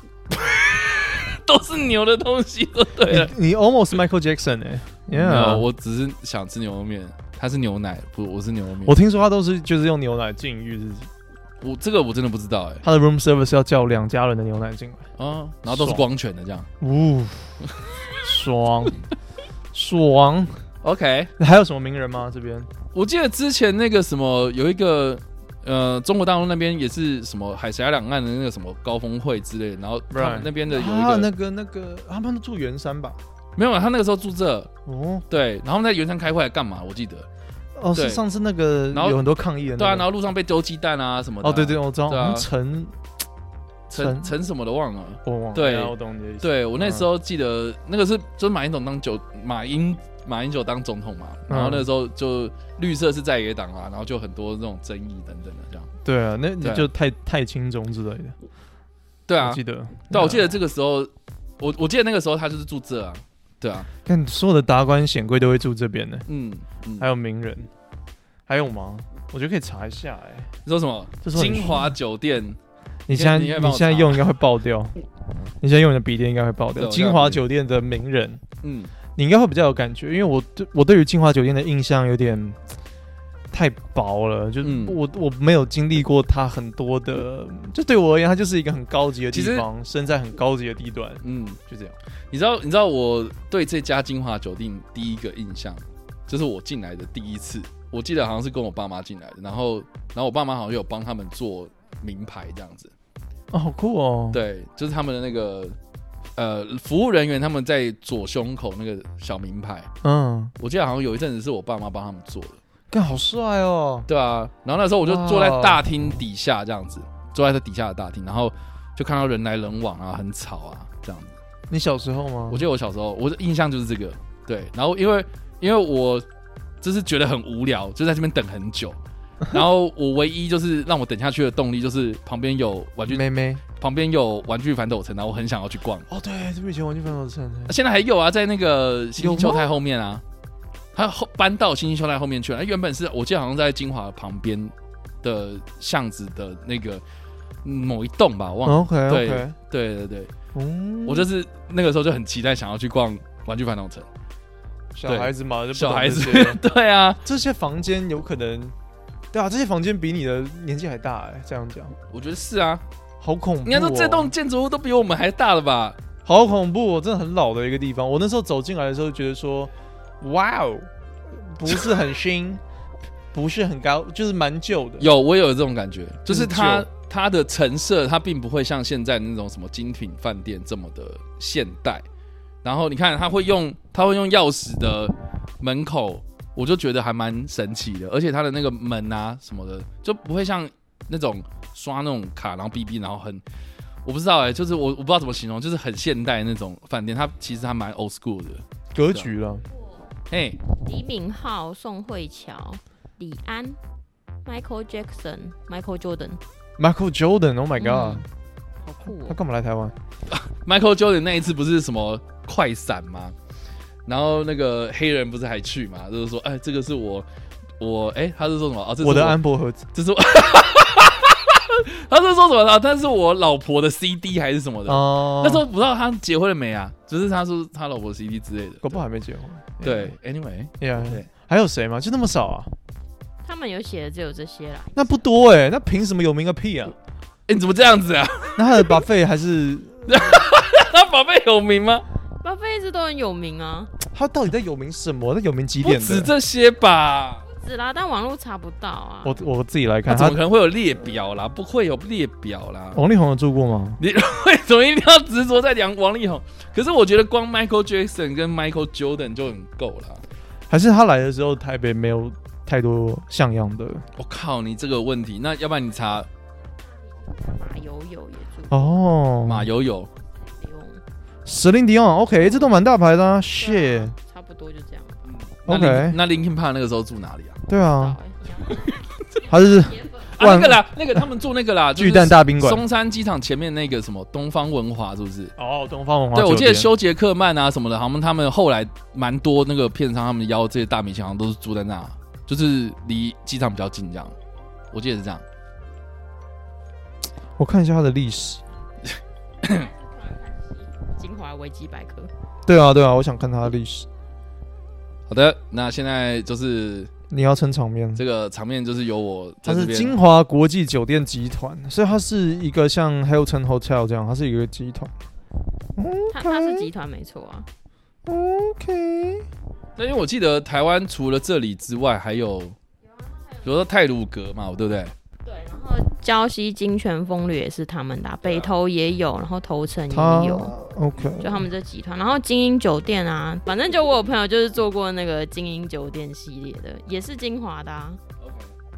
Speaker 1: 都是牛的东西，都对了。
Speaker 2: 你你 almost Michael Jackson 哎
Speaker 1: 没有
Speaker 2: ，Yeah，
Speaker 1: 我只是想吃牛肉面，它是牛奶，不，我是牛肉面。
Speaker 2: 我听说他都是就是用牛奶禁欲自己，
Speaker 1: 我这个我真的不知道哎、
Speaker 2: 他的 room service 要叫两家人的牛奶进来，
Speaker 1: 啊，然后都是
Speaker 2: 爽
Speaker 1: 光泉的这样。
Speaker 2: 呜， 爽爽。
Speaker 1: OK，
Speaker 2: 还有什么名人吗？这边
Speaker 1: 我记得之前那个什么有一个。呃，中国大陆那边也是什么海峡两岸的那个什么高峰会之类的，然后他们
Speaker 2: Right
Speaker 1: 那边的有一个、
Speaker 2: 啊，那个那个，他们都住圆山吧？
Speaker 1: 没有，他那个时候住这，
Speaker 2: 哦
Speaker 1: 对，然后他们在圆山开会来干嘛？我记得，
Speaker 2: 哦，
Speaker 1: 对
Speaker 2: 是上次那个
Speaker 1: 然后
Speaker 2: 有很多抗议的那个，
Speaker 1: 对啊，然后路上被丢鸡蛋啊什么的啊、
Speaker 2: 哦对对，我知道，
Speaker 1: 对啊
Speaker 2: 好像陈
Speaker 1: 陈
Speaker 2: 陈
Speaker 1: 陈什么的忘了。
Speaker 2: 我忘了，
Speaker 1: 对
Speaker 2: 哎呀我懂你的意思，
Speaker 1: 对我那时
Speaker 2: 嗯
Speaker 1: 候记得那个是就是马英九当九马英马英九当总统嘛，
Speaker 2: 嗯
Speaker 1: 然后那时候就绿色是在野党啊，然后就很多这种争议等等的这样。
Speaker 2: 对啊，那
Speaker 1: 对
Speaker 2: 你
Speaker 1: 啊
Speaker 2: 就太太轻中之类的，
Speaker 1: 对
Speaker 2: 我
Speaker 1: 啊
Speaker 2: 记，嗯得，
Speaker 1: 对啊，我记得这个时候，我我记得那个时候他就是住这啊，对啊，
Speaker 2: 但所有的达官显贵都会住这边呢，
Speaker 1: 嗯嗯
Speaker 2: 还，有名人，还有吗？我觉得可以查一下哎、
Speaker 1: 你说什么？
Speaker 2: 这是很
Speaker 1: 金华酒店
Speaker 2: 你现在
Speaker 1: 你
Speaker 2: 你
Speaker 1: 可以帮我查嗯
Speaker 2: 现在用应该会爆掉，你现在用你的笔电应该会爆
Speaker 1: 对
Speaker 2: 掉。
Speaker 1: 我
Speaker 2: 金华酒店的名人，
Speaker 1: 嗯，
Speaker 2: 你应该会比较有感觉，因为我对我对于金华酒店的印象有点太薄了，就、
Speaker 1: 嗯
Speaker 2: 我我没有经历过它很多的，就对我而言，它就是一个很高级的地
Speaker 1: 其实
Speaker 2: 方，身在很高级的地段，
Speaker 1: 嗯，
Speaker 2: 就这样。
Speaker 1: 你知道你知道我对这家金华酒店第一个印象，就是我进来的第一次，我记得好像是跟我爸妈进来的，然后然后我爸妈好像有帮他们做名牌这样子。
Speaker 2: 哦，好酷哦！
Speaker 1: 对，就是他们的那个呃服务人员他们在左胸口那个小名牌，
Speaker 2: 嗯，
Speaker 1: 我记得好像有一阵子是我爸妈帮他们做的，
Speaker 2: 干好帅哦！
Speaker 1: 对啊，然后那时候我就坐在
Speaker 2: 哇
Speaker 1: 大厅底下这样子，坐在这底下的大厅，然后就看到人来人往啊，很吵啊这样子。
Speaker 2: 你小时候吗？
Speaker 1: 我记得我小时候我的印象就是这个，对，然后因为因为我就是觉得很无聊，就在这边等很久。然后我唯一就是让我等下去的动力，就是旁边有玩具，
Speaker 2: 妹妹。
Speaker 1: 旁边有玩具反斗城，然后我很想要去逛。
Speaker 2: 哦，对，这边以前玩具反斗城。
Speaker 1: 现在还有啊，在那个新
Speaker 2: 有
Speaker 1: 星
Speaker 2: 吗
Speaker 1: 球台后面啊，它后搬到新星球台后面去了。它原本是我记得好像在金华旁边的巷子的那个嗯某一栋吧，我忘了。
Speaker 2: OK
Speaker 1: 对
Speaker 2: OK，
Speaker 1: 对对对，
Speaker 2: 嗯，
Speaker 1: 我就是那个时候就很期待想要去逛玩具反斗城。
Speaker 2: 小孩子嘛，就不懂
Speaker 1: 小孩子
Speaker 2: 这些
Speaker 1: 对啊，
Speaker 2: 这些房间有可能，对啊，这些房间比你的年纪还大哎、这样讲，
Speaker 1: 我觉得是啊。
Speaker 2: 好恐怖、哦！
Speaker 1: 应该说这栋建筑物都比我们还大了吧？
Speaker 2: 好恐怖、哦，真的很老的一个地方。我那时候走进来的时候，觉得说，哇哦，不是很新， 不是很高，就是蛮旧的。
Speaker 1: 有，我也有这种感觉，就是它
Speaker 2: 很久
Speaker 1: 它的陈设，它并不会像现在那种什么精品饭店这么的现代。然后你看，它会用它会用钥匙的门口，我就觉得还蛮神奇的。而且它的那个门啊什么的，就不会像那种刷那种卡，然后哔哔，然后很我不知道哎、就是我我不知道怎么形容，就是很现代那种饭店，它其实还蛮 old school 的。
Speaker 2: 格局了，
Speaker 1: 嘿，
Speaker 4: 李敏镐、宋慧乔、李安、Michael Jackson、Michael Jordan，
Speaker 2: Michael Jordan，Oh Oh my god，、
Speaker 4: 嗯好酷
Speaker 2: 他
Speaker 4: 哦！
Speaker 2: 干嘛来台湾？
Speaker 1: Michael Jordan 那一次不是什么快闪吗？然后那个黑人不是还去嘛，就是说，哎，这个是我，我，哎，他是说什么？啊，这是
Speaker 2: 我的安博盒子
Speaker 1: 这是我， 他是说什么？啊，但是我老婆的 CD 还是什么的。
Speaker 2: 哦，
Speaker 1: 那时候不知道他结婚了没啊？就是他说他老婆 CD 之类的。
Speaker 2: 搞不好还哎没结婚。
Speaker 1: 对，Anyway，
Speaker 2: ，Yeah，,
Speaker 1: 对
Speaker 2: 还有谁吗？就那么少啊？
Speaker 4: 他们有写的只有这些啦。
Speaker 2: 那不多哎、那凭什么有名个屁啊？
Speaker 1: 哎，你怎么这样子啊？
Speaker 2: 那他的 buffet 还是
Speaker 1: 他宝贝有名吗？
Speaker 4: 巴菲一直都很有名啊，
Speaker 2: 他到底在有名什么？在有名几
Speaker 1: 不
Speaker 2: 点
Speaker 1: 止
Speaker 2: 的？
Speaker 1: 这些吧？
Speaker 4: 不止啦，但网络查不到啊。
Speaker 2: 我我自己来
Speaker 1: 他
Speaker 2: 看，
Speaker 1: 怎
Speaker 2: 他
Speaker 1: 么可能会有列表啦？不会有列表啦。
Speaker 2: 王力宏有住过吗？
Speaker 1: 你为什么一定要执着在梁王力宏？ 可是我觉得光 Michael Jackson 跟 Michael Jordan 就很够了。
Speaker 2: 还是他来的时候台北没有太多像样的？
Speaker 1: 我、靠，你这个问题，那要不然你查
Speaker 4: 马友啊友也住
Speaker 2: 哦，
Speaker 1: 马友友，
Speaker 4: 不用，
Speaker 2: 石林迪昂，OK，这都蛮大牌的啊
Speaker 4: 对
Speaker 2: ，shit，
Speaker 4: 啊差不多就这样。
Speaker 1: 那
Speaker 2: OK
Speaker 1: 那 Linkin Park 那个时候住哪里啊？
Speaker 2: 对啊，
Speaker 4: 好欸
Speaker 2: 他是
Speaker 1: 啊，那个啦，那个他们住那个 啦，就是
Speaker 2: 巨蛋大宾馆。
Speaker 1: 松山机场前面那个什么东方文华是不是？
Speaker 2: 哦，东方文化
Speaker 1: 对，
Speaker 2: 酒
Speaker 1: 我
Speaker 2: 店。
Speaker 1: 记得修杰克曼啊什么的，他们他们后来蛮多那个片商，他们邀这些大明星，好像都是住在那，啊就是离机场比较近这样。我记得是这样。
Speaker 2: 我看一下他的历史。
Speaker 4: 精华维基百科，
Speaker 2: 对啊，对啊，我想看他的历史。
Speaker 1: 好的，那现在就是
Speaker 2: 你要撑场面。
Speaker 1: 这个场面，就是由我在
Speaker 2: 它
Speaker 1: 这
Speaker 2: 是
Speaker 1: 边
Speaker 2: 金华国际酒店集团，所以它是一个像 Hilton Hotel 这样，它是一个集团。
Speaker 4: 他他是集团没错啊。
Speaker 2: OK，
Speaker 1: 但因为我记得台湾除了这里之外，还有比如说泰鲁阁嘛，对不对？
Speaker 4: 对，然后胶西金泉风吕也是他们的啊、北投也有，然后头城
Speaker 2: 它
Speaker 4: 也有。
Speaker 2: OK，
Speaker 4: 就他们这集团，然后精英酒店啊，反正就我有朋友就是做过那个精英酒店系列的，也是精华的、啊。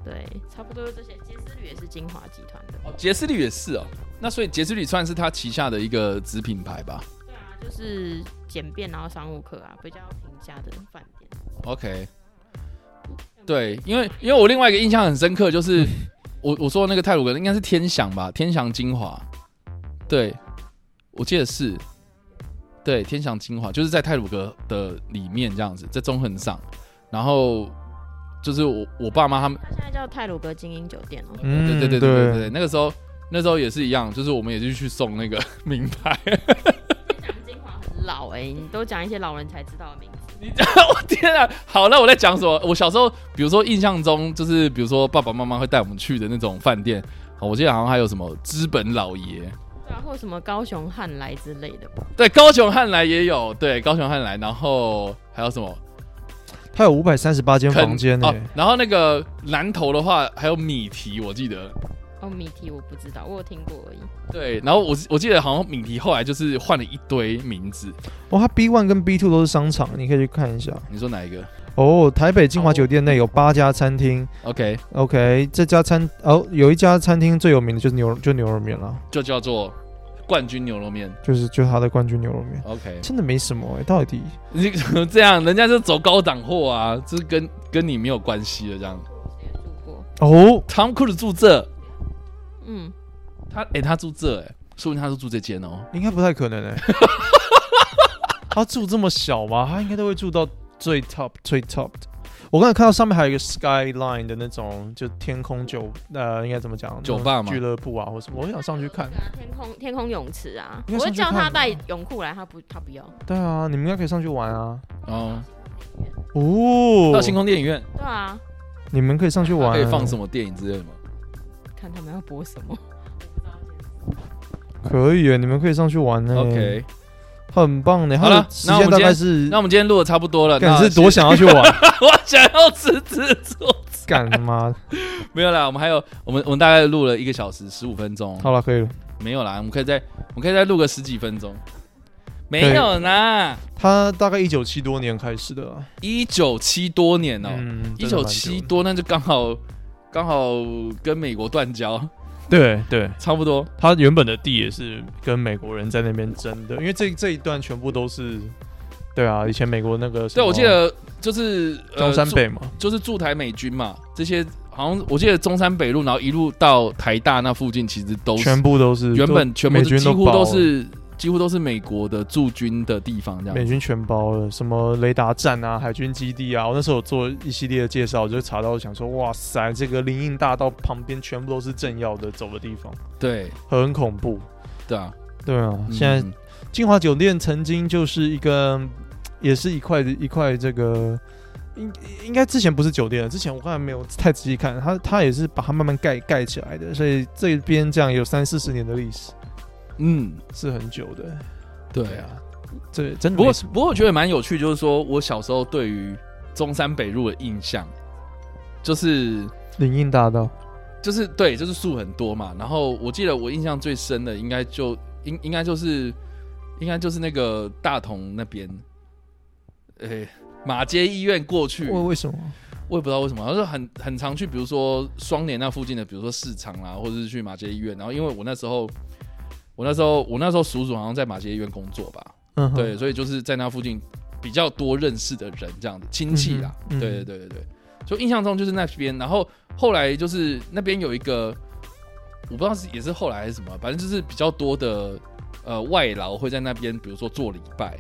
Speaker 4: 对，差不多就这些。杰斯旅也是精华集团的，
Speaker 1: 哦，杰斯利也是哦。那所以杰斯利算是他旗下的一个子品牌吧
Speaker 4: 对啊，就是简便然后商务客啊，比较平价的饭店。
Speaker 1: ？OK，对，因为因为我另外一个印象很深刻，就是我我说的那个泰鲁阁应该是天祥吧，天祥精华，对，我记得是，对，天祥精华就是在泰鲁阁的里面这样子，在中横上，然后就是我我爸妈他们。
Speaker 4: 它现在叫泰鲁阁精英酒店哦、
Speaker 2: 嗯
Speaker 1: 对对对对对
Speaker 2: 对
Speaker 1: 对，对，那个时候那时候也是一样，就是我们也是去送那个 名牌。
Speaker 4: 讲精华很老哎、你都讲一些老人才知道的名字。
Speaker 1: 我天啊！好，那我在讲什么？我小时候，比如说印象中，就是比如说爸爸妈妈会带我们去的那种饭店，好，我记得好像还有什么资本老爷，
Speaker 4: 对啊，或什么高雄汉来之类的吧。
Speaker 1: 对，高雄汉来也有，对，高雄汉来，然后还有什么
Speaker 2: 它有五百三十八间房间呢、欸
Speaker 1: 哦，然后那个南投的话，还有米提，我记得。
Speaker 4: 哦，谜题我不知道，我有听过而已。
Speaker 1: 对，然后我我记得好像米提后来就是换了一堆名字，
Speaker 2: 哦，它 B One 跟 B Two 都是商场，你可以去看一下。
Speaker 1: 你说哪一个
Speaker 2: 哦，台北金华酒店内有八家餐厅。
Speaker 1: ？OK，
Speaker 2: OK，这家餐哦，有一家餐厅最有名的就是牛就牛肉面了，
Speaker 1: 就叫做冠军牛肉面。
Speaker 2: 就是就是它的冠军牛肉面，
Speaker 1: OK，
Speaker 2: 真的没什么哎、到底
Speaker 1: 你 怎么这样？人家就走高档货啊，这跟跟你没有关系的。这样，
Speaker 4: 谁有住过？
Speaker 2: 哦，
Speaker 1: 汤库斯住这，
Speaker 4: 嗯，
Speaker 1: 他哎、诶他住这哎、诶说不定他是住这间哦。
Speaker 2: 应该不太可能 哎、他住这么小吗？他应该都会住到最 top 最 top 的。我刚才看到上面还有一个 skyline 的那种，就天空酒，呃，应该怎么讲？
Speaker 1: 酒吧
Speaker 2: 那种
Speaker 1: 吗
Speaker 2: 俱乐部啊，或什么，我想上去看。
Speaker 4: 啊天空天空泳池啊，
Speaker 2: 应该
Speaker 4: 我会
Speaker 2: 上去
Speaker 4: 叫
Speaker 2: 看
Speaker 4: 他
Speaker 2: 吧
Speaker 4: 带泳裤来，他不他不要。
Speaker 2: 对啊，你们应该可以上去玩啊。
Speaker 1: 哦，
Speaker 2: 哦
Speaker 1: 到，星空电影院，
Speaker 4: 对啊，
Speaker 2: 你们可以上去哦玩、啊
Speaker 1: 他可以放什么电影之类的吗？
Speaker 4: 看他们要播什么。
Speaker 2: 可以耶，你们可以上去玩呢。
Speaker 1: OK，
Speaker 2: 很棒呢。
Speaker 1: 好了
Speaker 2: 它的时间大概是，
Speaker 1: 那我们今天录的差不多了。
Speaker 2: 嗯干
Speaker 1: 那
Speaker 2: 是多想要去玩，
Speaker 1: 我想要辞职做，
Speaker 2: 干他妈！
Speaker 1: 没有啦，我们还有我们我们大概录了一个小时十五分钟，
Speaker 2: 好了，可以了。
Speaker 1: 没有啦，我们可以再我们可以再录个十几分钟，没有啦，
Speaker 2: 他大概一九七多年开始的啊，
Speaker 1: 一九七多年哦、
Speaker 2: 嗯，
Speaker 1: 一
Speaker 2: 真的
Speaker 1: 九
Speaker 2: 蛮久
Speaker 1: 七
Speaker 2: 的，
Speaker 1: 多，那就刚好刚好跟美国断交，
Speaker 2: 对对，
Speaker 1: 差不多。
Speaker 2: 他原本的地也是跟美国人在那边争的，因为这这一段全部都是，对啊，以前美国那个什
Speaker 1: 对，
Speaker 2: 么
Speaker 1: 我记得就是呃，
Speaker 2: 哦中山
Speaker 1: 驻
Speaker 2: 北嘛，
Speaker 1: 就是驻台美军嘛，这些好像我记得中山北路，然后一路到台大那附近，其实都是
Speaker 2: 全部都是
Speaker 1: 原本
Speaker 2: 都
Speaker 1: 全部
Speaker 2: 美
Speaker 1: 是
Speaker 2: 军
Speaker 1: 几乎
Speaker 2: 包
Speaker 1: 都
Speaker 2: 了
Speaker 1: 是几乎都是美国的驻军的地方，这
Speaker 2: 美
Speaker 1: 样。
Speaker 2: 军全包了，什么雷达站啊、海军基地啊，我那时候有做一系列的介绍，我就查到想说，哇塞，这个林荫大道旁边全部都是政要的走的地方，
Speaker 1: 对
Speaker 2: 很恐怖。
Speaker 1: 对啊，
Speaker 2: 对啊，
Speaker 1: 嗯
Speaker 2: 现在金华酒店曾经就是一个，也是一块一块这个，应应该之前不是酒店了，之前我刚才没有太仔细看，它它也是把它慢慢盖盖起来的，所以这边这样有三四十年的历史，
Speaker 1: 嗯，
Speaker 2: 是很久的。
Speaker 1: 对啊。
Speaker 2: 啊，对，真的
Speaker 1: 不过
Speaker 2: 没什么
Speaker 1: 不过我觉得蛮有趣，就是说我小时候对于中山北路的印象，就是
Speaker 2: 林荫大道，
Speaker 1: 就是对，就是树很多嘛。然后我记得我印象最深的应该就应应该就是应该就是那个大同那边，诶、马街医院过去，
Speaker 2: 为为什么？
Speaker 1: 我也不知道为什么，然后就很很常去，比如说双连那附近的，比如说市场啊啦，或者是去马街医院。然后因为我那时候，我那时候我那时候叔叔好像在马街医院工作吧，
Speaker 2: 嗯哼，
Speaker 1: 对，所以就是在那附近比较多认识的人，这样子亲戚啦。
Speaker 2: 嗯哼嗯
Speaker 1: 对对对对对，就印象中就是那边，然后后来就是那边有一个，我不知道是也是后来还是什么，反正就是比较多的呃外劳会在那边，比如说做礼拜，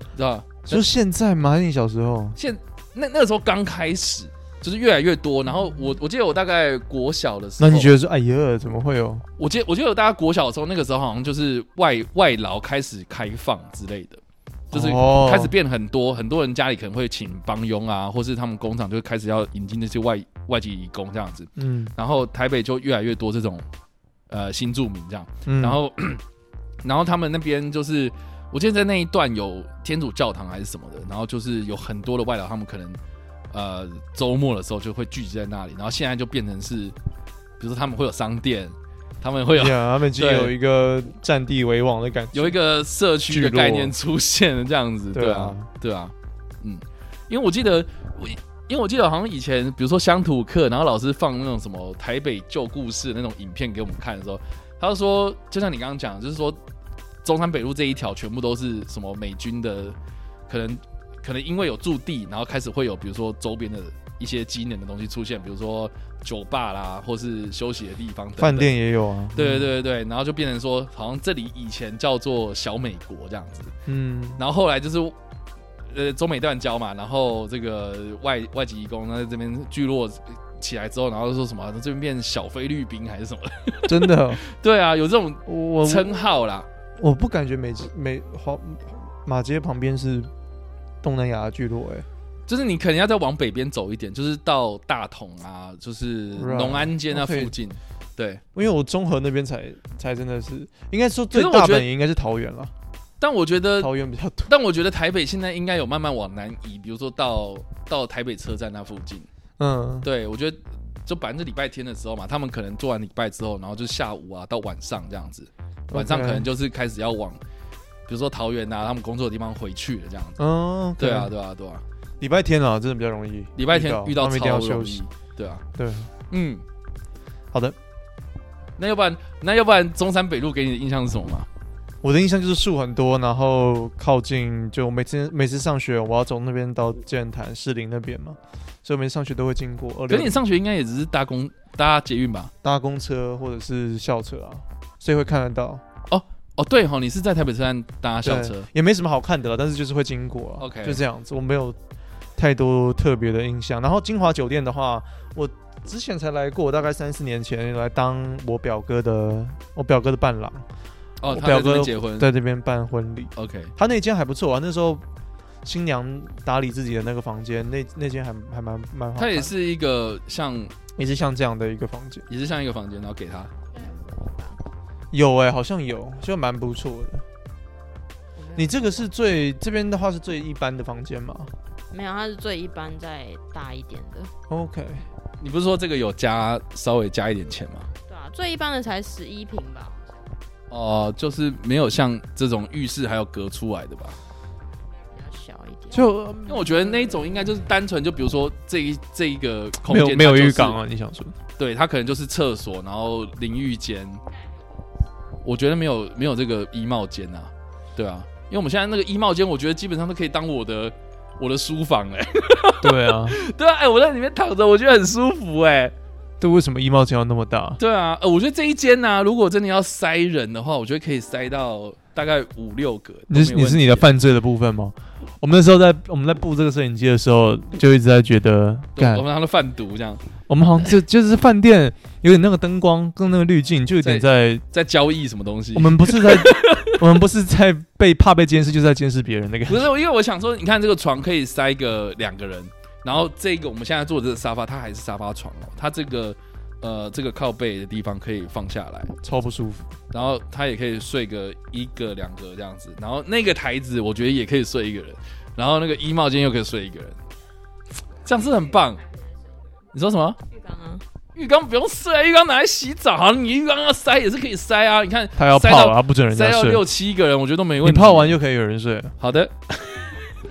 Speaker 1: 你知道吧
Speaker 2: 说现在吗？还是你小时候？
Speaker 1: 现那那个时候刚开始，就是越来越多。然后我我记得我大概国小的时
Speaker 2: 那
Speaker 1: 候，
Speaker 2: 你觉得说，哎呀，怎么会有？
Speaker 1: 我记得我记得我大概国小的时候，那个时候好像就是外外劳开始开放之类的，就是
Speaker 2: 哦
Speaker 1: 开始变很多，很多人家里可能会请帮佣啊，或是他们工厂就开始要引进那些外外籍移工这样子。
Speaker 2: 嗯
Speaker 1: 然后台北就越来越多这种呃新住民这样。
Speaker 2: 嗯，
Speaker 1: 然后 然后他们那边就是，我记得在那一段有天主教堂还是什么的，然后就是有很多的外劳，他们可能呃周末的时候就会聚集在那里，然后现在就变成是，比如说他们会有商店，他们会有。
Speaker 2: 呀，他们已经
Speaker 1: 对
Speaker 2: 有一个占地为王的感觉，
Speaker 1: 有一个社区的
Speaker 2: 聚落
Speaker 1: 概念出现了，这样子，
Speaker 2: 对啊
Speaker 1: 对啊，对啊，嗯，因为我记得我，因为我记得好像以前，比如说乡土课，然后老师放那种什么台北旧故事那种影片给我们看的时候，他就说，就像你刚刚讲，就是说中山北路这一条全部都是什么美军的，可能可能因为有驻地，然后开始会有比如说周边的一些机能的东西出现，比如说酒吧啦，或是休息的地方等等
Speaker 2: 饭店也有啊。
Speaker 1: 对对对对，然后就变成说，好像这里以前叫做小美国这样子，
Speaker 2: 嗯，
Speaker 1: 然后后来就是，呃，中美断交嘛，然后这个外外籍移工呢在这边聚落起来之后，然后就说什么这边变小菲律宾还是什么？
Speaker 2: 真 的，
Speaker 1: 对啊，有这种
Speaker 2: 我
Speaker 1: 称号啦。
Speaker 2: 我不感觉美美华马街旁边是东南亚的聚落，哎，
Speaker 1: 就是你可能要再往北边走一点，就是到大同啊，就是农安街那附近。对，
Speaker 2: 因为我中和那边才才真的是，应该说
Speaker 1: 可
Speaker 2: 最
Speaker 1: 是我
Speaker 2: 大
Speaker 1: 觉得呃
Speaker 2: 本营应该是桃园了，
Speaker 1: 但我觉得，
Speaker 2: 桃园比较多。
Speaker 1: 但我觉得台北现在应该有慢慢往南移，比如说到到台北车站那附近。
Speaker 2: 嗯，
Speaker 1: 对，我觉得就反正是礼拜天的时候嘛，他们可能做完礼拜之后，然后就下午啊到晚上这样子，晚上可能就是开始要往，比如说桃园啊，他们工作的地方回去了这样子。
Speaker 2: 嗯，
Speaker 1: 对啊，，对啊，对啊，
Speaker 2: 礼拜天啊，真的比较容易，
Speaker 1: 礼拜天遇到
Speaker 2: 他们一定要
Speaker 1: 超
Speaker 2: 休
Speaker 1: 容
Speaker 2: 息
Speaker 1: 易。，对啊，
Speaker 2: 对，
Speaker 1: 嗯，
Speaker 2: 好的，
Speaker 1: 那要不然那要不然中山北路给你的印象是什么嘛？
Speaker 2: 我的印象就是树很多，然后靠近就每次每次上学我要从那边到剑潭士林那边嘛，所以我每次上学都会经过。
Speaker 1: 可是你上学应该也只是搭公搭捷运吧？
Speaker 2: 搭公车或者是校车啊，所以会看得到，
Speaker 1: 哦，对哈、哦，你是在台北车站搭校
Speaker 2: 对
Speaker 1: 车。
Speaker 2: 也没什么好看的了，但是就是会经过、啊。
Speaker 1: OK
Speaker 2: 就这样子，我没有太多特别的印象。然后金华酒店的话，我之前才来过，大概三四年前来当我表哥的我表哥的伴郎，
Speaker 1: 哦，
Speaker 2: 我
Speaker 1: 他在这
Speaker 2: 表
Speaker 1: 边
Speaker 2: 哥
Speaker 1: 结婚。
Speaker 2: 在这边办婚礼。
Speaker 1: OK，
Speaker 2: 他那间还不错啊，那时候新娘打理自己的那个房间，那那间还还蛮蛮好看的。
Speaker 1: 他也是一个像
Speaker 2: 也是像这样的一个房间，
Speaker 1: 也是像一个房间，然后给他。
Speaker 2: 有哎、好像有，就蛮不错的。
Speaker 1: 嗯
Speaker 2: 你这个是最这边的话是最一般的房间嘛
Speaker 4: 没有，它是最一般再大一点的，
Speaker 2: ？OK，
Speaker 1: 你不是说这个有加稍微加一点钱吗？
Speaker 4: 对啊，最一般的才十一平吧，
Speaker 1: 哦、就是没有像这种浴室还有隔出来的吧？
Speaker 4: 比较小一点。
Speaker 2: 就呃
Speaker 1: 因为我觉得那一种应该就是单纯，就比如说这一这一个空
Speaker 2: 没
Speaker 1: 间、
Speaker 2: 有没有
Speaker 1: 它就是
Speaker 2: 浴缸，啊？你想 说？
Speaker 1: 对，它可能就是厕所，然后淋浴间。我觉得没有没有这个衣帽间啊，对啊，因为我们现在那个衣帽间，我觉得基本上都可以当我的我的书房哎、
Speaker 2: 对啊，
Speaker 1: 对啊，哎、我在里面躺着，我觉得很舒服哎、
Speaker 2: 对，为什么衣帽间要那么大？
Speaker 1: 对啊，呃，我觉得这一间呢、如果真的要塞人的话，我觉得可以塞到大概五六个。都
Speaker 2: 你是
Speaker 1: 没问
Speaker 2: 你是你
Speaker 1: 题
Speaker 2: 的犯罪的部分吗？我们那时候在我们在布这个摄影机的时候，就一直在觉得，
Speaker 1: 对
Speaker 2: 干
Speaker 1: 我，们让他贩毒这样，
Speaker 2: 我们好像就就是饭店有点那个灯光跟那个滤镜，就有点在
Speaker 1: 在交易什么东西
Speaker 2: 我。们 不是在我们不是在被怕被监视，就是在监视别人那个。
Speaker 1: 不是，因为我想说，你看这个床可以塞个两个人，然后这个我们现在坐的这个沙发，它还是沙发床哦，它这个呃这个靠背的地方可以放下来，
Speaker 2: 超不舒服。
Speaker 1: 然后他也可以睡个一个两个这样子，然后那个台子我觉得也可以睡一个人，然后那个衣帽间又可以睡一个人，这样是很棒。你说什么？
Speaker 4: 浴缸啊，
Speaker 1: 浴缸不用睡啊，浴缸拿来洗澡啊，你浴缸要塞也是可以塞啊。你看
Speaker 2: 他要
Speaker 1: 塞
Speaker 2: 泡
Speaker 1: 到
Speaker 2: 了，他不准人
Speaker 1: 塞
Speaker 2: 家
Speaker 1: 到
Speaker 2: 睡。
Speaker 1: 六七个人，我觉得都没
Speaker 2: 你
Speaker 1: 问题。
Speaker 2: 泡完就可以有人睡了。
Speaker 1: 好的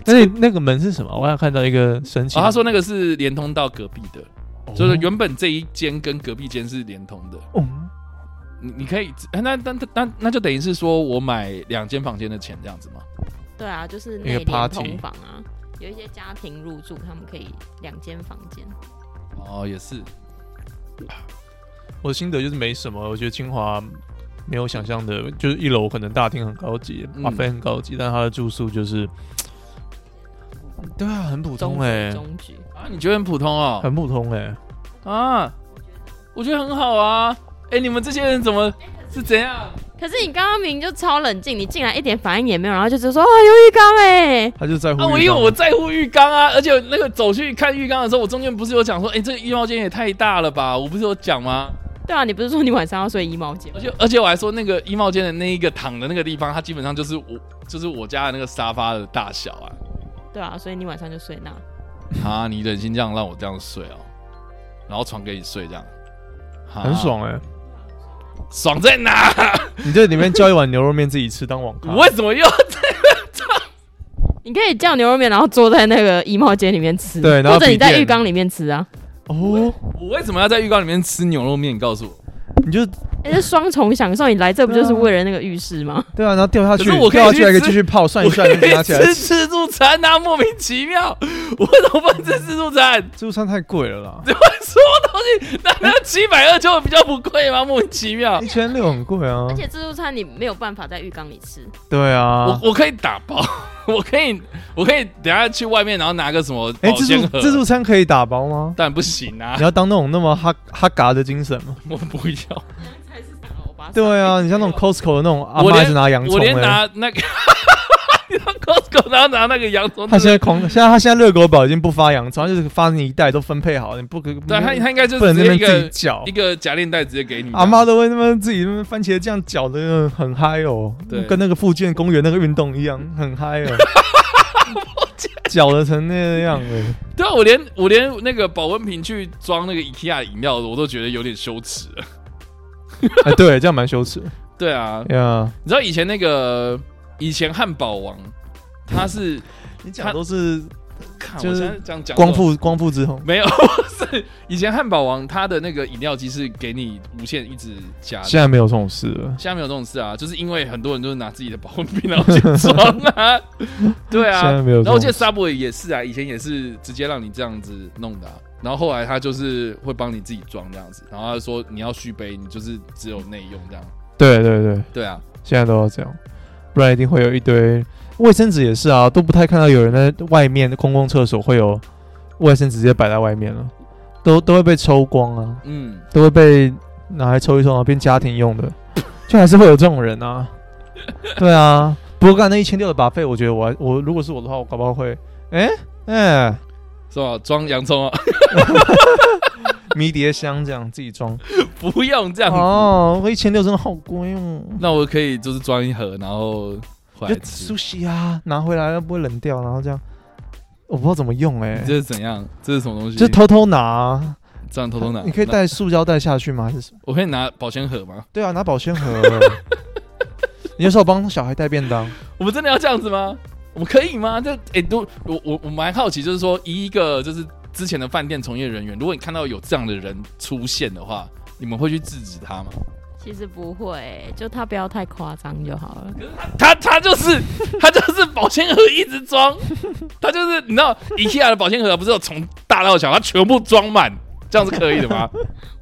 Speaker 2: 但是那个门是什么？我还看到一个哦神奇
Speaker 1: 哦，
Speaker 2: 的。
Speaker 1: 他说哦那个是连通到隔壁的，就是
Speaker 2: 有
Speaker 1: 原本这一间跟隔壁间是连通的。
Speaker 2: 哦
Speaker 1: 你你可以，哎那那那那那就等于是说我买两间房间的钱这样子吗？
Speaker 4: 对啊，就是
Speaker 2: 一
Speaker 4: 内
Speaker 2: 个
Speaker 4: 联
Speaker 2: party
Speaker 4: 通房啊，有一些家庭入住，他们可以两间房间。
Speaker 1: 哦，也是，
Speaker 2: 我的心得就是没什么，我觉得清华没有想象的，就是一楼可能大厅很高级，
Speaker 1: 嗯
Speaker 2: 咖啡很高级，但它的住宿就是，对啊，很普
Speaker 4: 中
Speaker 2: 通哎、
Speaker 4: 局中局，
Speaker 1: 啊，你觉得很普通哦？
Speaker 2: 很普通哎、
Speaker 1: 啊，我觉得很好啊。哎、你们这些人怎么是怎样？啊
Speaker 4: 可是你刚刚明明就超冷静，你竟然一点反应也没有，然后就只说啊有浴缸哎、
Speaker 2: 他就在乎
Speaker 1: 啊，我
Speaker 2: 浴
Speaker 1: 因为
Speaker 2: 缸
Speaker 1: 我在乎浴缸啊，而且那个走去看浴缸的时候，我中间不是有讲说，哎、这个浴帽间也太大了吧？我不是有讲吗？
Speaker 4: 对啊，你不是说你晚上要睡衣帽间
Speaker 1: 而？且而且我还说那个衣帽间的那一个躺的那个地方，它基本上就是我就是我家的那个沙发的大小 啊。
Speaker 4: 对啊，所以你晚上就睡那。
Speaker 1: 啊，你忍心这样让我这样睡哦？然后床给你睡这样，啊
Speaker 2: 很，爽啊哎、
Speaker 1: 爽在哪？
Speaker 2: 你这里面叫一碗牛肉面自己吃当网 咖，
Speaker 1: 我为什么又
Speaker 4: 你可以叫牛肉面，然后坐在那个衣帽间里面吃，
Speaker 2: 对然后
Speaker 4: 或者你在
Speaker 2: 笔电
Speaker 4: 浴缸里面吃啊，
Speaker 2: 哦，
Speaker 1: 我为什么要在浴缸里面吃牛肉面？你告诉我，
Speaker 2: 你就
Speaker 4: 哎、这双重享受，你来 这不就是为了那个浴室吗？
Speaker 2: 对啊，然后掉下去，
Speaker 1: 可是我可以
Speaker 2: 掉下去
Speaker 1: 去
Speaker 2: 还可以
Speaker 1: 吃
Speaker 2: 继续泡，算一
Speaker 1: 我
Speaker 2: 算
Speaker 1: 可
Speaker 2: 就拿
Speaker 1: 以
Speaker 2: 起来
Speaker 1: 吃
Speaker 2: 吃。
Speaker 1: 自助餐啊，莫名其妙，我怎么不能吃自助餐？
Speaker 2: 自助餐太贵了啦，
Speaker 1: 这会什么东西？难道七百二就比较不贵吗？莫名其妙
Speaker 2: 一。千六很贵啊
Speaker 4: 而。且自助餐你没有办法在浴缸里吃，
Speaker 2: 对啊
Speaker 1: 我，我可以打包， 我可以我可以等下去外面，然后拿个什么
Speaker 2: 哎、
Speaker 1: 保
Speaker 2: 自
Speaker 1: 鲜
Speaker 2: 助
Speaker 1: 盒，
Speaker 2: 自助餐可以打 包吗？
Speaker 1: 但不行啊
Speaker 2: 你，要当那种那么哈哈嘎的 精神吗？
Speaker 1: 我不要，
Speaker 4: 菜市场欧巴
Speaker 2: 对啊，你像那种 Costco 的那种阿
Speaker 1: 我
Speaker 2: 妈
Speaker 1: 连
Speaker 2: 是拿洋葱
Speaker 1: 我连
Speaker 2: 的，
Speaker 1: 拿那个 你到 Costco 然后拿那个洋葱，
Speaker 2: 他现在狂，现在他现在热狗堡已经不发洋葱，他就是发你一袋都分配好，你不可
Speaker 1: 对啊他他应该就
Speaker 2: 不
Speaker 1: 是
Speaker 2: 能
Speaker 1: 直
Speaker 2: 那
Speaker 1: 接一
Speaker 2: 边自己
Speaker 1: 个
Speaker 2: 搅
Speaker 1: 一，个夹链袋直接给你，
Speaker 2: 阿妈都会那么自己那么番茄酱搅的很嗨哦
Speaker 1: 对，
Speaker 2: 跟那个附件公园那个运动一样，很嗨 哦，搅的成那样了，
Speaker 1: 对啊，我连我连那个保温瓶去装那个 IKEA 的饮料，我都觉得有点羞耻了。
Speaker 2: 哎，对，这样蛮羞耻 的
Speaker 1: 对啊，
Speaker 2: 呀。
Speaker 1: 你知道以前那个以前汉堡王，他 是
Speaker 2: 你
Speaker 1: 讲的
Speaker 2: 都是
Speaker 1: 看
Speaker 2: 就
Speaker 1: 我
Speaker 2: 是
Speaker 1: 现在这样讲
Speaker 2: 光复光复之后，
Speaker 1: 没有， 不是以前汉堡王它的那个饮料机是给你无限一直加的。
Speaker 2: 现在没有这种事了。
Speaker 1: 现在没有这种事啊，就是因为很多人都是拿自己的保温瓶然后去装啊， 对啊，
Speaker 2: 现在没有这种
Speaker 1: 然后我记得 Subway 也是啊，以前也是直接让你这样子弄的、啊，然后后来他就是会帮你自己装这样子，然后他说你要续杯，你就是只有内用这样，
Speaker 2: 对对对，
Speaker 1: 对啊，
Speaker 2: 现在都要这样，不然一定会有一堆卫生纸也是啊，都不太看到有人在外面公共厕所会有卫生纸直接摆在外面了，都都会被抽光啊，
Speaker 1: 嗯，
Speaker 2: 都会被拿来抽一抽啊，变家庭用的，就还是会有这种 人啊。对啊，不过刚才那一千六的把费，我觉得我还我如果是我的话，我搞不好会，哎、哎、
Speaker 1: 是吧？装洋葱啊，
Speaker 2: 迷迭香这样自 己装。
Speaker 1: 不用这样子，
Speaker 2: 哦，我一千六真的好贵哦。
Speaker 1: 那我可以就是装一盒，然后回
Speaker 2: 就
Speaker 1: 来吃。
Speaker 2: sushi 啊，拿回来又不会冷掉，然后这样，我不知道怎么用哎、
Speaker 1: 你这是怎样？这是什么东西？
Speaker 2: 就偷偷拿，啊
Speaker 1: 这样偷偷拿，
Speaker 2: 你可以
Speaker 1: 那
Speaker 2: 带塑胶袋下去吗？还是什么？
Speaker 1: 我可以拿保鲜盒吗？
Speaker 2: 对啊，拿保 鲜盒。你有时候帮小孩带便当，
Speaker 1: 我们真的要这样子吗？我们可以吗？这哎、都我我我蛮好奇，就是说，以一个就是之前的饭店从业人员，如果你看到有这样的人出现的话，你们会去制止他吗？
Speaker 4: 其实不会，就他不要太夸张就好了。
Speaker 1: 他他就是他就是保鲜盒一直装，他就是你知道 IKEA 的保鲜盒不是有从大到小，他全部装满，这样是可以的 吗？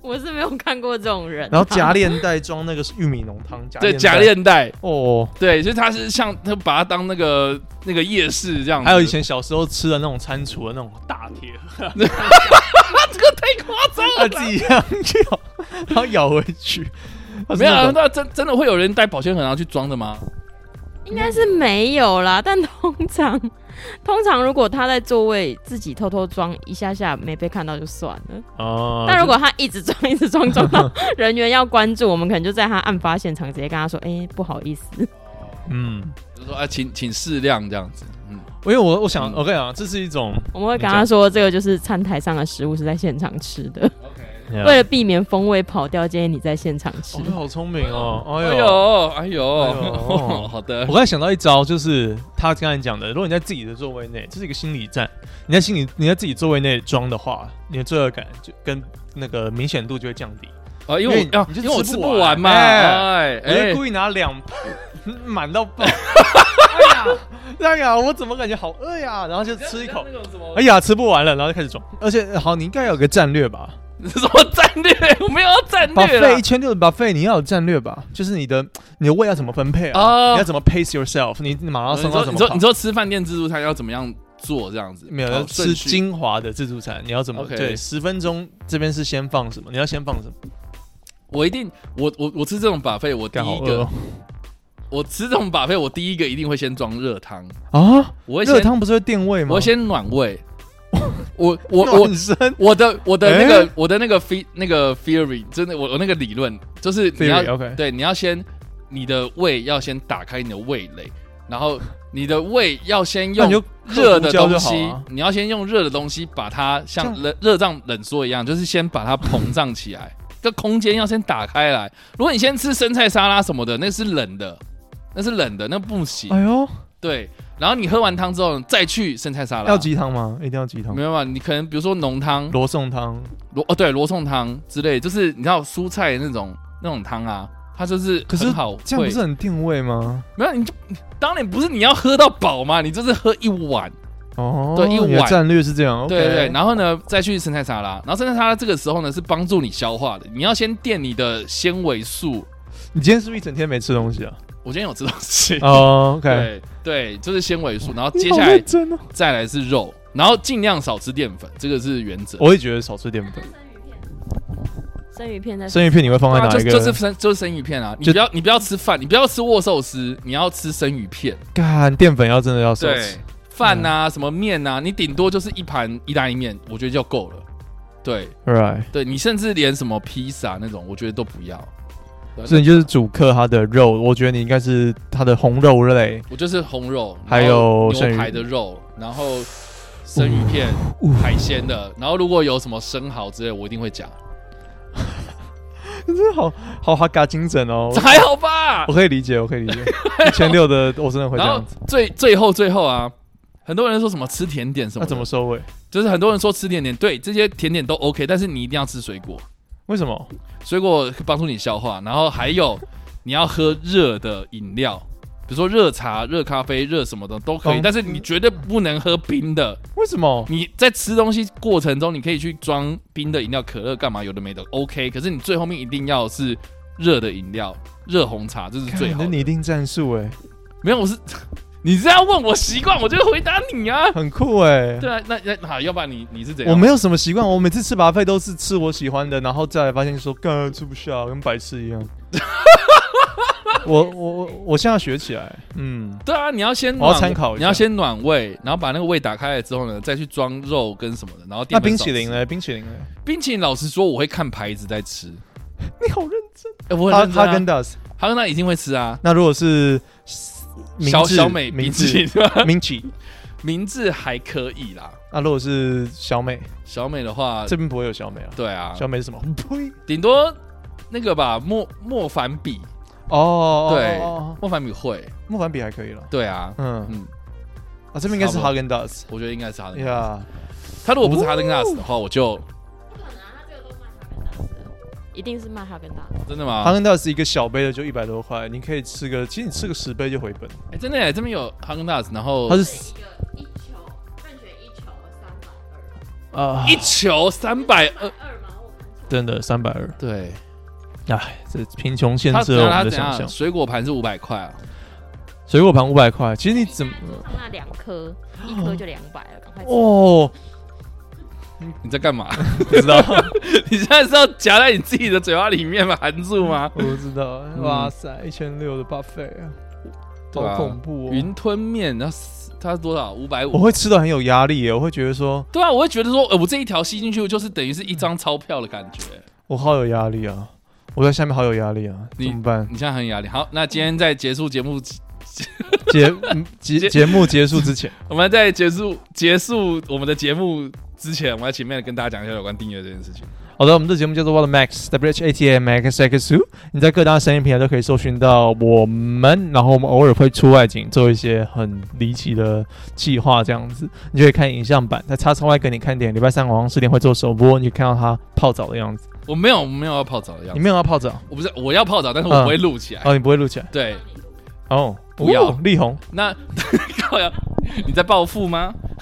Speaker 4: 我是没有看过这种人啊、
Speaker 2: 然后夹链袋装那个玉米浓汤，夹
Speaker 1: 对，
Speaker 2: 袋
Speaker 1: 假链带，
Speaker 2: 哦。
Speaker 1: 对，所以他是像他把它当那个那个夜市这样子，
Speaker 2: 还有以前小时候吃的那种餐厨的那种大铁，
Speaker 1: 这个太夸张了
Speaker 2: 他自己这样咬，然后咬回去。它是
Speaker 1: 没有、
Speaker 2: 那
Speaker 1: 啊，
Speaker 2: 种
Speaker 1: 那真真的会有人带保鲜盒然后去装的吗？
Speaker 4: 应该是没有啦，但通常通常如果他在座位自己偷偷装一下下没被看到就算了，
Speaker 2: 哦，
Speaker 4: 但如果他一直装一直装装到人员要关注，我们可能就在他案发现场直接跟他说：“哎、不好意思，
Speaker 2: 嗯，
Speaker 1: 就说啊，请请适量这样子。嗯，
Speaker 2: 因为我我想
Speaker 1: 嗯
Speaker 2: 我跟你讲，这是一种
Speaker 4: 我们会跟他说这个就是餐台上的食物是在现场吃的，为
Speaker 2: 对，
Speaker 4: 了避免风味跑掉，建议你在现场吃
Speaker 2: 哎哦。你好聪明哦，
Speaker 1: 哎
Speaker 2: 哎呦。
Speaker 1: 呦哎呦，
Speaker 2: 呦
Speaker 1: 好的
Speaker 2: 我，刚才想到一招，就是他刚才讲的，如果你在自己的座位内，这是一个心理战。你在心里，你在自己座位内装的话，你的罪恶感就跟那个明显度就会降低。
Speaker 1: 啊，因为
Speaker 2: 因为
Speaker 1: 我啊，
Speaker 2: 你就
Speaker 1: 因为我
Speaker 2: 吃
Speaker 1: 吃
Speaker 2: 不
Speaker 1: 不
Speaker 2: 完
Speaker 1: 完嘛，哎
Speaker 2: 哎我
Speaker 1: 哎
Speaker 2: 就，故意拿两盘满到 爆。哎呀，哎呀，我怎么感觉好饿呀？然后就 吃一口，哎
Speaker 1: 哎，
Speaker 2: 呀，吃不完了，然后就开始装。而且好，你应该有个战略吧？
Speaker 1: 你是什么战略？我没有要战
Speaker 2: 把
Speaker 1: 略啊
Speaker 2: 费
Speaker 1: 啦
Speaker 2: 一。千六的把费，你要有战略吧？就是你的你的胃要怎么分配啊？
Speaker 1: 哦
Speaker 2: 你要怎么 pace yourself？你你马
Speaker 1: 你
Speaker 2: 拉松要
Speaker 1: 说
Speaker 2: 怎
Speaker 1: 你
Speaker 2: 么
Speaker 1: 说
Speaker 2: 跑
Speaker 1: 你说吃饭店自助餐要怎么样做这样子？
Speaker 2: 没有，
Speaker 1: 哦
Speaker 2: 要吃。
Speaker 1: 顺序
Speaker 2: 精华的自助餐，你要怎么
Speaker 1: OK
Speaker 2: 对？十分钟这边是先放什么？你要先放什么？
Speaker 1: 我一定，我我我吃这种把费，我第
Speaker 2: 干好
Speaker 1: 一
Speaker 2: 饿
Speaker 1: 个，我吃这种把费，我第一个一定会先装热汤，
Speaker 2: 哦啊！
Speaker 1: 我会
Speaker 2: 热
Speaker 1: 先
Speaker 2: 汤不是会垫胃吗？
Speaker 1: 我先暖 胃。我我我
Speaker 2: 暖身
Speaker 1: 我的我的那个、
Speaker 2: 欸
Speaker 1: 我的那个 fe 那个 theory，真的我我那个理论就是你要
Speaker 2: Theory, OK
Speaker 1: 对你要先你的胃要先打开你的味蕾，然后 你的胃要先
Speaker 2: 那你
Speaker 1: 用
Speaker 2: 就
Speaker 1: 热的东
Speaker 2: 就
Speaker 1: 西，
Speaker 2: 好啊
Speaker 1: 你要先用热的东西把它像
Speaker 2: 这
Speaker 1: 冷热胀冷缩一样，就是先把它膨胀起 来，这空间要先打开来。如果你先吃生菜沙拉什么的，那是冷的，那是冷的，那不行。
Speaker 2: 哎呦，
Speaker 1: 对，然后你喝完汤之后再去生菜沙拉，
Speaker 2: 要鸡汤吗？一定要鸡汤
Speaker 1: 没。有嘛？你可能比如说浓汤。
Speaker 2: 罗宋汤，
Speaker 1: 罗哦对罗宋汤之类，就是你知道蔬菜那种那种汤啊，它就是
Speaker 2: 可是
Speaker 1: 很好
Speaker 2: 这样不
Speaker 1: 会
Speaker 2: 是很定位吗？
Speaker 1: 没有你就当然不是你要喝到饱嘛，你就是喝一碗，
Speaker 2: 哦，
Speaker 1: 对一碗
Speaker 2: 你的战略是这样，
Speaker 1: 对对对，
Speaker 2: 后
Speaker 1: 然后呢再去生菜沙拉，然后生菜沙拉这个时候呢是帮助你消化的，你要先垫你的纤维素。
Speaker 2: 你今天是不是一整天没吃东西 啊？
Speaker 1: 我今天有吃东西，
Speaker 2: 哦，OK，
Speaker 1: 对对，就是纤维素，然后
Speaker 2: 你
Speaker 1: 接
Speaker 2: 好
Speaker 1: 下来
Speaker 2: 认真哦，
Speaker 1: 再来是肉，然后尽量少吃淀粉，这个是原则。
Speaker 2: 我也觉得少吃淀粉。
Speaker 4: 生鱼片 在
Speaker 2: 生鱼片你会放在
Speaker 1: 对啊
Speaker 2: 哪
Speaker 1: 就
Speaker 2: 一个？
Speaker 1: 就是生就是生鱼片啊，你
Speaker 2: 就
Speaker 1: 不要你不要吃饭，你不要吃握寿司，你要吃生鱼片。
Speaker 2: 干淀粉要真的要少
Speaker 1: 对
Speaker 2: 吃，，
Speaker 1: 饭啊，什么面啊，你顶多就是一盘意大利面，我觉得就够了。对，
Speaker 2: ，right？
Speaker 1: 对你甚至连什么披萨那种，我觉得都不要。对
Speaker 2: 所以你就是主客它的肉，我觉得你应该是它的红肉 类，
Speaker 1: 我就是红肉，
Speaker 2: 还
Speaker 1: 然后
Speaker 2: 有生
Speaker 1: 牛
Speaker 2: 鱼
Speaker 1: 排的肉，然后生鱼片、
Speaker 2: 呜
Speaker 1: 海鲜的，然后如果有什么生蚝之类，我一定会加。
Speaker 2: 真的好好哈嘎精准 哦
Speaker 1: 这。还好吧
Speaker 2: 我？可以理解，我可以 理解。一千六的我真的会这
Speaker 1: 然后
Speaker 2: 样子，
Speaker 1: 最最后最后啊，很多人说什么吃甜点什么
Speaker 2: 那
Speaker 1: 的，
Speaker 2: 怎么收尾？
Speaker 1: 就是很多人说吃甜点，对这些甜点都 OK，但是你一定要吃水果。
Speaker 2: 为什么？
Speaker 1: 水果帮助你消化，然后还有你要喝热的饮料，比如说热茶、热咖啡、热什么的都可以，
Speaker 2: 嗯
Speaker 1: 但是你绝对不能喝冰的。
Speaker 2: 为什么？
Speaker 1: 你在吃东西过程中，你可以去装冰的饮料、可乐干嘛，有的没的，OK。可是你最后面一定要是热的饮料、热红茶，这是最好
Speaker 2: 那
Speaker 1: 的。
Speaker 2: 拟定战术哎、
Speaker 1: 没有，我是 你这样问我习惯，我就回答你啊。
Speaker 2: 很酷哎、
Speaker 1: 对啊，那那好，要不然你你是怎样？
Speaker 2: 我没有什么习惯，我每次吃拔费都是吃我喜欢的，然后再来发现说干吃不下，跟白痴一样。我我我我现在要学起来，嗯，
Speaker 1: 对啊，你要先
Speaker 2: 我要
Speaker 1: 暖
Speaker 2: 参考一下
Speaker 1: 你要先暖胃，然后把那个胃打开了之后呢，再去装肉跟什么的，然后
Speaker 2: 那
Speaker 1: 淀粉
Speaker 2: 冰
Speaker 1: 少
Speaker 2: 淇淋
Speaker 1: 吃？
Speaker 2: 呢？冰淇淋呢？
Speaker 1: 冰淇淋老实说，我会看牌子在吃。
Speaker 2: 你好认真，
Speaker 1: 哎、我
Speaker 2: 哈
Speaker 1: 很认真
Speaker 2: 哈
Speaker 1: 啊
Speaker 2: 根达斯。
Speaker 1: 哈根达斯一定会吃啊。
Speaker 2: 那如果是明
Speaker 1: 小
Speaker 2: 治
Speaker 1: 小美
Speaker 2: 明
Speaker 1: 冰
Speaker 2: 治
Speaker 1: 淇淋，
Speaker 2: 明治，
Speaker 1: 明治还可以啦。
Speaker 2: 那如果是小美，
Speaker 1: 小美的话，
Speaker 2: 这边不会有小美啊。
Speaker 1: 对啊，
Speaker 2: 小美是什么？呸！
Speaker 1: 顶多那个吧，莫莫凡比，
Speaker 2: 哦，
Speaker 1: 对
Speaker 2: 哦哦哦
Speaker 1: 莫凡比会，
Speaker 2: 莫凡比还可以了。
Speaker 1: 对啊，
Speaker 2: 嗯，
Speaker 1: 嗯，
Speaker 2: 啊，这边应该是
Speaker 1: 差不多
Speaker 2: 哈根达斯。
Speaker 1: 我觉得应该是哈根达斯。
Speaker 2: 呀，
Speaker 1: 他如果不是哈根达斯的话，我就
Speaker 4: 一定是卖哈根达斯。
Speaker 1: 真的
Speaker 2: 哈
Speaker 1: 吗？
Speaker 2: 根达斯一个小杯的就一百多块，你可以吃个，其实你吃个十杯就回本。
Speaker 1: 哎、真的耶，这边有哈根达斯，然后
Speaker 2: 它是
Speaker 4: 一球，任选一球三百二，
Speaker 2: 啊，
Speaker 1: 一球三百二，
Speaker 4: 二吗？我看
Speaker 2: 真的三百二。
Speaker 1: 对，
Speaker 2: 哎，这贫穷限
Speaker 1: 他
Speaker 2: 制
Speaker 1: 怎
Speaker 2: 了
Speaker 1: 样？
Speaker 2: 我
Speaker 1: 他
Speaker 2: 们的
Speaker 1: 怎
Speaker 2: 想
Speaker 1: 样？
Speaker 2: 象。
Speaker 1: 水果盘是五百块啊，
Speaker 2: 水果盘五百块，其实你怎么？
Speaker 4: 上那两颗，一颗就两百了，赶快吃。
Speaker 2: 哦，
Speaker 1: 你在干嘛？
Speaker 2: 不知道，
Speaker 1: 你现在是要夹在你自己的嘴巴里面吗？含住吗？
Speaker 2: 我不知道。哇塞，一千六的 buffet 啊！
Speaker 1: 对
Speaker 2: 好
Speaker 1: 吧
Speaker 2: 恐怖哦！
Speaker 1: 云吞面，然后它是多少？五百
Speaker 2: 我
Speaker 1: 五。
Speaker 2: 会吃的很有压力耶，我会觉得说
Speaker 1: 对啊，我会觉得说，呃，我这一条吸进去就是等于是一张钞票的感觉。
Speaker 2: 我好有压力啊，我在下面好有压力啊，
Speaker 1: 你
Speaker 2: 怎么办？
Speaker 1: 你现在很有压力。好，那今天在结束节目，
Speaker 2: 节嗯节节目结束之前，
Speaker 1: 我们在结束结束我们的节目之前，我们要前面跟大家讲一下有关订阅这件事情。
Speaker 2: 好的，我们这节目叫做 What Max W H A T M X X U，你在各大声音平台都可以搜寻到我们，然后我们偶尔会出外景做一些很离奇的计划，这样子你就可以看影像版，在叉叉 Y 给你看点，礼拜三晚上十点会做首播，你就看到他泡澡的样子。
Speaker 1: 我没有，我没有要泡澡的样
Speaker 2: 你
Speaker 1: 子。
Speaker 2: 没有要泡澡
Speaker 1: 我不是我要泡澡，但是我不会录起来。
Speaker 2: 哦，你不会录起来
Speaker 1: 对，
Speaker 2: 哦，
Speaker 1: 不要
Speaker 2: 哦力宏，
Speaker 1: 那 靠呀，你在暴富吗？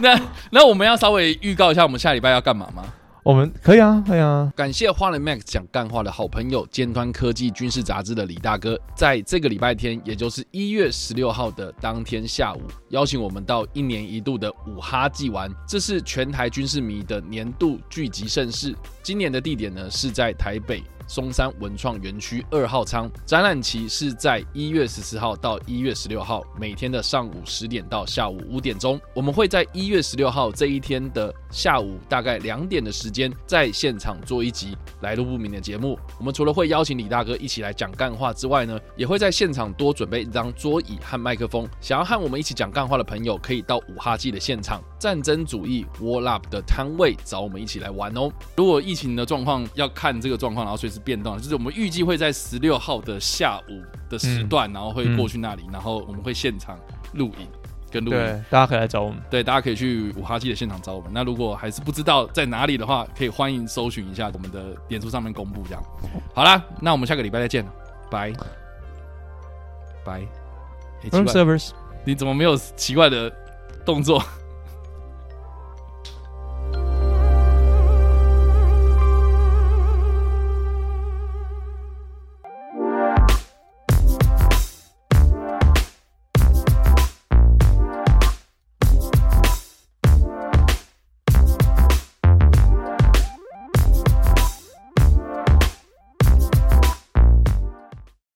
Speaker 1: 那那我们要稍微预告一下我们下礼拜要干嘛吗？
Speaker 2: 我们可以啊，可以啊，
Speaker 1: 感谢花人 Max 讲干话的好朋友尖端科技军事杂志的李大哥，在这个礼拜天，也就是一月十六号的当天下午，邀请我们到一年一度的五哈祭玩，这是全台军事迷的年度聚集盛事。今年的地点呢是在台北松山文创园区二号仓，展览期是在一月十四号到一月十六号，每天的上午十点到下午五点钟。我们会在一月十六号这一天的下午大概两点的时间，在现场做一集来路不明的节目。我们除了会邀请李大哥一起来讲干话之外呢，也会在现场多准备一张桌椅和麦克风。想要和我们一起讲干话的朋友，可以到五哈记的现场战争主义 War Up 的摊位找我们一起来玩哦。如果疫情的状况要看这个状况，然后随时变动，就是我们预计会在十六号的下午的时段，然后会过去那里，然后我们会现场录影跟录音。
Speaker 2: 对，大家可以来找我们。
Speaker 1: 对，大家可以去五哈记的现场找我们。那如果还是不知道在哪里的话，可以欢迎搜寻一下我们的脸书上面公布这样。好啦，那我们下个礼拜再见，啊拜拜。诶奇哎
Speaker 2: Room
Speaker 1: 怪，
Speaker 2: 嗯 servers，
Speaker 1: 你怎么没有奇怪的动作？